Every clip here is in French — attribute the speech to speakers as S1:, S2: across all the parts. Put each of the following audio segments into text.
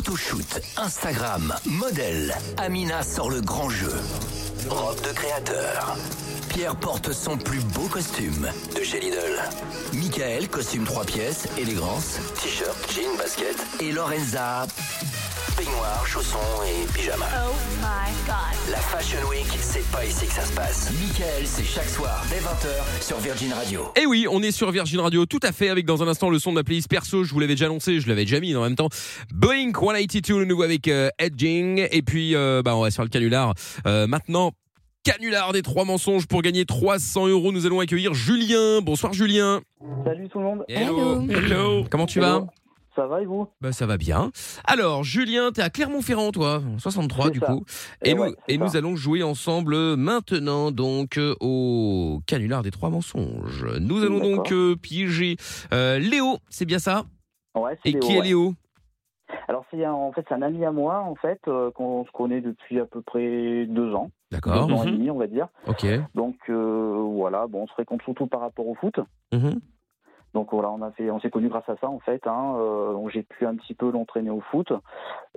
S1: photoshoot, Instagram, modèle. Amina sort le grand jeu. Robe de créateur. Pierre porte son plus beau costume de chez Lidl. Michael, costume 3 pièces, élégance, t-shirt, jean, basket. Et Lorenza, peignoir, chaussons et pyjama.
S2: Oh my god.
S1: La Fashion Week, c'est pas ici que ça se passe. Michael, c'est chaque soir dès 20h sur Virgin Radio.
S3: Et Eh oui, on est sur Virgin Radio, tout à fait, avec dans un instant le son de ma playlist perso, je vous l'avais déjà annoncé, je l'avais déjà mis en même temps. Blink 182, le nouveau avec euh, Edging, et puis euh, bah, on va sur le canular. Euh, maintenant, canular des trois mensonges pour gagner 300 euros, nous allons accueillir Julien. Bonsoir Julien.
S4: Salut tout le monde.
S2: Hello.
S3: Hello. Comment tu vas
S4: Hello. Ça va et vous
S3: bah, ça va bien. Alors, Julien, t'es à Clermont-Ferrand, toi, en 63
S4: C'est
S3: du
S4: ça.
S3: coup.
S4: Eh
S3: Et, nous,
S4: ouais, c'est
S3: et
S4: ça.
S3: nous allons jouer ensemble euh, maintenant donc euh, au canular des trois mensonges. Nous allons
S4: D'accord.
S3: donc euh, piéger euh, Léo, c'est bien ça
S4: Ouais, c'est
S3: Et
S4: Léo,
S3: qui
S4: ouais.
S3: est Léo
S4: Alors c'est un- en fait c'est un ami à moi en fait euh, qu'on se connaît depuis à peu près deux ans,
S3: D'accord.
S4: deux ans et
S5: Mhm.
S4: demi on va dire.
S3: Ok.
S4: Donc euh, voilà, bon on se fréquente surtout par rapport au foot.
S3: Mhm.
S4: Donc voilà, on a fait, on s'est connus grâce à ça en fait. Hein, euh, donc j'ai pu un petit peu l'entraîner au foot.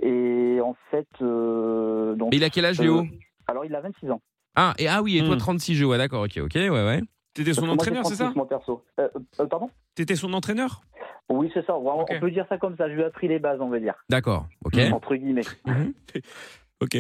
S4: Et en fait, euh, donc
S3: Et il a quel âge, Léo
S4: euh, alors il a 26 ans.
S3: Ah, et ah oui, et toi
S5: Hmm.
S3: 36 jeux, ouais, d'accord, ok, ok, ouais, ouais.
S5: T'étais son
S4: Parce que moi,
S5: entraîneur,
S4: j'ai
S5: c'est
S4: 36,
S5: ça
S4: Moi perso. Euh, euh, pardon
S5: T'étais son entraîneur
S4: Oui c'est ça. on va-
S5: Ok.
S4: On peut dire ça comme ça. Je lui ai appris les bases on va dire
S3: D'accord, ok,
S5: Mhm.
S4: entre guillemets.
S5: Ok.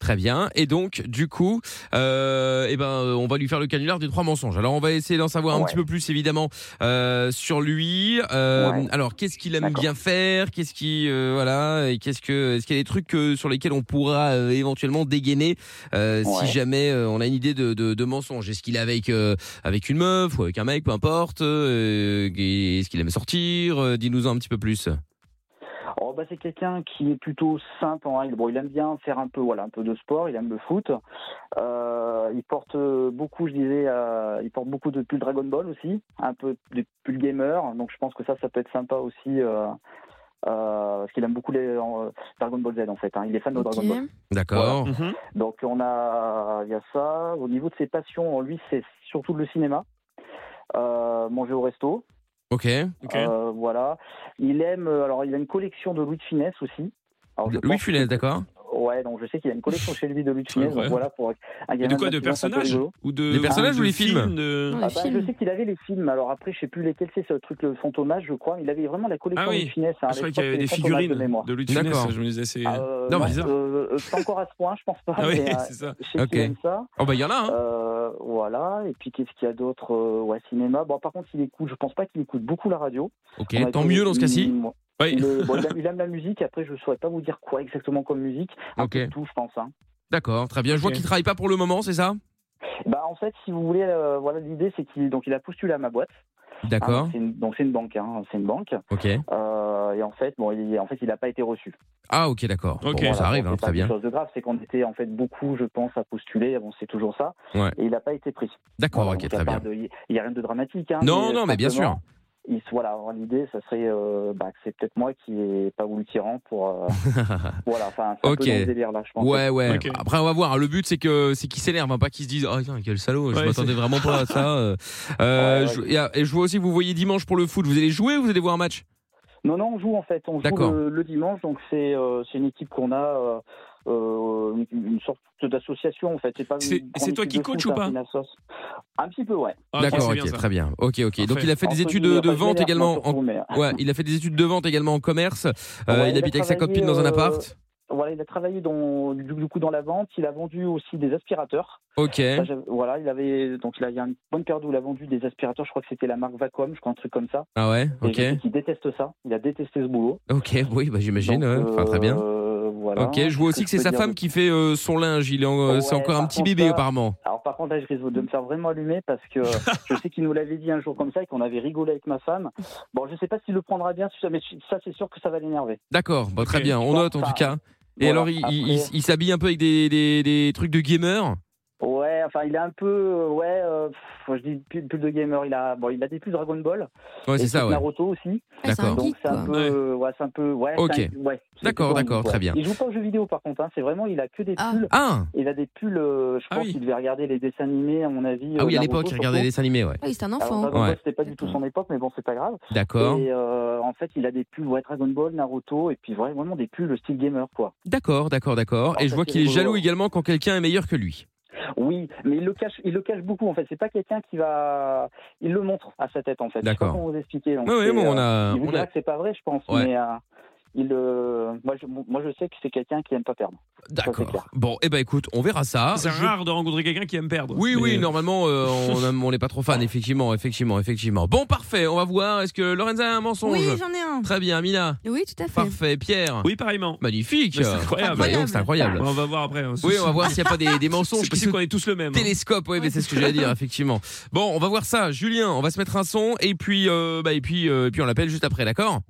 S3: très bien. Et donc, du coup, euh, eh ben, euh, on va lui faire le canular des trois mensonges. Alors, on va essayer d'en savoir un
S4: Ouais.
S3: petit peu plus, évidemment, euh, sur lui. Euh,
S4: Ouais.
S3: Alors, qu'est-ce qu'il aime
S4: D'accord.
S3: bien faire Qu'est-ce qui, euh, voilà, et qu'est-ce que, est-ce qu'il y a des trucs euh, sur lesquels on pourra euh, éventuellement dégainer euh,
S4: Ouais.
S3: si jamais euh, on a une idée de, de, de mensonge Est-ce qu'il est avec euh, avec une meuf ou avec un mec, peu importe euh, et Est-ce qu'il aime sortir Euh, Dis-nous un petit peu plus.
S4: Oh bah c'est quelqu'un qui est plutôt simple en règle. Bon, il aime bien faire un peu, voilà, un peu de sport. Il aime le foot. Euh, il porte euh, beaucoup, je disais, euh, il porte beaucoup de pulls Dragon Ball aussi, un peu de pulls gamer. Donc je pense que ça, ça peut être sympa aussi euh, euh, parce qu'il aime beaucoup les euh, Dragon Ball Z en fait. hein. Il est fan de Dragon Ball.
S3: D'accord.
S5: Mhm.
S4: Donc on a, il y a ça. Au niveau de ses passions, lui, c'est surtout le cinéma, euh, manger au resto.
S3: Ok.
S5: Ok.
S4: Euh, voilà. Il aime. euh, Alors, il a une collection de Louis de Funès aussi. Alors, je
S3: Louis
S4: pense-
S3: Funès, d'accord.
S4: Ouais, donc je sais qu'il a une collection chez lui de Louis de Funès. donc
S5: Incroyable.
S4: voilà pour un
S5: Et
S4: gamin
S5: de quoi
S4: la
S5: De
S4: finance, un peu
S5: personnages
S4: rigolo.
S5: ou de,
S3: Des personnages
S5: de
S3: ou les films
S5: de-
S4: Ah bah, je sais qu'il avait les films. Alors après, je sais plus lesquels c'est ce truc le fantomage, je crois. Il avait vraiment la collection
S5: Ah oui.
S4: Louis de Funès. hein,
S5: Ah, je croyais
S4: les-
S5: qu'il y
S4: je
S5: avait des
S4: crois que c'est les fantomages
S5: figurines
S4: de mémoire.
S5: de Louis de Funès,
S3: D'accord.
S5: je me disais c'est...
S4: Ah, euh,
S3: Non,
S4: non,
S5: bizarre.
S4: euh, euh, pas encore à ce point, je pense pas.
S5: Ah oui,
S4: mais, euh,
S5: c'est ça.
S4: je sais qu'il
S3: Ok.
S4: aime ça.
S3: Oh bah il y en a. Hein.
S4: Euh, voilà. Et puis qu'est-ce qu'il y a d'autre Euh, Ouais, cinéma. Bon, par contre, il écoute. Je pense pas qu'il écoute beaucoup la radio.
S3: Ok.
S4: On a
S3: Tant
S4: été-
S3: mieux dans ce cas-ci.
S4: Mm, ouais.
S5: Oui.
S4: Il, est- bon, il aime, il aime la musique, après je ne saurais pas vous dire quoi exactement comme musique. Un
S3: Ok.
S4: peu de tout, je pense. hein.
S3: D'accord. Très bien. Je vois
S5: Ok.
S3: qu'il travaille pas pour le moment, c'est ça
S4: Bah, en fait, si vous voulez, euh, voilà, l'idée c'est qu'il donc, il a postulé à ma boîte. hein,
S3: D'accord.
S4: donc c'est une- donc c'est une banque, hein, c'est une banque.
S3: Ok.
S4: Euh, et en fait, bon, il en fait, il n'a pas été reçu.
S3: Ah ok, d'accord.
S5: Ok.
S3: Bon,
S5: Voilà,
S3: ça arrive,
S4: donc,
S3: hein,
S4: c'est pas
S3: très bien.
S4: quelque chose de grave, c'est qu'on était en fait beaucoup, je pense, à postuler. Bon, c'est toujours ça.
S3: Ouais.
S4: Et il n'a pas été pris.
S3: D'accord.
S4: Voilà,
S3: Ok,
S4: donc, à
S3: très bien.
S4: part de- Il n'y a rien de dramatique. hein,
S3: Non, non, mais bien
S4: simplement,
S3: sûr.
S4: il se- voilà, l'idée, ça serait euh, bah, que c'est peut-être moi qui n'ai pas voulu tirant pour. euh, voilà, enfin, c'est un
S3: Ok.
S4: peu dans le délire là, je pense.
S3: Ouais, ouais.
S5: Ok.
S3: Après, on va voir. Le but, c'est que c'est qu'ils s'énervent, hein, pas qu'ils se disent Ah, tiens, quel salaud, je
S5: Ouais,
S3: m'attendais vraiment pas à ça. Euh, euh,
S4: Ouais, ouais.
S3: je- et, ah, et je vois aussi, que vous voyez dimanche pour le foot. Vous allez jouer ou vous allez voir un match
S4: Non, non, on joue en fait. On joue
S3: D'accord.
S4: le, le dimanche, donc c'est euh, c'est une équipe qu'on a, euh, euh, une- une sorte d'association en fait. C'est pas une
S5: C'est-
S4: grande
S5: c'est toi
S4: équipe
S5: qui
S4: de
S5: coach
S4: foot,
S5: ou pas
S4: hein, c'est une assoce. Un petit peu, ouais.
S5: Ah,
S3: D'accord,
S5: c'est
S3: ok,
S5: bien, ça.
S3: très bien. Ok, ok. Donc,
S5: Parfait.
S3: il a fait
S4: Entre
S3: des études
S4: guillemets,
S3: de
S4: enfin, je
S3: vente
S4: m'énerve,
S3: également.
S4: moi, surtout, mais, euh,
S3: en- ouais, il a fait des études de vente également en commerce. Euh,
S4: Ouais,
S3: il
S4: il a
S3: habite avec sa
S4: travaillé,
S3: copine dans un
S4: euh,
S3: appart.
S4: Voilà, il a travaillé dans, du, du coup dans la vente. Il a vendu aussi des aspirateurs.
S3: Ok.
S4: Ça, j'avais- voilà, il avait donc là, il y a une bonne période où il a vendu des aspirateurs. Je crois que c'était la marque Vacom, je crois un truc comme ça.
S3: Ah ouais.
S4: Et
S3: Ok.
S4: je sais qu'il déteste ça. Il a détesté ce boulot.
S3: Ok. Oui, bah j'imagine.
S4: Donc,
S3: ouais. Enfin, très bien.
S4: euh, voilà.
S3: Ok. Je vois
S4: Qu'est-ce
S3: aussi que c'est
S4: je peux
S3: sa
S4: dire
S3: femme
S4: de-
S3: qui fait euh, son linge. Il est, en-
S4: Oh Ouais,
S3: c'est encore un
S4: par
S3: petit
S4: contre,
S3: bébé
S4: ça- Ah.
S3: apparemment.
S4: Alors par contre là je risque de me faire vraiment allumer parce que je sais qu'il nous l'avait dit un jour comme ça et qu'on avait rigolé avec ma femme. Bon je sais pas s'il le prendra bien, mais ça c'est sûr que ça va l'énerver.
S3: D'accord. Bah, très
S5: Ok.
S3: bien. On
S4: Bon,
S3: note en
S4: enfin,
S3: tout cas. Et
S4: Voilà.
S3: alors, il, il-
S4: Après-
S3: il- il s'habille un peu avec des, des- des trucs de gamer.
S4: Ouais ouais, enfin, il est un peu, euh, ouais, euh, pff, je dis pull pull de gamer, il a, bon, il a des plus Dragon Ball,
S3: Ouais, c'est
S4: et
S3: ça,
S4: plus
S3: ouais.
S4: Naruto aussi,
S2: Ah, c'est un
S3: D'accord.
S2: geek,
S4: donc c'est un
S2: quoi.
S4: peu, ouais, c'est un peu, ouais,
S3: Ok.
S4: c'est un- ouais, c'est
S3: D'accord,
S4: plutôt un
S3: d'accord,
S4: geek,
S3: très
S4: ouais.
S3: bien.
S4: Il joue pas aux jeux vidéo par contre, hein, c'est vraiment, il a que des
S2: Ah.
S4: pulls,
S3: Ah
S4: il a des pulls, euh, je
S5: Ah
S4: pense
S5: oui.
S4: qu'il devait regarder les dessins animés à mon avis.
S3: Ah oui,
S4: euh,
S3: à
S4: Naruto,
S3: l'époque, il regardait les dessins
S4: surtout.
S3: animés, ouais.
S2: Ah oui, c'est un
S4: Alors,
S2: enfant.
S4: Dragon
S3: Ouais.
S4: Ball, c'était pas du tout son époque, mais bon, c'est pas grave.
S3: D'accord.
S4: Et euh, en fait, il a des pulls ouais, Dragon Ball, Naruto, et puis vra- vraiment des pulls style gamer, quoi.
S3: D'accord, d'accord, d'accord. Et
S4: Alors,
S3: je
S4: Oh, ça,
S3: vois
S4: c'est
S3: qu'il est
S4: rigolo.
S3: jaloux également quand quelqu'un est meilleur que lui.
S4: Oui, mais il le cache, il le cache beaucoup, en fait. C'est pas quelqu'un qui va. Il le montre à sa tête, en fait. Je sais
S3: D'accord.
S4: pas Comment vous expliquer donc,
S3: Ouais, ouais,
S4: c'est,
S3: bon, on
S4: euh,
S3: a,
S4: Il vous
S3: on
S4: dira
S3: a.
S4: que c'est pas vrai, je pense.
S3: Ouais.
S4: Mais euh, il, euh, moi, je, moi, je sais que c'est quelqu'un qui aime pas perdre. c'est
S3: D'accord.
S4: clair.
S3: Bon, eh ben écoute, on verra ça.
S5: C'est
S3: Je-
S5: rare de rencontrer quelqu'un qui aime perdre.
S3: Oui, oui,
S5: Mais-
S3: normalement, euh, on aime- on n'est pas trop fan, effectivement, effectivement, effectivement. Bon, parfait, on va voir. Est-ce que Lorenza a un mensonge
S2: Oui, j'en ai un.
S3: Très bien, Mina.
S2: Oui, tout à fait.
S3: Parfait, Pierre.
S5: Oui, pareillement.
S3: Magnifique.
S5: Mais c'est incroyable.
S3: Bah, dis donc, c'est incroyable.
S5: Ouais, on va voir après. hein.
S3: Oui, on va voir s'il n'y a pas des, des mensonges
S5: C'est
S3: qui se
S5: possible qu'on ait tous le même. hein.
S3: Télescope, oui, mais c'est ce que j'allais dire, effectivement. Bon, on va voir ça, Julien. On va se mettre un son et puis, euh, bah, et puis, euh, et puis on l'appelle juste après, d'accord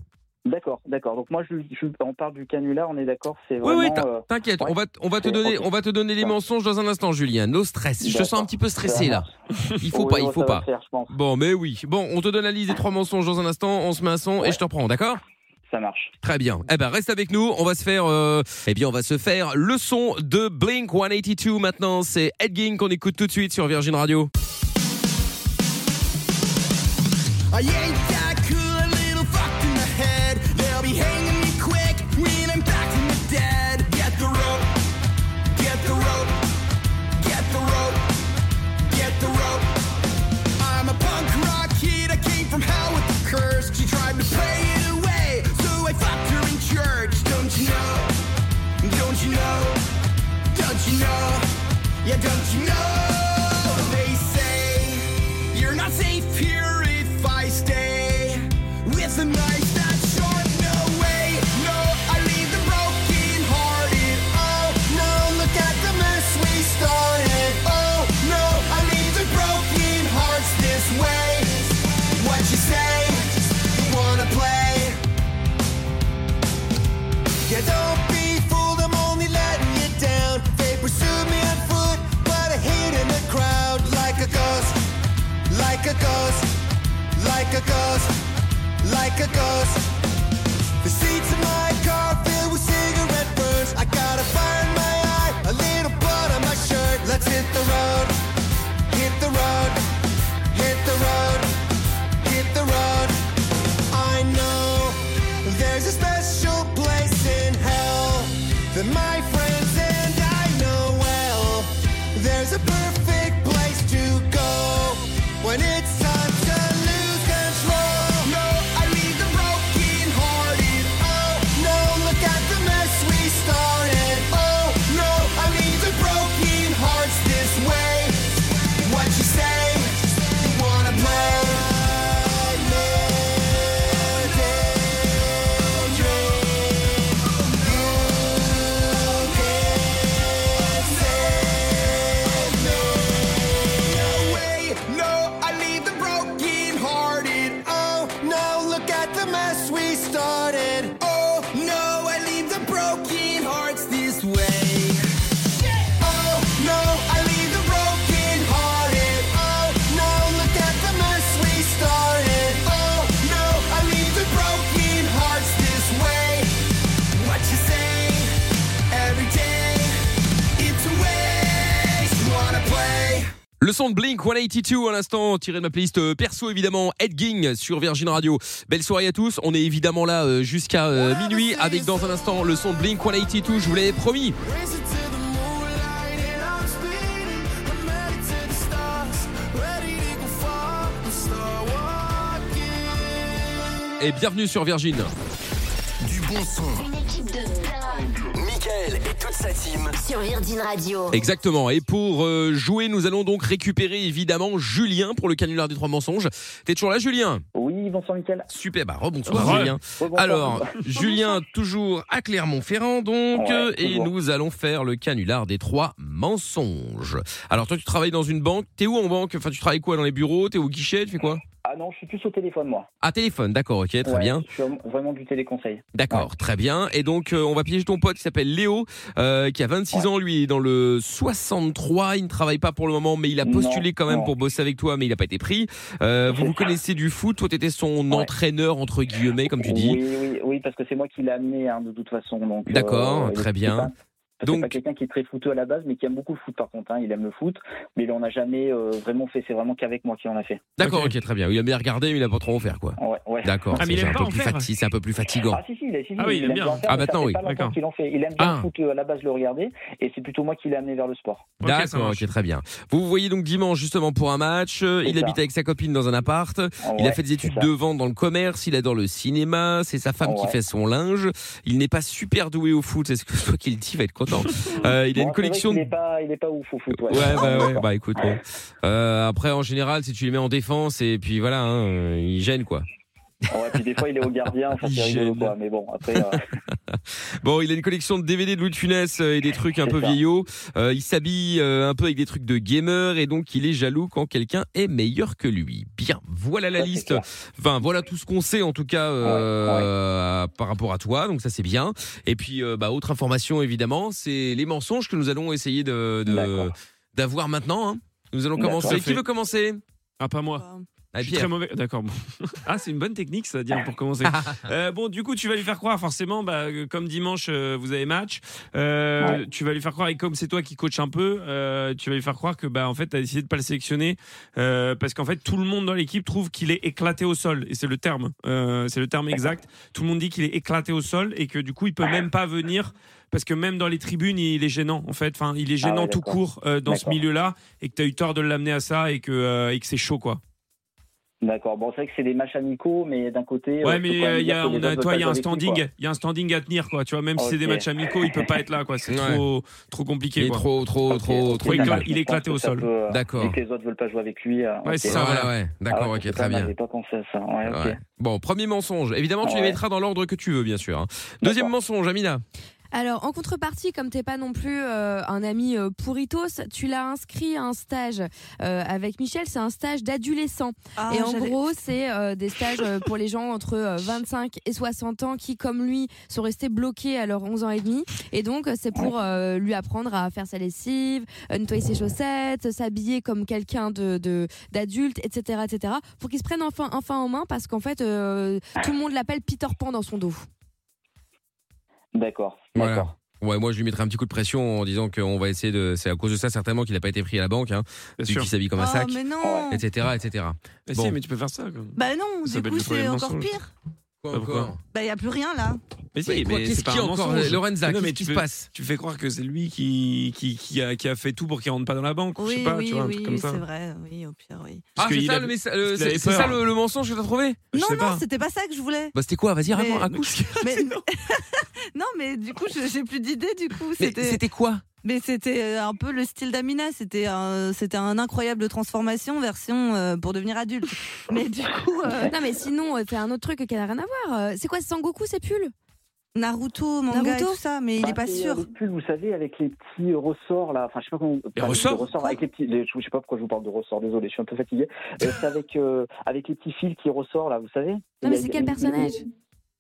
S4: D'accord, d'accord. Donc, moi, je, je- on parle du canular, on est d'accord, c'est
S3: Oui,
S4: vraiment.
S3: oui,
S4: euh,
S3: t'in- t'inquiète.
S4: ouais.
S3: On va, t- on va te
S4: Ok,
S3: donner,
S4: ok.
S3: on va te donner les
S4: Ça.
S3: mensonges dans un instant, Julien. No stress. Je te sens un
S4: D'accord.
S3: petit peu stressé
S4: ça
S3: là.
S4: marche.
S3: Il faut
S4: Oui,
S3: pas, il
S4: oui,
S3: faut
S4: ça va
S3: pas.
S4: faire, je pense.
S3: Bon, mais oui. Bon, on te donne la liste des trois mensonges dans un instant. On se met un son et
S4: Ouais.
S3: je te reprends, d'accord
S4: Ça marche.
S3: Très bien. Eh ben, reste avec nous. On va se faire, euh, eh bien, on va se faire le son de Blink 182 maintenant. C'est Ed Gein qu'on écoute tout de suite sur Virgin Radio.
S6: I ain't that cool, a little fucked in the head. They'll be hanging me quick when I'm back from the dead. Get the rope, get the rope, get the rope, get the rope. I'm a punk rock kid, I came from hell with the curse. She tried to pray it away, so I fucked her in church. Don't you know? Don't you know? Don't you know? Yeah, don't you know? They say you're not safe here if I stay with a knife that's sharp. No way, no, I leave the broken hearted. Oh no, look at the mess we started. Oh no, I leave the broken hearts this way. What you say? You wanna play? Yeah, don't be fooled, I'm only letting you down. They pursued me on foot, but I hid in the crowd like a ghost, like a ghost, like a ghost, like a ghost. The seats in my car filled with cigarette burns. I got a fire in my eye, a little blood on my shirt. Let's hit the road, hit the road, hit the road, hit the road. I know there's a special place in hell that my friends and I know well. There's a perfect place to go when it's time to lose control. No, I leave the broken hearted. Oh no, look at the mess we started. Oh no, I leave the broken hearts this way. What you say? You wanna play? way. No, I leave the broken hearted. Oh no, look at the mess we started. Oh no, I leave the broken hearts this way. Oh no, I leave the broken hearted. Oh no, look at the mess we started. Oh no, I leave the broken hearts this way. What you say every day? It's a waste. You wanna play?
S3: Le son de Blink 182 à l'instant, tiré de ma playlist euh, perso évidemment, Ed Ging sur Virgin Radio. Belle soirée à tous, on est évidemment là euh, jusqu'à euh, minuit avec dans un instant le son de Blink 182, je vous l'avais promis.
S6: Racing to the moonlight and I'm speeding. I'm headed to the stars, ready to go far and start walking.
S3: Et bienvenue sur Virgin.
S1: Du bon son.
S7: Une équipe de dingue
S1: Michael et toute sa team.
S7: sur Virgin Radio.
S3: Exactement, et pour euh, jouer nous allons donc récupérer évidemment Julien pour le canular des trois mensonges. T'es toujours là Julien
S4: Oui, bonsoir, Michael.
S3: Super, bah rebonsoir
S5: Ouais.
S3: Julien.
S4: Rebonsoir.
S3: Alors Julien toujours à Clermont-Ferrand donc,
S4: Ouais,
S3: euh, et
S4: toujours.
S3: nous allons faire le canular des trois mensonges. Alors toi tu travailles dans une banque, t'es où en banque Enfin tu travailles quoi dans les bureaux, t'es au guichet, tu fais quoi
S4: Ah non, je suis plus au téléphone, moi.
S3: Ah, téléphone, d'accord, ok, très
S4: Ouais,
S3: bien.
S4: Je suis vraiment du téléconseil.
S3: D'accord, très bien. Et donc, euh, on va piéger ton pote qui s'appelle Léo, euh, qui a 26 ans, lui, il est dans le 63. Il ne travaille pas pour le moment, mais il a
S4: Non,
S3: postulé quand même
S4: non.
S3: pour bosser avec toi, mais il n'a pas été pris. Euh, vous
S4: C'est
S3: vous
S4: ça.
S3: connaissez du foot, toi, t'étais son
S4: Ouais.
S3: entraîneur, entre guillemets, comme tu dis.
S4: Oui, oui, oui, parce que c'est moi qui l'ai amené, hein, de toute façon. donc, euh,
S3: D'accord,
S4: il-
S3: très
S4: c'est
S3: bien.
S4: pas-
S3: Donc-
S4: C'est pas quelqu'un qui est très footeux à la base, mais qui aime beaucoup le foot par contre. hein. Il aime le foot, mais il en a jamais euh, vraiment fait. C'est vraiment qu'avec moi qu'il en a fait.
S3: D'accord,
S5: Ok.
S3: ok, très bien. Il a bien regardé, mais il a pas trop en faire, quoi.
S4: Ouais, ouais.
S3: D'accord,
S5: Ah, mais
S3: c'est
S5: il aime
S3: un
S5: pas
S3: peu
S5: en
S3: plus
S5: faire.
S3: fatigue, c'est un peu plus fatigant.
S4: Ah si, si, il, si, si,
S5: Ah oui, il aime bien.
S4: en faire,
S3: Ah,
S4: mais ça
S3: maintenant,
S4: fait
S3: oui.
S4: pas longtemps
S5: D'accord.
S4: qu'il en fait. Il aime bien
S3: Ah.
S4: le foot euh, à la base, le regarder, et c'est plutôt moi qui l'ai amené vers le sport.
S5: Ok, ça
S3: D'accord,
S5: marche.
S3: ok, très bien. Vous vous voyez donc dimanche justement pour un match. Euh,
S4: C'est
S3: Il
S4: ça.
S3: habite avec sa copine dans un appart. Il a
S4: Ouais,
S3: fait des
S4: c'est
S3: études
S4: ça.
S3: de vente dans le commerce. Il adore le cinéma. C'est sa femme qui
S4: Ouais.
S3: fait son linge. Il n'est pas super doué au foot. C'est ce que toi qui le dis va être content. Euh, il a une
S4: Bon, c'est vrai
S3: collection.
S4: qu'il
S3: de-
S4: est pas, il est pas ouf au foot. Ouais.
S3: Ouais, bah, ouais, bah écoute. bon. Euh, après, en général, si tu les mets en défense et puis voilà, hein, euh, il gêne quoi.
S4: Ouais, puis des fois, il est au gardien, enfin, c'est rigolo,
S3: Hygiène.
S4: quoi. Mais bon, après, euh,
S3: Bon, il a une collection de DVD de Louis de Funès euh, et des trucs un
S4: C'est
S3: peu
S4: ça.
S3: vieillots. Euh, il s'habille euh, un peu avec des trucs de gamer et donc il est jaloux quand quelqu'un est meilleur que lui. Bien, voilà la
S4: ça, c'est
S3: liste.
S4: clair.
S3: Enfin, voilà tout ce qu'on sait en tout cas euh, par rapport à toi. Donc ça c'est bien. Et puis, euh, bah, autre information évidemment, c'est les mensonges que nous allons essayer de de-
S4: D'accord.
S3: d'avoir maintenant. hein. Nous allons
S4: D'accord.
S3: commencer.
S5: Tout à
S3: Qui
S5: fait.
S3: veut commencer
S5: Ah, pas moi.
S3: Ah,
S5: Je suis
S3: Pierre.
S5: très mauvais. D'accord. bon. Ah, c'est une bonne technique, ça, dire pour commencer. Euh, bon, du coup, tu vas lui faire croire, forcément, bah, euh, comme dimanche, euh, vous avez match. euh, Tu vas lui faire croire, et comme c'est toi qui coach un peu, euh, tu vas lui faire croire que, bah, en fait, tu as décidé de pas le sélectionner euh, parce qu'en fait, tout le monde dans l'équipe trouve qu'il est éclaté au sol. Et c'est le terme. euh, c'est le terme exact. Tout le monde dit qu'il est éclaté au sol et que, du coup, il peut même pas venir. Parce que même dans les tribunes, il est gênant, en fait. Enfin, il est
S4: Ah
S5: gênant
S4: ouais,
S5: tout
S4: d'accord.
S5: court euh, dans ce
S4: D'accord.
S5: milieu-là, et que tu as eu tort de l'amener à ça, et que, euh, et que c'est chaud, quoi.
S4: D'accord. Bon, c'est vrai que c'est des matchs amicaux, mais d'un côté.
S5: Ouais,
S4: euh, je peux
S5: mais
S4: quand même
S5: euh, y
S4: dire
S5: a,
S4: que les
S5: on a,
S4: autres
S5: toi, il y a un
S4: veulent pas avec lui,
S5: standing, il y a un standing à tenir, quoi. Tu vois, même si c'est des
S4: Ok.
S5: matchs amicaux, il peut pas être là, quoi. C'est
S3: Ouais.
S5: trop, trop
S3: Il
S5: compliqué,
S3: est
S5: quoi.
S3: trop, trop,
S4: quoi.
S3: trop,
S4: Ok,
S3: trop.
S5: il éclate-
S4: ok, d'accord,
S5: il
S4: je
S5: éclaté
S4: pense
S5: au
S4: que ça
S5: sol.
S4: peut, euh,
S3: D'accord.
S4: Et que les autres veulent pas jouer avec lui. euh,
S5: Ouais,
S4: ok.
S5: c'est
S3: Ah,
S5: ça, voilà.
S3: ouais, ouais. D'accord,
S4: Ah ouais, c'est
S3: ok,
S4: pas
S3: très
S4: mal,
S3: bien.
S4: J'avais pas pensé à ça. hein, Ouais, Ah, ok.
S3: Ouais. Bon, premier mensonge. Évidemment, tu les
S4: Ouais.
S3: mettras dans l'ordre que tu veux, bien sûr. hein. Deuxième
S4: D'accord.
S3: mensonge, Amina.
S2: Alors, en contrepartie, comme t'es pas non plus euh, un ami euh, pourritos, tu l'as inscrit à un stage euh, avec Michel. C'est un stage d'adolescent.
S8: Ah,
S2: et en
S8: j'allais-
S2: gros, c'est euh, des stages euh, pour les gens entre euh, 25 et 60 ans qui, comme lui, sont restés bloqués à leurs 11 ans et demi. Et donc, euh, c'est pour euh, lui apprendre à faire sa lessive, euh, nettoyer ses chaussettes, euh, s'habiller comme quelqu'un de de- d'adulte, etc., etc. Pour qu'il se prenne enfin enfin en main, parce qu'en fait, euh, tout le monde l'appelle Peter Pan dans son dos.
S4: D'accord.
S3: Voilà.
S4: D'accord.
S3: Ouais, moi je lui mettrais un petit coup de pression en disant qu'on va essayer de. C'est à cause de ça certainement qu'il n'a pas été pris à la banque, hein,
S5: Bien
S3: vu
S5: sûr.
S3: qu'il s'habille comme un
S8: Oh,
S3: sac,
S8: mais non.
S4: Ouais.
S3: etc., etc.
S5: Mais
S3: Bon.
S5: si, mais tu peux faire ça, quoi.
S8: Bah non,
S5: Ça
S8: du
S5: peut être
S8: coup
S5: le premier
S8: c'est encore
S5: mensonge.
S8: pire.
S3: Quoi
S5: Bah, pourquoi
S3: encore
S8: Bah y a plus rien là.
S5: Mais
S3: Mais
S5: si,
S3: quoi,
S5: mais
S3: Qu'est-ce
S5: c'est pas
S3: qui
S5: un
S3: encore,
S5: mensonge.
S3: Lorenza
S5: Non, mais
S3: Qu'est-ce qui
S5: tu
S3: se
S5: peux-
S3: passe
S5: Tu fais croire que c'est lui qui, qui, qui, a, qui a fait tout pour qu'il rentre pas dans la banque. je sais
S8: Oui,
S5: pas,
S8: oui,
S5: tu vois, un
S8: oui,
S5: truc
S8: oui,
S5: comme ça.
S8: c'est vrai. Oui, au pire, oui.
S3: Ah,
S5: Parce
S3: c'est
S5: qu'il
S3: ça,
S5: a-
S3: le messa- le-
S5: parce qu'il
S3: c'est
S5: avait
S3: c'est ça
S5: peur.
S3: le, le mensonge que t'as trouvé
S5: Je
S8: non,
S5: sais
S8: non,
S5: pas.
S8: c'était pas ça que je voulais.
S3: Bah c'était quoi Vas-y, raconte,
S8: Mais-
S3: raconte.
S8: Mais, non, mais du coup, je- j'ai plus d'idées. Du coup,
S3: Mais
S8: c'était.
S3: c'était quoi
S8: Mais c'était euh, un peu le style d'Amina. C'était un, c'était un incroyable transformation version euh, pour devenir adulte. Mais du coup, euh,
S2: Non mais sinon, euh, fais un autre truc qui n'a rien à voir. Euh, C'est quoi Sangoku, ces pulls
S8: Naruto, manga, et
S2: Naruto
S8: tout ça, mais il
S4: Bah,
S8: est pas
S4: c'est, euh,
S8: sûr.
S4: Les pulls, vous savez, avec les petits ressorts là. Enfin, je sais pas comment. enfin, Les
S5: ressorts
S4: avec les petits. les- je sais pas pourquoi je vous parle de ressorts. Désolé, je suis un peu fatigué. Euh, c'est avec euh, avec les petits fils qui ressortent là. Vous savez.
S2: Non mais c'est quel personnage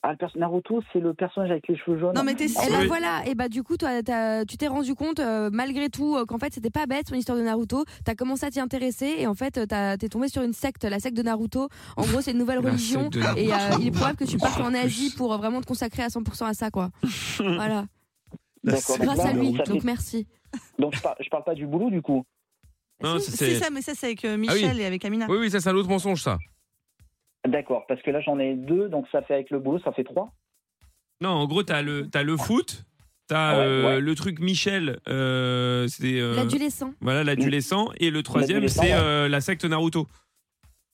S4: Ah, le perso- Naruto, c'est le personnage avec les cheveux jaunes. Ah
S8: Non, mais t'es sûr.
S2: Et là
S5: Oui.
S2: voilà, et bah du coup, toi, t'as- tu t'es rendu compte euh, malgré tout euh, qu'en fait c'était pas bête son histoire de Naruto. T'as commencé à t'y intéresser et en fait euh, t'as- t'es tombé sur une secte, la secte de Naruto. En gros, c'est une nouvelle
S5: La
S2: religion
S5: secte de
S2: et euh,
S5: Naruto.
S2: il est probable que tu partes en
S5: Plus.
S2: Asie pour euh, vraiment te consacrer à 100% à ça quoi. Voilà,
S5: Là,
S4: D'accord.
S5: c'est
S2: grâce
S4: bon,
S2: à lui.
S4: donc ça fait-
S2: Donc merci.
S4: Donc je, par- je parle pas du boulot du coup.
S5: Non,
S8: Si,
S5: ça,
S8: si,
S5: c'est- Ah
S8: ça, mais ça, c'est avec euh, Michel et avec Amina.
S3: Oui, oui, ça c'est un autre mensonge, ça.
S4: D'accord, parce que là j'en ai deux, donc ça fait avec le boulot, ça fait trois.
S5: Non, en gros, t'as le, t'as le foot, t'as
S4: Ouais,
S5: euh,
S4: ouais.
S5: le truc Michel, euh, c'était. euh,
S2: L'adolescent.
S5: Voilà, l'adolescent. Et le troisième,
S4: L'adolescent,
S5: c'est
S4: ouais.
S5: euh, la secte Naruto.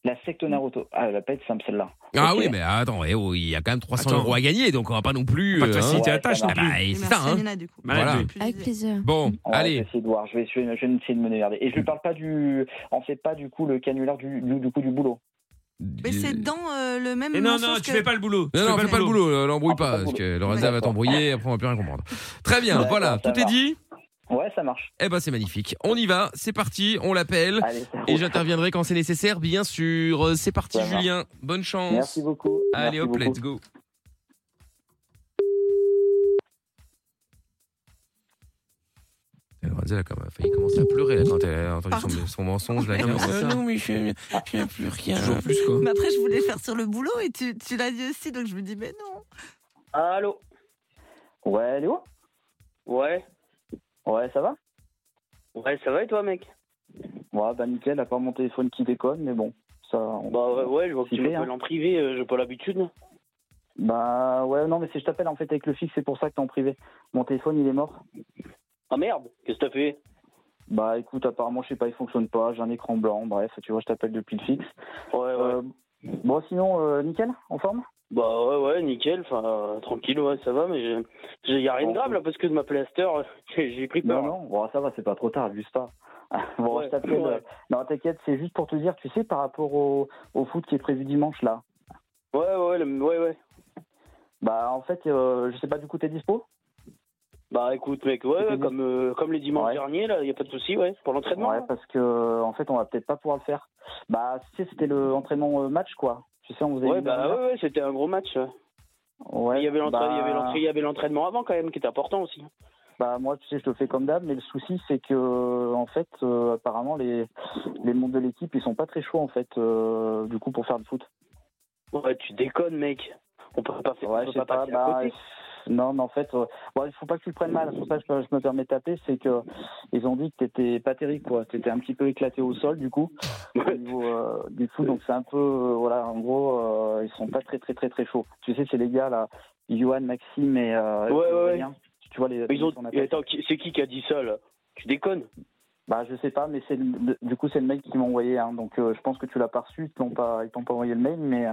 S4: La secte Naruto. Ah, elle va pas être simple celle-là.
S3: Ah
S4: Ok.
S3: oui, mais attends, eh oh, il y a quand même 300
S5: Attends.
S3: euros à gagner, donc on va pas non plus.
S5: Pas de
S3: euh, hein.
S5: facilité à
S4: Ouais,
S5: tâche
S4: ça
S5: non
S3: Ah
S5: plus.
S3: bah,
S8: Et
S3: et c'est
S8: merci
S3: ça, hein.
S8: Amina, du coup.
S5: Malade,
S3: Voilà.
S5: lui.
S8: Plus
S2: Avec
S8: d'idées.
S2: plaisir.
S3: Bon,
S4: Ouais, Je
S3: allez.
S4: vais essayer de voir, je vais essayer, je vais essayer de me démerder. Et je lui parle pas du. On fait pas du coup le canular du, du, du coup du boulot.
S8: Mais c'est dans euh, le même.
S5: Et non,
S8: mensonge
S5: non, tu
S8: que-
S5: fais pas le boulot.
S3: Non,
S5: Tu
S3: non,
S5: fais
S3: fais pas le boulot, euh, l'embrouille pas,
S4: Ah, fais pas le
S3: parce
S4: boulot.
S3: que Lorenza va
S4: D'accord.
S3: t'embrouiller, après on va plus rien comprendre. Très bien,
S4: D'accord,
S3: voilà,
S4: ça
S3: tout est
S4: va.
S3: dit.
S4: Ouais, ça marche.
S3: Eh ben c'est magnifique. On y va, c'est parti, on l'appelle.
S4: Allez, ça
S3: Et
S4: roule.
S3: j'interviendrai quand c'est nécessaire, bien sûr. C'est parti
S4: Ça marche.
S3: Julien, bonne chance.
S4: Merci beaucoup.
S3: Allez
S4: Merci
S3: hop,
S4: beaucoup.
S3: let's go. Elle a quand même failli commencer euh, à pleurer là, quand elle a entendu son, son mensonge. Là,
S5: Non, mais c'est ça.
S3: mais je je plus rien.
S5: Toujours plus, quoi.
S8: Mais après, je voulais faire sur le boulot et tu, tu l'as dit aussi, donc je me dis, mais non.
S9: Allô
S4: Ouais, Léo
S9: Ouais.
S4: Ouais, ça va
S9: Ouais, ça va et toi, mec
S4: Ouais, bah nickel, à part mon téléphone qui déconne, mais bon, ça. on-
S9: Bah ouais, ouais, je vois que tu
S4: Super,
S9: m'appelles
S4: hein.
S9: en privé, euh, j'ai pas l'habitude.
S4: Bah ouais, non, mais si je t'appelle en fait avec le fixe, c'est pour ça que t'es en privé. Mon téléphone, il est mort.
S9: Ah merde, qu'est-ce que t'as fait
S4: Bah écoute, apparemment, je sais pas, il fonctionne pas, j'ai un écran blanc, bref, tu vois, je t'appelle depuis le fixe.
S9: Ouais, ouais.
S4: Euh, bon, sinon, euh, nickel, en forme
S9: Bah ouais, ouais, nickel, enfin, euh, tranquille, ouais, ça va, mais j'ai- j'ai- y a rien de grave là, parce que de m'appeler à cette heure, j'ai j'ai pris peur.
S4: Non, non, bon, ça va, c'est pas trop tard, abuse pas. bon,
S9: Ouais,
S4: je t'appelle.
S9: ouais.
S4: euh, Non, t'inquiète, c'est juste pour te dire, tu sais, par rapport au, au foot qui est prévu dimanche là.
S9: Ouais, ouais, le- ouais, ouais.
S4: Bah en fait, euh, je sais pas, du coup, t'es dispo
S9: Bah écoute, mec, ouais, ouais, comme, euh, comme les dimanches
S4: Ouais.
S9: derniers, là, y a pas de souci, ouais, pour l'entraînement. hein.
S4: Ouais,
S9: là.
S4: parce que euh, en fait, on va peut-être pas pouvoir le faire. Bah, tu sais, c'était le entraînement euh, match, quoi. Tu sais, on faisait.
S9: Ouais,
S4: une
S9: bah
S4: dernière.
S9: ouais, ouais, c'était un gros match. ouais.
S4: Ouais,
S9: Il y avait l'entra-
S4: bah,
S9: il y avait l'entra- il y avait l'entraînement avant quand même, qui était important aussi.
S4: Bah, moi, tu sais, je te le fais comme d'hab, mais le souci, c'est que, en fait, euh, apparemment, les, les membres de l'équipe, ils sont pas très chauds, en fait, euh, du coup, pour faire du foot.
S9: Ouais, tu déconnes, mec. On peut pas faire,
S4: Ouais,
S9: on
S4: je
S9: peut
S4: sais
S9: pas
S4: pas,
S9: passer à
S4: bah,
S9: côté.
S4: non, mais en fait, euh, bon, il faut pas que tu le prennes mal, c'est pour ça que je, je me permets de taper, c'est que ils ont dit que t'étais pas terrible, quoi. T'étais un petit peu éclaté au sol, du coup, au niveau euh, du foot, donc c'est un peu, euh, voilà, en gros, euh, ils sont pas très, très, très, très chauds. Tu sais, c'est les gars, là, Johan, Maxime et. euh,
S9: Ouais, ouais, ouais.
S4: Aurélien. Tu vois les.
S9: Mais Ils ont...
S4: qu'on
S9: Et
S4: appelle.
S9: attends, qui- c'est qui qui a dit ça là Tu déconnes
S4: Bah, je sais pas, mais c'est le- du coup c'est le mail qu'ils m'ont envoyé, hein. donc euh, je pense que tu l'as pas reçu, ils t'ont pas, ils t'ont pas envoyé le mail, mais euh,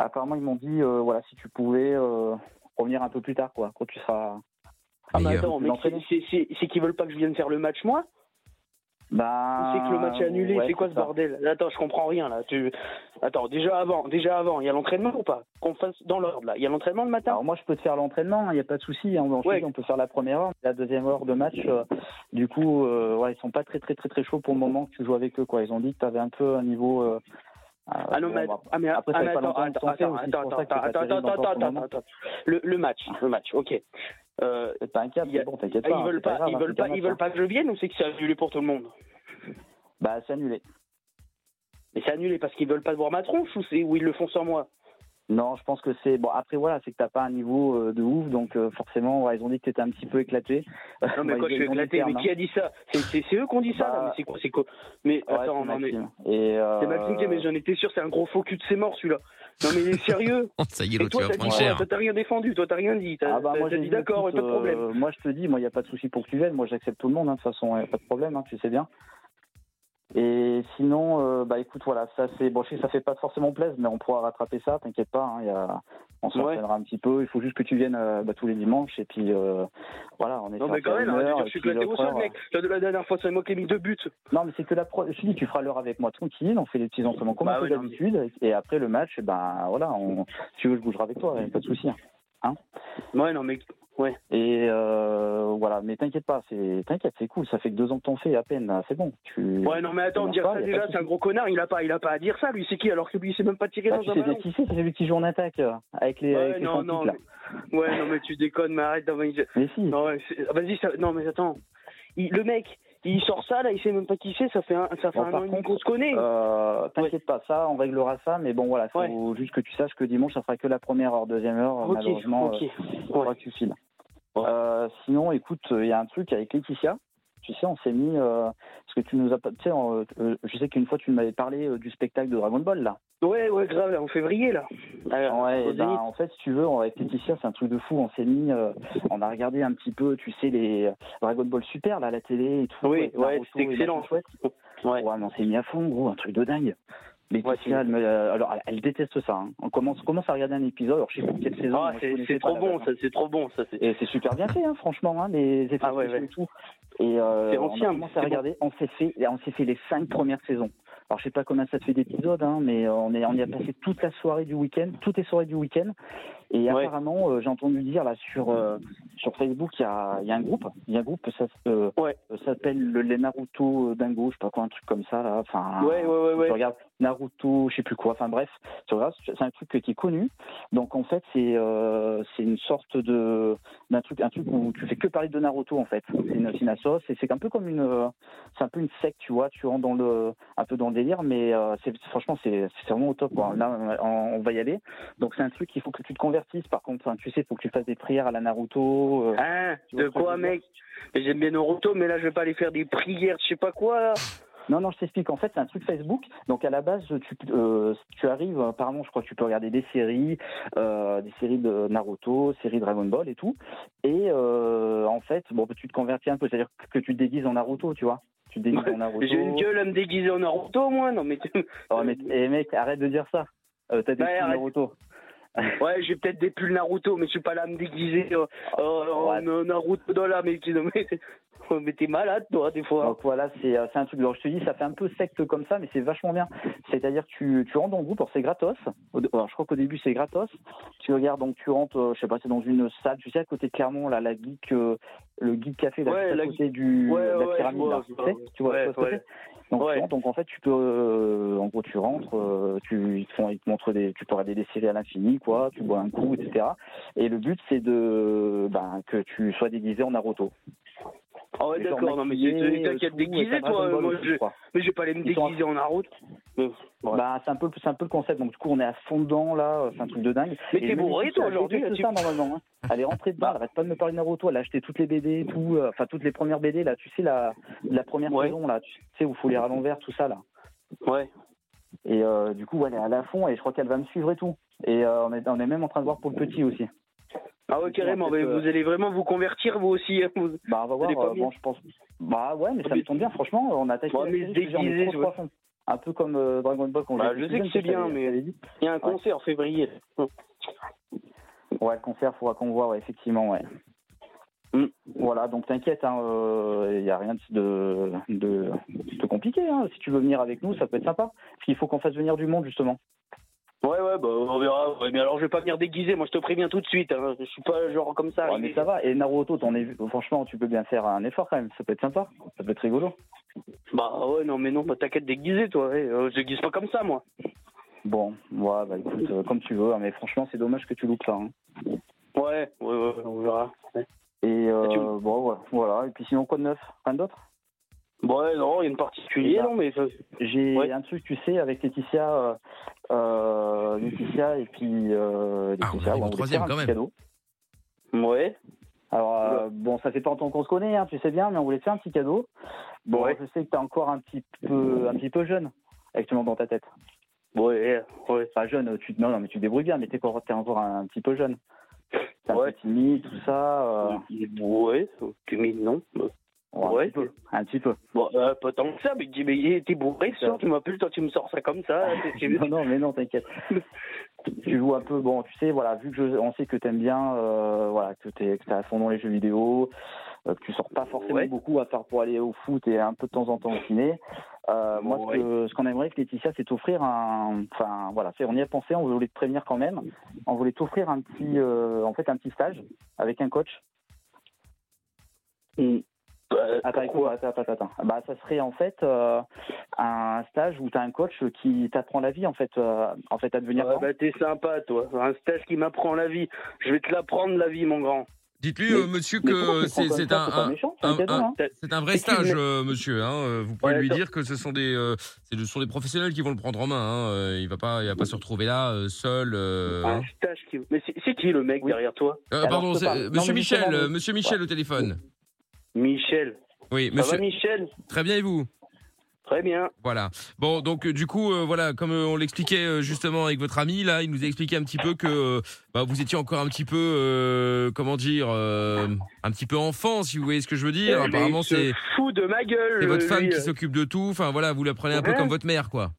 S4: apparemment ils m'ont dit euh, voilà si tu pouvais euh, revenir un peu plus tard quoi, quand tu seras.
S9: Ah,
S3: Les
S9: mais
S3: gars.
S9: attends, mais c'est-
S4: L'entraîner.
S9: c'est c'est- c'est qu'ils veulent pas que je vienne faire le match moi
S4: Bah.
S9: C'est que le match est annulé,
S4: ouais,
S9: Ah, c'est quoi ce
S4: ça.
S9: bordel Attends, je comprends rien là. Tu... Attends, déjà avant, déjà avant, il y a l'entraînement ou pas Qu'on fasse dans l'ordre là. Il y a l'entraînement le matin
S4: Alors moi je peux te faire l'entraînement, il n'y a pas de souci, hein, on, ensuite,
S9: Ouais.
S4: on peut faire la première heure, la deuxième heure de match, euh, du coup euh, ouais, ils sont pas très très très très chauds pour le moment que tu joues avec eux quoi, ils ont dit que tu avais un peu un niveau... euh,
S9: Ah non,
S4: euh,
S9: mais,
S4: bon,
S9: ah, mais,
S4: après,
S9: ah,
S4: ça fait
S9: mais
S4: pas
S9: attends,
S4: longtemps qu'ils
S9: attends,
S4: sont faits
S9: attends,
S4: aussi, c'est
S9: attends,
S4: pour ça que
S9: attends,
S4: c'est pas
S9: attends,
S4: terrible encore
S9: attends,
S4: pour le
S9: attends,
S4: moment.
S9: attends. Le, le match, le match, ok. Euh,
S4: c'est pas un câble,
S9: Il y a-
S4: mais bon t'inquiète
S9: ah,
S4: pas, hein,
S9: ils
S4: c'est
S9: veulent pas,
S4: grave,
S9: ils
S4: hein,
S9: veulent
S4: c'est qu'un
S9: pas, ils
S4: match,
S9: veulent
S4: hein.
S9: pas que je vienne ou c'est que c'est annulé pour tout le monde
S4: Bah c'est annulé.
S9: Mais c'est annulé parce qu'ils veulent pas voir ma tronche ou, c'est- ou ils le font sans moi
S4: Non, je pense que c'est bon. Après voilà, c'est que t'as pas un niveau euh, de ouf, donc euh, forcément, ouais, ils ont dit que t'étais un petit peu éclaté.
S9: Non mais
S4: Bah,
S9: quoi,
S4: ils-
S9: je suis
S4: ils ont des
S9: éclaté.
S4: termes,
S9: Mais qui a dit ça C'est- C'est c'est eux qui ont dit ça.
S4: Bah,
S9: là, mais c'est quoi C'est quoi Mais
S4: hein. Ouais,
S9: attends,
S4: c'est
S9: non mais
S4: Maxime. Et, euh,
S9: c'est Maxime qui- mais j'en étais sûr. C'est un gros faux cul de ses morts celui-là. Non mais il est sérieux.
S3: Ça y est,
S9: Et
S3: l'autre
S9: toi
S3: tu vas
S9: t'as dit
S3: prendre
S9: quoi
S3: cher.
S9: Toi, t'as rien défendu. Toi t'as rien dit. T'as
S4: Ah bah
S9: t'as-
S4: moi
S9: t'as
S4: j'ai
S9: dit
S4: le
S9: d'accord,
S4: foot,
S9: pas de problème.
S4: euh, moi je te dis, moi il y a pas de souci pour que tu viennes. Moi j'accepte tout le monde hein, de toute façon, y a pas de problème, hein, tu sais bien. Et sinon, euh, bah écoute, voilà, ça c'est bon, je sais que ça fait pas forcément plaisir, mais on pourra rattraper ça, t'inquiète pas. hein, y a... On se
S9: Ouais.
S4: rappellera un petit peu. Il faut juste que tu viennes euh, bah, tous les dimanches et puis euh, voilà, on est.
S9: Non mais quand même, arrête de dire que je suis
S4: euh,
S9: éclaté au sol, mec. La, la dernière fois, c'est moi qui ai mis deux buts.
S4: Non, mais c'est que la pro... je te dis, tu feras l'heure avec moi tranquille, on fait les petits entraînements comme
S9: Bah
S4: on fait
S9: ouais, non,
S4: d'habitude, et après le match, eh ben voilà, on... si tu veux, je bougerai avec toi, y a pas de souci. hein.
S9: Ouais, non mais
S4: Et euh, voilà, mais t'inquiète pas, c'est t'inquiète, c'est cool, ça fait que deux ans que t'en fais à peine, là, c'est bon. Tu...
S9: ouais, non mais attends,
S4: Non,
S9: dire
S4: pas,
S9: ça
S4: y a
S9: déjà,
S4: pas de
S9: c'est un gros connard. Il a pas, il a pas à dire ça, lui. C'est qui alors que lui, il s'est même pas tiré
S4: Bah,
S9: dans
S4: tu
S9: un
S4: sais bien
S9: ballon.
S4: qui c'est, c'est celui qui joue en attaque euh, avec les,
S9: Ouais,
S4: avec les
S9: non,
S4: fantiques,
S9: non,
S4: là.
S9: mais... ouais, non, mais tu déconnes, mais arrête d'avoir
S4: Mais si,
S9: Non, ouais, c'est- ah, vas-y, ça- non, mais attends. Il- le mec, il sort ça, là, il sait même pas qui c'est, ça fait un, ça fait
S4: Bon,
S9: un
S4: par
S9: an et demi
S4: contre,
S9: qu'on se connaît.
S4: euh, t'inquiète pas, ça, on réglera ça, mais bon voilà, faut
S9: Ouais.
S4: juste que tu saches que dimanche, ça fera que la première heure, deuxième heure,
S9: ok,
S4: malheureusement. euh,
S9: ok.
S4: Je
S9: Ouais.
S4: crois que tu files. Euh, sinon, écoute, il y a un truc avec Laetitia. Tu sais, on s'est mis. euh, parce que tu nous as. pas- Tu sais, en- euh, je sais qu'une fois, tu m'avais parlé euh, du spectacle de Dragon Ball, là.
S9: ouais, ouais, grave, là, en février, là. Euh,
S4: ouais,
S9: au
S4: et ben,
S9: Zénith.
S4: en fait, si tu veux, on- avec Laetitia, c'est un truc de fou. On s'est mis. euh, on a regardé un petit peu, tu sais, les Dragon Ball Super, là, à la télé et tout.
S9: Oui,
S4: avec
S9: ouais,
S4: Naruto
S9: c'est
S4: et
S9: excellent.
S4: machin chouette.
S9: Ouais.
S4: Ouais, mais on s'est mis à fond, gros, un truc de dingue. Laetitia,
S9: Ouais, c'est-
S4: elle, me- euh, alors, elle, elle déteste ça. hein. On commence, commence à regarder un épisode. Alors, je sais pas quelle saison.
S9: Ah,
S4: moi, je
S9: c'est
S4: connaissais
S9: c'est
S4: pas
S9: trop
S4: la
S9: bon,
S4: base, hein.
S9: ça, c'est trop bon, ça. c'est-
S4: Et c'est super bien fait, hein, franchement, hein, les effets
S9: Ah ouais,
S4: spéciaux
S9: ouais.
S4: et tout. Et euh,
S9: C'est
S4: on
S9: ancien,
S4: a
S9: mais
S4: commencé
S9: c'est
S4: à regarder, on s'est fait, et on s'est fait les cinq premières saisons. Alors je sais pas combien ça te fait d'épisodes, hein, mais euh, on, est, on y a passé toute la soirée du week-end, toutes les soirées du week-end. Et
S9: Ouais.
S4: apparemment, euh, j'ai entendu dire là sur euh, sur Facebook, il y a, il y a un groupe. Il y a un groupe, ça se- euh,
S9: Ouais.
S4: euh, ça s'appelle le- les Naruto Dingo, je sais pas quoi, un truc comme ça, là. Enfin,
S9: Ouais, ouais, ouais, ouais.
S4: tu regardes Naruto, je sais plus quoi, enfin bref, tu regardes, c'est un truc qui est connu. Donc en fait, c'est euh, c'est une sorte de d'un truc, un truc où tu fais que parler de Naruto en fait. C'est une, c'est une asso, c'est c'est un peu comme une, euh, c'est un peu une secte, tu vois, tu rentres dans le, un peu dans le délire, mais euh, c'est franchement c'est c'est vraiment au top. quoi. Là, on, on va y aller. Donc c'est un truc qu'il faut que tu te convertisses. Par contre, Enfin, tu sais, faut que tu fasses des prières à la Naruto. euh,
S9: Hein
S4: tu vois
S9: De
S4: ce que je
S9: quoi,
S4: veux dire
S9: mec J'aime bien Naruto, mais là, je vais pas aller faire des prières, je sais pas quoi, là.
S4: Non, non, je t'explique. En fait, c'est un truc Facebook. Donc, à la base, tu, euh, tu arrives, euh, pardon, je crois que tu peux regarder des séries, euh, des séries de Naruto, séries Dragon Ball et tout. Et euh, en fait, bon, bah, tu te convertis un peu, c'est-à-dire que tu te déguises en Naruto, tu vois. Tu te déguises en Naruto.
S9: J'ai une gueule à me déguiser en Naruto, moi. Non, mais.
S4: Oh, mais, eh, mec, arrête de dire ça. Euh, T'as des
S9: Ouais,
S4: petits
S9: arrête.
S4: Naruto.
S9: Ouais, j'ai peut-être des pulls Naruto, mais je suis pas là à me déguiser euh, euh, en
S4: Ouais.
S9: euh, Naruto dans la. Mais, non, mais, Oh, mais t'es malade, toi, des fois.
S4: Donc voilà, c'est euh, c'est un truc. Alors je te dis, ça fait un peu secte comme ça, mais c'est vachement bien. C'est-à-dire que tu, tu rentres dans le groupe, alors c'est gratos. Au dé- alors, je crois qu'au début c'est gratos. Tu regardes, donc tu rentres, euh, je sais pas, c'est dans une salle, tu sais, à côté de Clermont, là, la geek, euh, le geek café, là,
S9: Ouais,
S4: juste à
S9: la
S4: côté du,
S9: Ouais,
S4: de la
S9: ouais, je
S4: pyramide.
S9: vois,
S4: là,
S9: je
S4: tu
S9: vois,
S4: sais,
S9: ouais.
S4: tu vois
S9: Ouais,
S4: ce que c'est
S9: ouais.
S4: donc,
S9: Ouais.
S4: tu rentres, donc en fait, tu peux, euh, en gros, tu rentres, euh, tu ils te font, ils te montrent des, tu peux regarder des séries à l'infini, quoi, tu bois un coup, etc. Et le but, c'est de, ben, que tu sois déguisé en Naruto.
S9: Ah ouais,
S4: Les gens
S9: d'accord, non, mais
S4: maquillés,
S9: c'est
S4: euh,
S9: toi qui as
S4: tout,
S9: déguisé,
S4: t'as Dragon
S9: toi.
S4: Ball
S9: moi,
S4: aussi,
S9: je-
S4: je crois.
S9: Mais je vais pas aller me
S4: Ils sont-
S9: déguiser en Naruto.
S4: Bah, c'est un peu, c'est un peu le concept. Donc du coup, on est à fond dedans là. C'est un truc de dingue.
S9: Mais
S4: Et
S9: t'es
S4: je me dis,
S9: bourré,
S4: putain,
S9: toi,
S4: elle
S9: aujourd'hui,
S4: déteste
S9: là, tu-
S4: ça normalement. Hein. Elle est rentrée dedans. Elle arrête pas de me parler de Naruto. Elle a acheté toutes les BD, et tout, euh, enfin toutes les premières BD là. Tu sais la, la première
S9: Ouais.
S4: saison là. Tu sais où faut lire à l'envers, tout ça là.
S9: Ouais.
S4: Et euh, du coup, elle est à la fond et je crois qu'elle va me suivre et tout. Et euh, on, est, on est même en train de voir pour le petit aussi.
S9: Ah ouais,
S4: Ils sont
S9: carrément,
S4: en fait,
S9: mais
S4: euh,
S9: vous allez vraiment vous convertir, vous aussi. hein, vous-
S4: Bah, on va voir.
S9: est pas
S4: euh,
S9: bien.
S4: bon, je pense. Bah ouais, mais ça me tombe bien. Franchement, on attaque.
S9: Ouais, Bah, mais déguisé, je vois.
S4: Un peu comme euh, Dragon Ball quand
S9: Bah,
S4: j'étais
S9: je
S4: plus
S9: sais
S4: jeune,
S9: que c'est
S4: je t'avais-
S9: bien, mais-
S4: t'avais dit.
S9: Il y a un concert en février.
S4: Ouais, le concert, faudra qu'on voit, ouais, effectivement, ouais.
S9: Mm.
S4: Voilà, donc t'inquiète, il hein, n'y a rien de, de, de compliqué. hein. Si tu veux venir avec nous, ça peut être sympa. Parce qu'il faut qu'on fasse venir du monde, justement.
S9: Ouais, ouais, bah on verra. Ouais, mais alors, je vais pas venir déguisé, moi, je te préviens tout de suite. hein. Je suis pas genre comme ça.
S4: Ouais, Ah, mais ça va. Et Naruto, t'en es, franchement, tu peux bien faire un effort quand même. Ça peut être sympa. Ça peut être rigolo.
S9: Bah ouais, non, mais non, bah t'inquiète, déguisé, toi. ouais. Euh, je déguise pas comme ça, moi.
S4: Bon, ouais, bah écoute, euh, comme tu veux. hein, mais franchement, c'est dommage que tu loupes ça. hein.
S9: Ouais, ouais, ouais, on verra. Ouais.
S4: Et euh,
S9: Ah, tu-
S4: bon, ouais, voilà. Et puis sinon, quoi de neuf Rien d'autre
S9: Ouais, non, rien de particulier,
S4: Et là-
S9: non, mais ça...
S4: J'ai
S9: Ouais.
S4: un truc, tu sais, avec Laetitia, euh, euh, Laetitia et puis euh,
S3: Ah, on
S4: Laetitia,
S3: arrive au
S4: on
S3: troisième,
S4: va faire un
S3: quand
S4: petit
S3: même.
S4: cadeau.
S9: Ouais.
S4: Alors euh, bon, ça fait pas longtemps qu'on se connaît, hein, tu sais bien, mais on voulait te faire un petit cadeau. Bon,
S9: Ouais.
S4: je sais que t'es encore un petit peu, un petit peu jeune actuellement dans ta tête.
S9: Ouais, ouais.
S4: Enfin jeune, tu non, non, mais tu te débrouilles bien, mais t'es encore, t'es encore un petit peu jeune. T'es un
S9: Ouais.
S4: peu timide, tout ça. euh,
S9: Ouais, tu mets non.
S4: ouais,
S9: Ouais.
S4: Un petit peu. Un petit peu.
S9: Bon, euh, pas tant que ça, mais tu mais t'es bourré, ce soir, tu m'appelles, toi, tu me sors ça comme ça. t'es- t'es-
S4: Non, non, mais non, t'inquiète. tu joues un peu, bon, tu sais, voilà, vu que je- on sait que t'aimes bien, euh, voilà, que t'es que t'es à fond dans les jeux vidéo, euh, que tu sors pas forcément
S9: Ouais.
S4: beaucoup à part pour aller au foot et un peu de temps en temps au ciné. Euh, moi, ce
S9: Ouais.
S4: que- ce qu'on aimerait avec Laetitia, c'est t'offrir un, enfin, voilà, c'est on y a pensé, on voulait te prévenir quand même, on voulait t'offrir un petit, euh, en fait, un petit stage avec un coach.
S9: Euh,
S4: Attends, écoute, attends, attends, attends. Bah, ça serait en fait euh, un stage où tu as un coach qui t'apprend la vie en fait, euh, en fait à devenir
S9: Ah
S4: grand.
S9: bah t'es sympa toi, un stage qui m'apprend la vie. Je vais te l'apprendre la vie mon grand.
S3: Dites-lui,
S4: Mais-
S3: euh, monsieur,
S4: Mais comment
S3: que
S4: tu prends
S3: c'est
S4: comme
S3: c'est
S4: ça
S3: un,
S4: C'est pas
S3: un-
S4: méchant, c'est un
S3: un-
S4: cadeau,
S3: un-
S4: hein.
S3: c'est un vrai
S9: Est-ce qu'il
S3: stage,
S9: met-
S3: euh, monsieur. Hein, euh, vous pouvez
S9: Ouais,
S3: lui
S9: attends.
S3: dire que ce sont des, euh, c'est- ce sont des professionnels qui vont le prendre en main. Hein, euh, il va pas, il va pas se retrouver là euh, seul. euh, hein.
S9: Un stage qui... Mais c'est c'est qui le mec
S4: Oui.
S9: derrière toi
S3: Euh,
S4: Ah, Alors,
S3: pardon,
S4: je te
S3: c'est-
S4: parle.
S3: euh,
S4: Non,
S3: Monsieur
S4: mais justement,
S3: Michel, euh,
S4: mais-
S3: Monsieur Michel au téléphone.
S9: Michel.
S3: Oui,
S9: Ça va
S3: Monsieur.
S9: Michel
S3: Très bien et vous
S9: Très bien.
S3: Voilà. Bon, donc euh, du coup, euh, voilà, comme euh, on l'expliquait euh, justement avec votre ami, là, il nous a expliqué un petit peu que euh, bah, vous étiez encore un petit peu, euh, comment dire, euh, un petit peu enfant, si vous voyez ce que je veux
S4: Eh
S3: dire.
S9: Eh, Mais
S3: Apparemment,
S9: il se
S3: c'est
S9: fout de ma gueule.
S3: c'est votre
S9: lui. euh.
S3: femme qui
S4: euh.
S3: s'occupe de tout. Enfin, voilà, vous la prenez un peu
S9: Ouais.
S3: comme votre mère, quoi.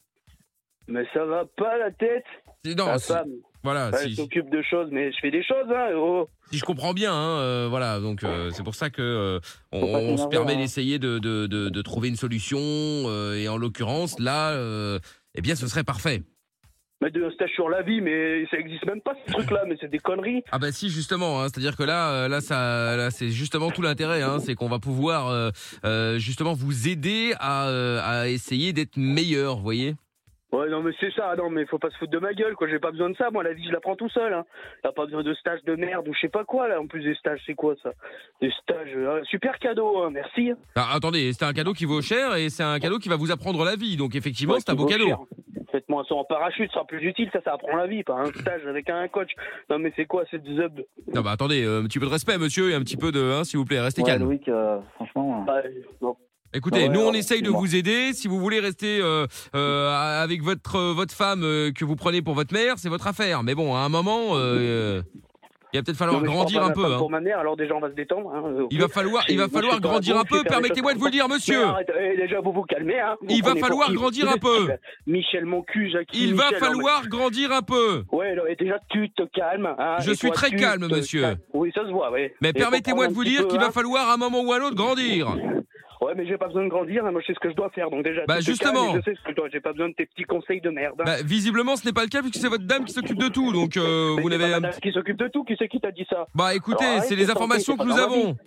S9: Mais ça va pas la tête.
S3: C'est- Non,
S9: Ta
S3: si-
S9: femme,
S3: voilà,
S9: elle
S3: si,
S9: s'occupe de choses, mais je fais des choses hein. Oh.
S3: si je comprends bien, hein, euh, voilà, donc euh, c'est pour ça que euh, on,
S4: Faut pas
S3: on se
S4: s'énerver,
S3: permet
S4: hein.
S3: d'essayer de, de, de, de trouver une solution, euh, et en l'occurrence, là, euh, eh bien, ce serait parfait.
S9: mais de stage sur la vie, mais ça existe même pas ce truc-là, mais c'est des conneries.
S3: Ah bah si justement, hein, c'est-à-dire que là, euh, là, ça, là, c'est justement tout l'intérêt, hein, c'est qu'on va pouvoir euh, euh, justement vous aider à, euh, à essayer d'être meilleur, vous voyez.
S9: Ouais, non, mais c'est ça, non, mais faut pas se foutre de ma gueule, quoi. J'ai pas besoin de ça, moi, la vie, je la prends tout seul, hein. T'as pas besoin de stage de merde ou je sais pas quoi, là. En plus, des stages, c'est quoi ça Des stages, euh, super cadeau, hein, merci.
S3: Ah, attendez, c'est un cadeau qui vaut cher et c'est un cadeau qui va vous apprendre la vie, donc effectivement,
S9: Ouais,
S3: c'est un beau
S9: qui vaut
S3: cadeau.
S9: cher. Faites-moi ça en parachute, ça sera plus utile, ça, ça apprend la vie, pas un stage avec un coach. Non, mais c'est quoi cette zub
S3: Non bah attendez, euh, un petit peu de respect, monsieur, et un petit peu de, hein, s'il vous plaît, restez
S4: Ouais,
S3: calme.
S4: Loïc, euh, franchement.
S9: Bah, bon.
S3: Écoutez,
S4: Ouais,
S3: nous on
S4: ouais,
S3: essaye de
S4: excuse-moi.
S3: vous aider. Si vous voulez rester euh, euh, avec votre euh, votre femme euh, que vous prenez pour votre mère, c'est votre affaire. Mais bon, à un moment, euh, il va peut-être falloir
S9: Non, mais je
S3: grandir
S9: prends
S3: un
S9: pas
S3: peu.
S9: ma femme
S3: hein.
S9: Pour ma mère, alors déjà on va se détendre. hein, euh,
S3: Il va
S9: ok.
S3: falloir il va
S9: Moi, je
S3: falloir
S9: suis pas
S3: grandir
S9: bon,
S3: un
S9: je sais
S3: peu.
S9: faire les
S3: Permettez-moi de
S9: choses
S3: vous le dire, monsieur.
S9: Mais arrête, eh, déjà vous vous calmez. Hein, Vous
S3: Il va
S9: prenez pour
S3: falloir
S9: qui
S3: grandir un peu.
S9: Michel mon cul, Jackie.
S3: Il va
S9: Michel, non, mais-
S3: falloir grandir un peu.
S9: Ouais, non, et déjà tu te calmes. hein,
S3: Je
S9: et
S3: suis
S9: toi,
S3: très
S9: tu
S3: calme,
S9: te
S3: monsieur.
S9: calmes. Oui, ça se voit, oui.
S3: Mais
S9: Et
S3: permettez-moi de
S9: faut
S3: vous
S9: prendre un
S3: dire
S9: petit
S3: qu'il
S9: peu,
S3: va falloir à un moment ou à l'autre grandir.
S9: hein. Ouais, mais j'ai pas besoin de grandir. hein, Moi, je sais ce que je dois faire. Donc déjà.
S3: Bah,
S9: tu te
S3: justement.
S9: calmes, et Je sais ce que je dois. J'ai pas besoin de tes petits conseils de merde. hein.
S3: Bah, visiblement, ce n'est pas le cas puisque c'est votre dame qui s'occupe de tout. Donc euh,
S9: Mais
S3: vous
S9: c'est pas
S3: n'avez
S9: madame qui s'occupe de tout Qui c'est qui t'a dit ça
S3: bah écoutez,
S9: Alors,
S3: c'est
S9: arrête
S3: les
S9: de
S3: informations que
S9: tenter,
S3: nous
S9: c'est pas
S3: avons.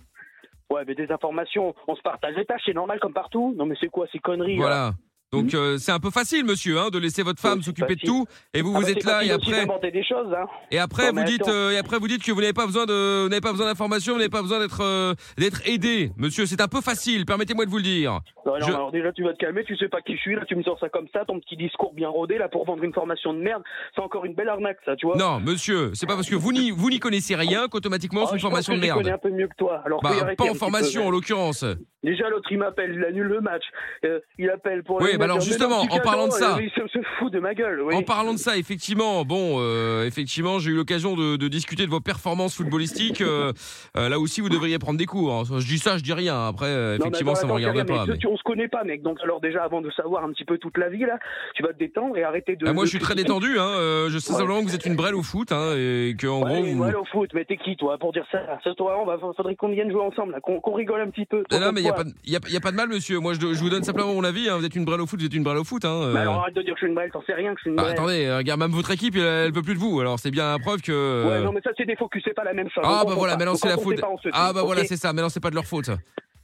S9: Ouais, mais des informations. On se partage les tâches, c'est normal comme partout. Non, mais c'est quoi ces conneries là
S3: Voilà. Donc euh, c'est un peu facile, monsieur, hein, de laisser votre femme
S9: Ouais, Hmm. Oh, c'est
S3: s'occuper de
S9: facile.
S3: tout et vous
S9: Ah
S3: vous
S9: bah,
S3: êtes
S9: c'est
S3: là et
S9: facile aussi
S3: après
S9: d'inventer des choses, hein.
S3: et après
S9: Non,
S3: vous
S9: mais
S3: dites
S9: attends.
S3: euh, et après vous dites que vous n'avez pas besoin de vous n'avez pas besoin d'informations, vous n'avez pas besoin d'être euh, d'être aidé, monsieur. C'est un peu facile. Permettez-moi de vous le dire.
S9: Non, non,
S3: Je-
S9: alors déjà tu vas te calmer, tu sais pas qui je suis, là tu me sors ça comme ça, ton petit discours bien rodé là pour vendre une formation de merde, c'est encore une belle arnaque ça, tu vois.
S3: Non, monsieur, c'est pas parce que vous n'y vous n'y connaissez rien qu'automatiquement
S9: Ah,
S3: c'est une
S9: je pense
S3: formation
S9: que
S3: de
S9: Je connais
S3: merde.
S9: un peu mieux que toi. Alors
S3: Bah
S9: faut y arrêter
S3: pas
S9: un
S3: en
S9: petit
S3: formation en
S9: peu.
S3: l'occurrence.
S9: Déjà l'autre il m'appelle, il annule le match. Euh, il appelle pour.
S3: Oui,
S9: annuler
S3: bah alors,
S9: le match. Mais
S3: justement,
S9: non, petit
S3: en parlant de
S9: cadeau,
S3: ça.
S9: euh, Il se, se fout de ma gueule. Oui.
S3: En parlant de ça, effectivement, bon, euh, effectivement, j'ai eu l'occasion de, de discuter de vos performances footballistiques. euh, euh, là aussi, vous devriez prendre des cours. hein. Je dis ça, je dis rien. Après, euh,
S9: Non, mais
S3: effectivement,
S9: attends,
S3: ça ne me
S9: attends,
S3: regarde
S9: Karim,
S3: pas.
S9: mais
S3: mais-
S9: tu- On se connaît pas, mec. Donc, alors, déjà, avant de savoir un petit peu toute la vie, là, tu vas te détendre et arrêter de.
S3: Ah, moi,
S9: de-
S3: je suis très détendu. Hein. euh, je sais
S9: Ouais.
S3: simplement que vous êtes une brêle au foot hein, et que, en
S9: Ouais,
S3: gros, vous.
S9: ouais, au foot, mais t'es qui, toi, pour dire ça Ce soir, on va, faudrait qu'on vienne jouer ensemble, là, qu'on qu'on rigole un petit peu.
S3: Non, non, mais il n'y a, pas
S9: Toi,
S3: de- y a- y a pas de mal, monsieur. Moi, je, je vous donne simplement mon avis. hein. Vous êtes une brêle au foot, vous êtes une brêle au foot. Hein, euh.
S9: Mais alors, arrête de dire que je suis une brêle, t'en sais rien que je suis une
S3: Bah,
S9: brêle.
S3: attendez, euh, regarde, même votre équipe, elle, elle peut plus de vous. Alors, c'est bien la preuve que.
S9: Ouais, non, mais ça, c'est des focus, c'est pas la même chose.
S3: euh, ah,
S9: On
S3: bah
S9: comprend
S3: voilà,
S9: pas.
S3: maintenant,
S9: Donc,
S3: c'est la
S9: quand on
S3: faute.
S9: sait pas, on se
S3: Ah,
S9: dit,
S3: bah
S9: ok.
S3: voilà, c'est ça. Maintenant, c'est pas de leur faute.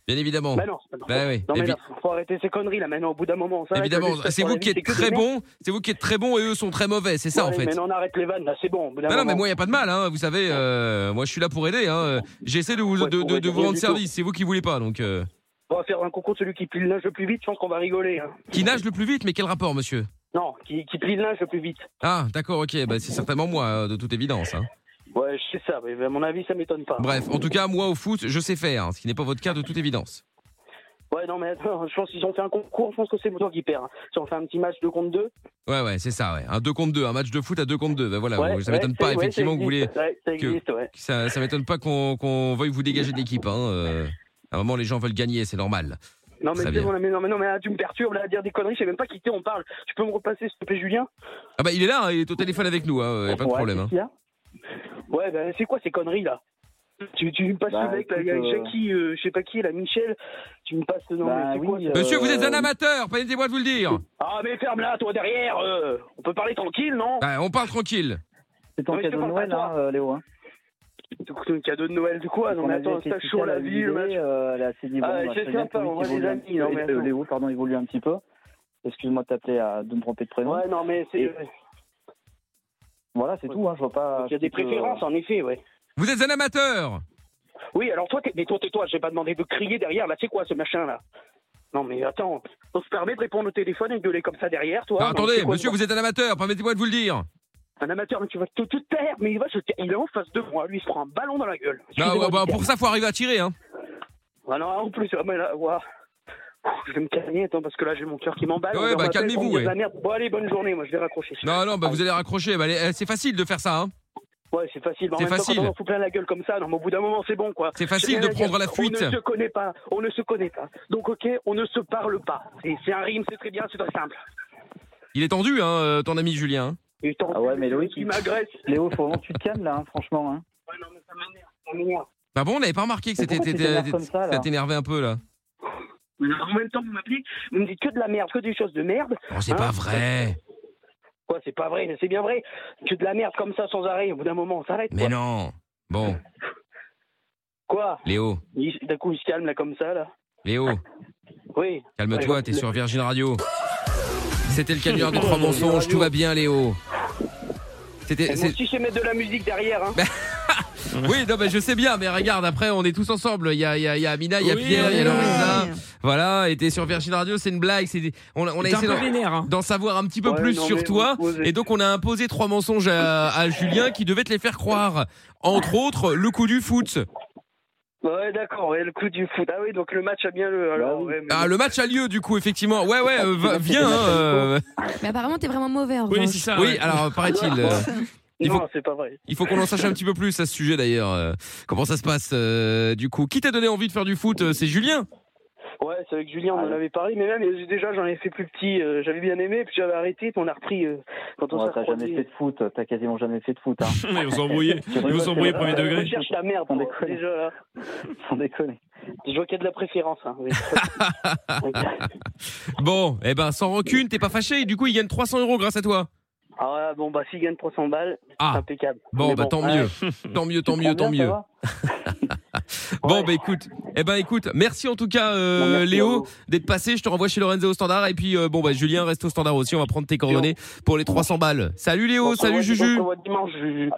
S3: Bien évidemment.
S9: Bah non, c'est pas normal.
S3: Bah oui,
S9: Non, mais
S3: évi-
S9: là, faut arrêter ces conneries, là, maintenant, au bout d'un moment, on s'arrête,
S3: Évidemment,
S9: le stress
S3: c'est
S9: pour la
S3: vous qui
S9: vie, c'est
S3: êtes
S9: que des
S3: très
S9: merdes.
S3: bon, c'est vous qui êtes très bon et eux sont très mauvais, c'est ça en
S9: Ouais,
S3: fait.
S9: Mais non, on arrête les vannes, là, c'est bon. au bout d'un
S3: Non, non, mais
S9: moment.
S3: moi, il n'y a pas de mal, hein, vous savez, euh, moi je suis là pour aider, hein. j'essaie de vous,
S9: Ouais,
S3: de, de-
S9: ouais,
S3: de vous
S9: rien
S3: rendre
S9: du
S3: service, c'est vous qui voulez pas, donc... euh.
S9: On va faire un concours de celui qui plie le linge le plus vite, je pense qu'on va rigoler. hein.
S3: Qui nage le plus vite, mais quel rapport, monsieur
S9: Non, qui, qui plie le linge le plus vite.
S3: Ah, d'accord, ok, bah, c'est certainement moi, euh, de toute évidence. hein.
S9: Ouais, je sais ça, mais à mon avis, ça m'étonne pas.
S3: Bref, en tout cas, moi au foot, je sais faire, hein, ce qui n'est pas votre cas de toute évidence.
S9: Ouais, non, mais attends, je pense qu'ils ont fait un concours, je pense que c'est toi qui perds. Si on fait un petit match de contre 2.
S3: Ouais, ouais, c'est ça, ouais. Un 2 contre 2, un match de foot à 2 contre 2, bah voilà, ça m'étonne pas, effectivement, que vous voulez...
S9: Ouais, ça existe, ouais.
S3: Ça, ça m'étonne pas qu'on qu'on veuille vous dégager de l'équipe, hein. euh. À un moment, les gens veulent gagner, c'est normal.
S9: Non, mais,
S3: Très
S9: tu sais,
S3: bien.
S9: on a- mais non, mais non, mais ah, tu me perturbes là à dire des conneries, je sais même pas qui t'es, on parle. Tu peux me repasser, s'il te plaît, Julien
S3: Ah bah il est là, hein, il est au téléphone avec nous, hein, y a pas de
S9: Ouais,
S3: problème.
S9: qu'est-ce
S3: hein.
S9: qu'il y a Ouais, bah, c'est quoi ces conneries là tu, tu me passes
S4: Bah,
S9: le mec, là, il y a
S4: écoute, euh,
S9: Jackie, euh, je sais pas qui, la Michel, tu me passes. Non,
S4: Bah,
S9: mais c'est
S4: oui,
S9: quoi ça
S4: euh,
S3: Monsieur, vous êtes un amateur, permettez-moi de vous le dire.
S9: Ah, mais ferme-la, toi derrière, euh, on peut parler tranquille, non
S3: Bah, on parle tranquille.
S4: C'est ton
S9: Non, mais je te
S4: cadeau de
S9: parle pas
S4: Noël,
S9: à toi.
S4: hein, euh, Léo. Hein.
S9: Un cadeau de Noël de quoi Non,
S4: On
S9: mais
S4: avait
S9: attends,
S4: été
S9: ça
S4: expliqué
S9: sur
S4: à
S9: la
S4: Lily,
S9: ville, machin.
S4: euh, Elle a assez dit bon,
S9: Ah,
S4: bah,
S9: c'est
S4: très bien,
S9: sympa,
S4: Loïc,
S9: on voit des
S4: évolue un
S9: amis,
S4: petit
S9: non,
S4: peu.
S9: mais
S4: Euh,
S9: attends.
S4: Léo, pardon, évolue un petit peu. Excuse-moi de t'appeler à de me tromper de prénom.
S9: Ouais, non, mais c'est. euh,
S4: Et- Voilà, c'est tout. Hein, je vois pas.
S9: Il y a des préférences, en effet, ouais.
S3: Vous êtes un amateur.
S9: Oui, alors toi, t'es- mais toi, tais-toi, j'ai pas demandé de crier derrière, là, c'est quoi ce machin, là Non, mais attends, on se permet de répondre au téléphone et de gueuler comme ça derrière, toi
S3: Ah,
S9: Non,
S3: attendez,
S9: c'est quoi,
S3: monsieur,
S9: toi
S3: vous êtes un amateur, permettez-moi de vous le dire.
S9: Un amateur, mais tu vas te tout taire, mais il va se taire. Il est en face de moi, lui, il se prend un ballon dans la gueule.
S3: Bah,
S9: Excusez-moi
S3: ouais, bah,
S9: du terme.
S3: pour ça, faut arriver à tirer. Hein.
S9: Ah non, en plus, ah, mais là, ouah. Je vais me calmer, attends, parce que là, j'ai mon cœur qui m'emballe.
S3: Ouais,
S9: On va
S3: bah,
S9: m'appeler,
S3: calmez-vous,
S9: on me dit de
S3: ouais.
S9: la merde. Bon, allez, bonne journée, moi, je vais raccrocher.
S3: Non, non, bah, vous allez raccrocher. Bah, allez, euh, c'est facile de faire ça. Hein.
S9: Ouais, c'est facile. mais en
S3: C'est
S9: même temps,
S3: facile.
S9: quand on en fout plein la gueule comme ça, non, mais au bout d'un moment, c'est bon, quoi.
S3: C'est facile de prendre la fuite.
S9: On ne se connaît pas. On ne se connaît pas. Donc, ok, on ne se parle pas. C'est- C'est un rime, c'est très bien, c'est très simple.
S3: Il est tendu, hein, euh, ton ami Julien. hein.
S9: Et tant
S4: Ah ouais,
S9: pis,
S4: mais Loïc,
S9: qui
S4: il-
S9: m'agresse.
S4: Léo, faut vraiment que tu te calmes là, hein, franchement. Hein.
S9: Ouais, non, mais ça m'énerve, ça m'énerve.
S3: Bah bon, on n'avait pas remarqué que
S4: Mais
S3: c'était
S4: pourquoi tu t'énerves
S3: t'étais-
S4: comme ça, là
S3: ça t'énervait un peu là.
S9: Mais En même temps, vous m'appelez, vous me dites que de la merde, que des choses de merde.
S3: Oh, c'est
S9: Hein
S3: pas vrai.
S9: Quoi, c'est pas vrai, mais c'est bien vrai. Tu de la merde comme ça sans arrêt, au bout d'un moment, on s'arrête.
S3: Mais
S9: quoi.
S3: non. Bon,
S9: Quoi
S3: Léo,
S9: Il- D'un coup, il se calme là comme ça, là.
S3: Léo,
S9: Oui.
S3: calme-toi, t'es sur Virgin Radio. C'était le canular de trois
S9: Virgin
S3: mensonges,
S9: Radio.
S3: tout va bien, Léo. C'était.
S9: Et moi
S3: c'est- Ben,
S9: aussi, je sais mettre de la musique derrière. Hein.
S3: Oui, non, mais je sais bien, mais regarde, après, on est tous ensemble. Il y a, il y a- il y a Amina, il y a
S5: Oui,
S3: Pierre, il y a
S5: oui,
S3: Lorenza. Voilà, et t'es sur Virgin Radio, c'est une blague. c'est- On, a- on a
S5: T'es un
S3: essayé
S5: peu
S3: d'en-
S5: vénère, hein.
S3: d'en savoir un petit peu
S9: Ouais,
S3: plus
S9: non,
S3: sur
S9: mais
S3: toi.
S9: vous posez.
S3: Et donc, on a imposé trois mensonges à, à Julien qui devait te les faire croire. Entre autres, le coup du foot.
S9: Ouais, d'accord, ouais, le coup du foot. Ah oui, donc le match a bien le.
S4: Bah
S9: Alors,
S4: oui.
S9: ouais, mais-
S3: Ah, le match a lieu, du coup, effectivement. Ouais, ouais, euh, va- viens. hein, euh,
S2: Mais apparemment, t'es vraiment mauvais en
S5: Oui,
S2: revanche.
S5: c'est ça.
S3: Oui,
S5: ouais.
S3: alors, paraît-il. euh, il
S9: non,
S3: faut-
S9: c'est pas vrai.
S3: Il faut qu'on en sache un petit peu plus à ce sujet d'ailleurs. Euh, Comment ça se passe euh, du coup Qui t'a donné envie de faire du foot Euh, C'est Julien
S9: Ouais, c'est avec
S4: Ah
S9: Julien, on en avait parlé, mais même euh, déjà, j'en ai fait plus petit. euh, j'avais bien aimé, puis j'avais arrêté, puis on a repris euh, quand on
S4: Ouais,
S9: s'est
S4: t'as jamais
S9: recroisés.
S4: fait de foot, t'as quasiment jamais fait de foot, hein.
S5: Ils vont s'embrouiller. Ils vont s'embrouiller
S4: Ouais,
S5: premier
S4: ouais,
S5: degré.
S9: Je cherche la merde,
S4: On
S9: moi,
S4: déconne.
S9: déjà là.
S4: Sans déconner.
S9: Je vois qu'il y a de la préférence. Hein. oui.
S3: Bon, eh ben sans rancune, t'es pas fâché et du coup il gagne 300 euros grâce à toi.
S9: ah ouais, bon, bah s'il gagne 300 balles, c'est
S3: Ah
S9: impeccable.
S3: bon,
S9: Mais
S3: bah tant
S9: ouais.
S3: mieux, tant mieux, tant
S4: Tu
S3: mieux,
S4: prends
S3: tant
S4: bien,
S3: mieux.
S4: ça
S3: Bon
S9: Ouais.
S3: bah écoute, eh ben écoute, merci en tout cas euh,
S9: Bon, merci à
S3: Léo
S9: vous.
S3: d'être passé. Je te renvoie chez Lorenzo au standard et puis euh, bon bah Julien reste au standard aussi. On va prendre tes coordonnées pour les 300 balles. Salut Léo,
S9: On se
S3: Oh, salut
S9: revoit- On
S3: Juju.
S9: se revoit dimanche, Juju.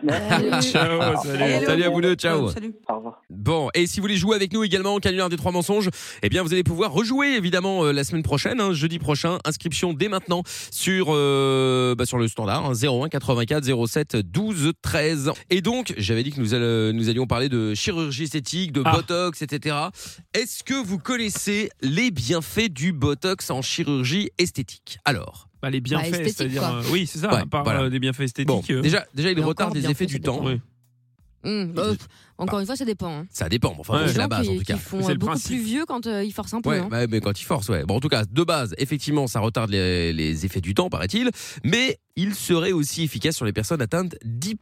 S4: Ah,
S2: Salut.
S5: Ciao, salut.
S3: Salut à vous deux, ciao.
S8: Salut.
S4: va Au revoir.
S3: Bon, et si vous voulez jouer avec nous également au canular des trois mensonges, eh bien vous allez pouvoir rejouer évidemment euh, la semaine prochaine, hein, jeudi prochain. Inscription dès maintenant sur euh, bah, sur le standard hein, 01 84 07 12 13. Et donc j'avais dit que nous, allons- nous allions parler de chirurgie esthétique, de
S5: Ah.
S3: botox, etc. Est-ce que vous connaissez les bienfaits du botox en chirurgie esthétique Alors,
S5: Bah, les bienfaits,
S2: Bah, esthétique,
S5: c'est-à-dire.
S2: quoi.
S5: euh, oui, c'est ça,
S3: Ouais,
S5: à part
S3: voilà.
S5: euh, des bienfaits
S3: bon,
S5: esthétiques. euh,
S3: déjà déjà il
S2: Mais
S3: retarde
S2: encore
S3: les
S2: bien
S3: effets
S2: fait,
S3: du
S2: c'est
S3: temps.
S2: bon.
S5: oui.
S2: Hum, bah, pff, Encore une fois, ça dépend. hein.
S3: Ça dépend, mais enfin bon,
S5: Ouais.
S3: c'est la
S2: gens
S3: base
S2: qui,
S3: en tout cas.
S2: qui font
S5: C'est
S2: euh,
S5: le
S2: beaucoup
S5: principe.
S2: plus vieux quand euh, ils forcent un peu.
S3: Ouais,
S2: hein.
S3: bah, mais quand il force, ouais. Bon, en tout cas, de base, effectivement, ça retarde les, les effets du temps, paraît-il. Mais il serait aussi efficace sur les personnes atteintes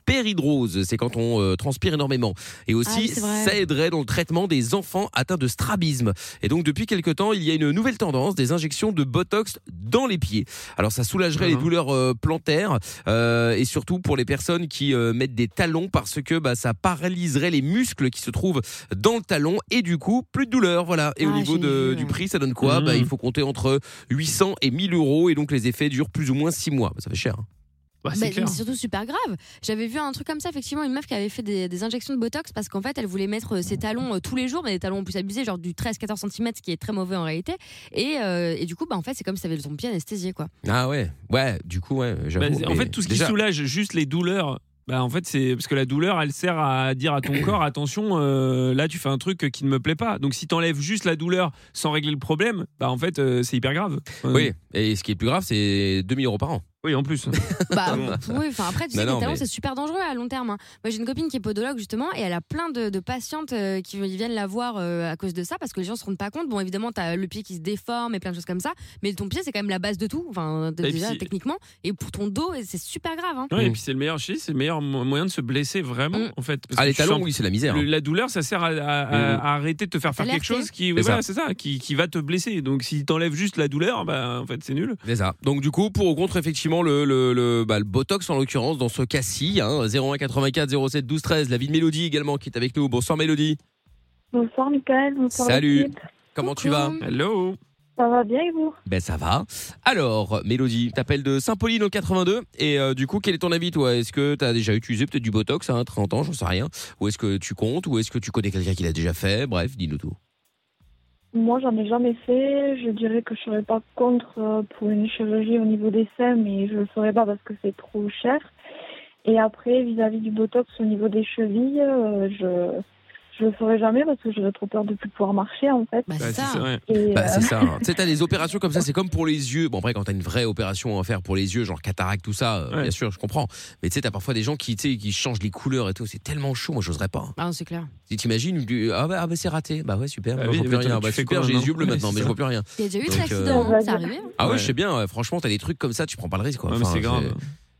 S3: d'hyperhydrose. C'est quand on euh, transpire énormément. Et
S2: Ah oui,
S3: aussi,
S2: c'est vrai.
S3: ça aiderait dans le traitement des enfants atteints de strabisme. Et donc, depuis quelque temps, il y a une nouvelle tendance des injections de botox dans les pieds. Alors, ça soulagerait les
S5: Mhm.
S3: douleurs euh, plantaires euh, et surtout pour les personnes qui euh, mettent des talons parce que bah, ça paralyserait les muscles qui se trouvent dans le talon et du coup plus de douleur voilà et au
S2: Ah,
S3: niveau
S2: j'ai
S3: de-
S2: vu,
S3: du
S2: ouais.
S3: prix ça donne quoi
S5: Mhm.
S3: bah, il faut compter entre 800 et 1000 euros et donc les effets durent plus ou moins 6 mois Bah, ça fait cher hein.
S5: Bah,
S2: Bah,
S5: c'est clair.
S2: mais c'est surtout super grave. J'avais vu un truc comme ça, effectivement, une meuf qui avait fait des, des injections de botox parce qu'en fait, elle voulait mettre euh, ses talons euh, tous les jours, mais des talons en plus abusés, genre du 13-14 cm, ce qui est très mauvais en réalité. Et, euh, et du coup, bah, en fait, c'est comme si ça avait son pied anesthésié, quoi.
S3: ah ouais ouais du coup ouais
S5: Bah,
S3: j'avoue,
S5: en
S3: mais
S5: fait, tout ce qui
S3: déjà-
S5: soulage juste les douleurs. Bah, en fait, c'est parce que la douleur, elle sert à dire à ton corps attention, euh, là tu fais un truc qui ne me plaît pas. Donc si t'enlèves juste la douleur sans régler le problème, bah en fait euh, c'est hyper grave. Euh,
S3: oui et ce qui est le plus grave c'est 2000 euros par an
S5: oui, en plus.
S2: Bah,
S5: bon.
S2: oui, enfin après, tu
S3: Non,
S2: sais,
S3: non,
S2: les talons,
S3: mais-
S2: c'est super dangereux à long terme. hein. Moi, j'ai une copine qui est podologue, justement, et elle a plein de, de patientes euh, qui viennent la voir euh, à cause de ça, parce que les gens se rendent pas compte. Bon, évidemment, t'as le pied qui se déforme et plein de choses comme ça, mais ton pied, c'est quand même la base de tout, enfin, de-
S5: Et
S2: déjà,
S5: puis-
S2: techniquement, et pour ton dos, et c'est super grave. hein.
S5: Ouais, Et
S3: Mm.
S5: puis c'est le meilleur, je sais, c'est le meilleur mo- moyen de se blesser vraiment
S2: Mm.
S5: en fait. parce
S3: ah
S5: que
S3: les
S5: tu
S3: talons
S5: sens-
S3: oui c'est la misère
S5: le-
S3: hein.
S5: la douleur, ça sert à, à- à-
S3: Mm.
S5: à arrêter de te faire faire quelque
S2: Alerter.
S5: chose qui,
S3: C'est
S5: voilà, c'est ça, Ah, qui, qui va te blesser. Donc si t'enlèves juste la douleur, bah en fait c'est nul.
S3: C'est ça. Donc du coup, pour ou contre, effectivement, le, le, le, bah, le Botox, en l'occurrence, dans ce cas-ci, hein, 01 84 07 12 13, la vie de Mélodie également qui est avec nous. Bonsoir Mélodie,
S10: Bonsoir Michael, bonsoir
S3: Salut.
S10: l'équipe.
S3: comment tu
S2: Coucou.
S3: vas
S5: Hello.
S10: Ça va bien et vous
S3: Ben ça va. Alors, Mélodie, t'appelles de Saint-Pauline au 82 et euh, du coup, quel est ton avis toi Est-ce que t'as déjà utilisé peut-être du Botox à 30 ans, j'en sais rien Ou est-ce que tu comptes Ou est-ce que tu connais quelqu'un qui l'a déjà fait Bref, dis-nous tout.
S10: Moi, j'en ai jamais fait. Je dirais que je serais pas contre euh, pour une chirurgie au niveau des seins, mais je le ferais pas parce que c'est trop cher. Et après, vis-à-vis du botox au niveau des chevilles, euh, je je le ferai jamais parce que j'aurais trop peur de plus pouvoir marcher en fait.
S2: Bah,
S5: Bah,
S2: c'est ça.
S5: c'est- ouais.
S10: Et,
S3: Bah,
S10: euh,
S3: c'est ça. hein. tu sais, t'as des opérations comme ça, c'est comme pour les yeux. Bon, après, quand t'as une vraie opération à faire pour les yeux, genre cataracte, tout ça, euh,
S5: Ouais.
S3: bien sûr, je comprends. Mais tu sais, t'as parfois des gens qui, tu sais, qui changent les couleurs et tout. C'est tellement chaud, moi, j'oserais pas.
S2: Ah, non, c'est clair.
S3: Tu t'imagines du- Ah bah, ah bah, c'est raté. Bah ouais, super.
S5: Bah
S3: moi,
S5: oui,
S3: je vois plus
S5: mais
S3: rien.
S5: tu
S3: Bah
S5: fais
S3: super,
S5: quoi
S3: j'ai les
S5: maintenant
S3: yeux bleus
S5: Ouais,
S3: maintenant,
S5: c'est
S3: mais je
S5: ça.
S3: vois plus rien.
S2: Il y a déjà eu des
S3: Donc, euh,
S2: accidents, hein, c'est arrivé.
S3: Ah ouais,
S5: Ouais.
S3: je sais bien. euh, Franchement, t'as des trucs comme ça, tu prends pas le risque. quoi.
S5: Ouais, mais
S3: Enfin,
S5: c'est grave.